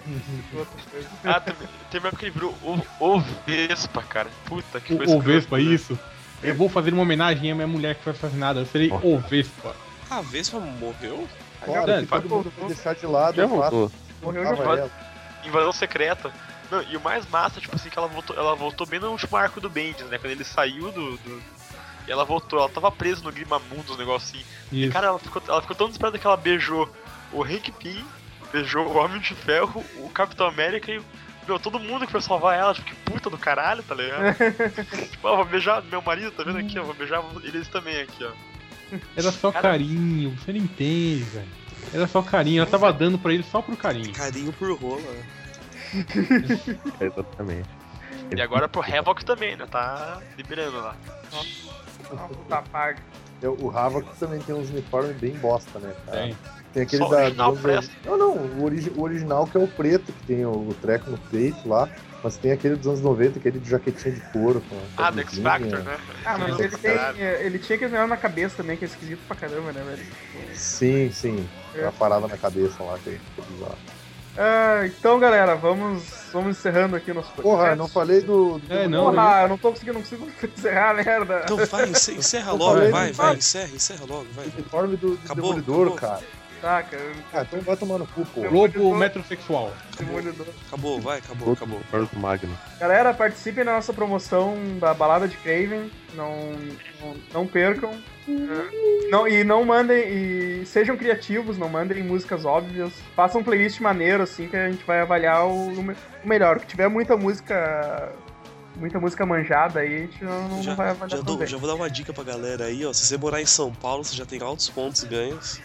[SPEAKER 3] outra coisa.
[SPEAKER 8] Ah, tem, tem mesmo que ele virou o, o Vespa, cara. Puta que coisa
[SPEAKER 7] O, o
[SPEAKER 8] escrota,
[SPEAKER 7] Vespa,
[SPEAKER 8] né?
[SPEAKER 7] isso. Eu vou fazer uma homenagem à minha mulher que foi assassinada. Eu serei o Vespa.
[SPEAKER 5] Ah, a Vespa morreu?
[SPEAKER 4] Claro, que todo mundo vai deixar um de
[SPEAKER 3] É,
[SPEAKER 4] lado.
[SPEAKER 6] Já
[SPEAKER 4] eu faço
[SPEAKER 6] voltou.
[SPEAKER 3] Morreu
[SPEAKER 4] um
[SPEAKER 3] já
[SPEAKER 4] amarelo.
[SPEAKER 8] Invasão secreta. Não, e o mais massa, tipo assim, que ela voltou, ela voltou bem no último arco do Bendis, né? Quando ele saiu do. do- E ela voltou, ela tava presa no Grimamundo, os negocinhos.
[SPEAKER 7] Isso.
[SPEAKER 8] assim. Cara, ela ficou, ela ficou tão desesperada que ela beijou o Hank Pym, beijou o Homem de Ferro, o Capitão América e. Meu, todo mundo que foi salvar ela, tipo, que puta do caralho, tá ligado? tipo, ó, vou beijar meu marido, tá vendo aqui, ó, vou beijar eles também aqui, ó.
[SPEAKER 7] Era só
[SPEAKER 8] Cara-
[SPEAKER 7] carinho, você não entende, velho. Era só carinho, ela tava dando pra ele só pro carinho.
[SPEAKER 5] Carinho por rola. né?
[SPEAKER 6] É, Exatamente.
[SPEAKER 8] E agora pro Havoc também, né? Tá liberando lá.
[SPEAKER 3] uma puta paga.
[SPEAKER 4] Eu- O Havoc também tem uns uniformes bem bosta, né, cara?
[SPEAKER 7] Tem.
[SPEAKER 4] Tem aquele
[SPEAKER 8] Só o
[SPEAKER 4] da.
[SPEAKER 8] original
[SPEAKER 4] dos-
[SPEAKER 8] presta.
[SPEAKER 4] Não, não, o, origi- o original que é o preto, que tem o, o treco no peito lá. Mas tem aquele dos anos 90, aquele de jaquetinha de couro. Com com
[SPEAKER 8] Ah, do X
[SPEAKER 4] blusinha.
[SPEAKER 8] Factor, né?
[SPEAKER 3] Ah, mas ele tem. é,
[SPEAKER 8] Caralho.
[SPEAKER 3] Ele tinha que desenhar na cabeça também, que é esquisito pra caramba, né, velho?
[SPEAKER 4] Sim, sim.
[SPEAKER 3] É.
[SPEAKER 4] A parada na cabeça lá, que é bizarro.
[SPEAKER 3] Ah, então, galera, vamos, vamos encerrando aqui o nosso podcast.
[SPEAKER 4] Porra, eu não falei do. do-
[SPEAKER 7] É, não, né?
[SPEAKER 3] Porra, eu não tô conseguindo, não consigo encerrar, merda.
[SPEAKER 5] Então vai, ence- encerra logo,
[SPEAKER 4] falei,
[SPEAKER 5] vai,
[SPEAKER 4] não
[SPEAKER 5] vai,
[SPEAKER 4] fala.
[SPEAKER 5] encerra, encerra logo, vai.
[SPEAKER 4] do uniforme do, do
[SPEAKER 5] Acabou,
[SPEAKER 4] Demolidor,
[SPEAKER 5] acabou.
[SPEAKER 4] cara.
[SPEAKER 3] Tá, cara,
[SPEAKER 4] Ah, então vai tomar no cu, pô.
[SPEAKER 7] é Lobo metrosexual.
[SPEAKER 3] demolidor.
[SPEAKER 5] Acabou, vai, acabou, acabou.
[SPEAKER 6] Fora do Magno.
[SPEAKER 3] Galera, participem da nossa promoção da Balada de Craven. Não, não, não percam. É, Não, e não mandem. E sejam criativos, não mandem músicas óbvias. Façam um playlist maneiro, assim, que a gente vai avaliar o, o me- o melhor. Que tiver muita música. Muita música manjada aí, a gente não, não
[SPEAKER 5] Já,
[SPEAKER 3] vai avaliar
[SPEAKER 5] já,
[SPEAKER 3] tão
[SPEAKER 5] dou-
[SPEAKER 3] bem.
[SPEAKER 5] já vou dar uma dica pra galera aí, ó. Se você morar em São Paulo, você já tem altos pontos ganhos.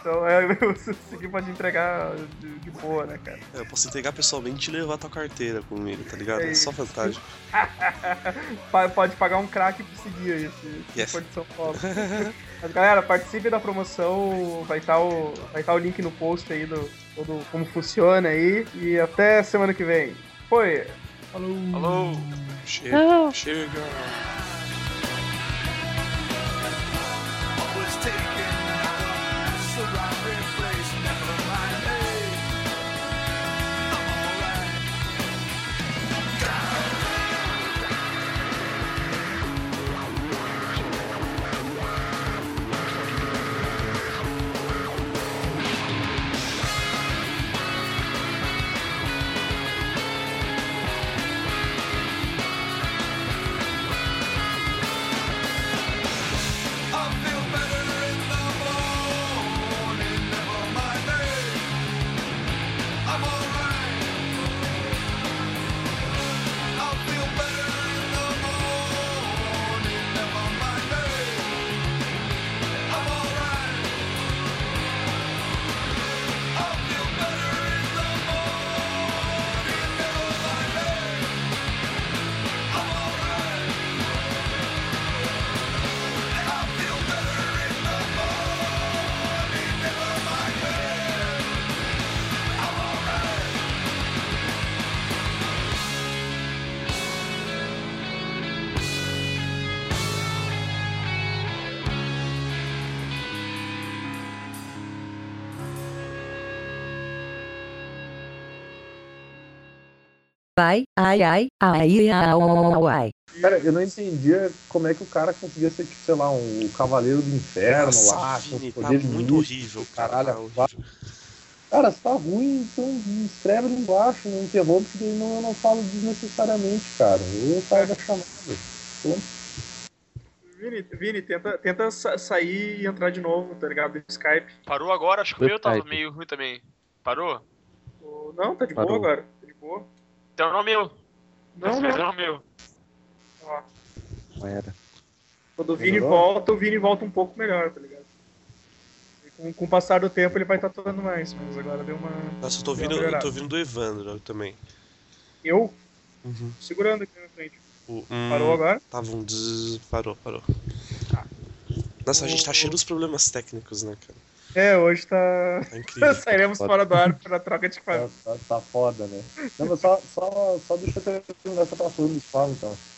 [SPEAKER 3] Então, é, o Segui pode entregar de, de boa, né, cara?
[SPEAKER 5] É, eu posso entregar pessoalmente e levar tua carteira comigo, tá ligado?
[SPEAKER 3] É
[SPEAKER 5] É só vantagem.
[SPEAKER 3] Pa- Pode pagar um craque pro seguir aí, se, se
[SPEAKER 5] Yes.
[SPEAKER 3] for de São Paulo. Mas galera, participe da promoção, vai estar o, vai tá o link no post aí do, do como funciona aí. E até semana que vem. Foi!
[SPEAKER 8] Falou!
[SPEAKER 5] Chega, chega.
[SPEAKER 12] I feel better in the
[SPEAKER 1] Ai, ai, ai, ai, ai, ai, ai.
[SPEAKER 4] Cara, eu não entendia como é que o cara conseguia ser, tipo, sei lá, um cavaleiro do inferno lá, com
[SPEAKER 5] Vini,
[SPEAKER 4] os
[SPEAKER 5] tá
[SPEAKER 4] poderes
[SPEAKER 5] muito
[SPEAKER 4] místicos,
[SPEAKER 5] horrível, cara.
[SPEAKER 4] caralho.
[SPEAKER 5] tá
[SPEAKER 4] a
[SPEAKER 5] horrível.
[SPEAKER 4] Cara, se tá ruim, então escreve ali embaixo, não interrompe, porque daí não, eu não falo desnecessariamente, cara. Eu saio da chamada.
[SPEAKER 3] Vini, Vini tenta, tenta sa- sair e entrar de novo, tá ligado? No Skype.
[SPEAKER 8] Parou agora? Acho que o meu tava
[SPEAKER 6] Website.
[SPEAKER 8] meio ruim também. Parou?
[SPEAKER 3] Ô, Não, tá de
[SPEAKER 6] Parou.
[SPEAKER 3] boa agora. Tá de boa.
[SPEAKER 8] Então não é o meu.
[SPEAKER 3] Não, não.
[SPEAKER 8] Não é o meu.
[SPEAKER 6] Não era.
[SPEAKER 3] Quando o Vini
[SPEAKER 4] Melhorou?
[SPEAKER 3] volta, o Vini volta um pouco melhor, tá ligado? E com, com o passar do tempo ele vai tatuando mais, mas agora deu uma.
[SPEAKER 5] Nossa, eu tô ouvindo, eu tô ouvindo do Evandro também.
[SPEAKER 3] Eu?
[SPEAKER 5] Uhum.
[SPEAKER 3] Segurando aqui na frente.
[SPEAKER 5] O- hum,
[SPEAKER 3] Parou agora?
[SPEAKER 5] Tava um zzz, parou, parou. Nossa, a gente tá cheio dos problemas técnicos, né, cara?
[SPEAKER 3] É, hoje tá.
[SPEAKER 5] Tá incrível.
[SPEAKER 3] Sairemos fora do ar para troca de
[SPEAKER 4] Tá,
[SPEAKER 3] fase.
[SPEAKER 4] tá, tá foda, né? Não, mas só, só, só deixa eu terminar essa passando do Spawn, então.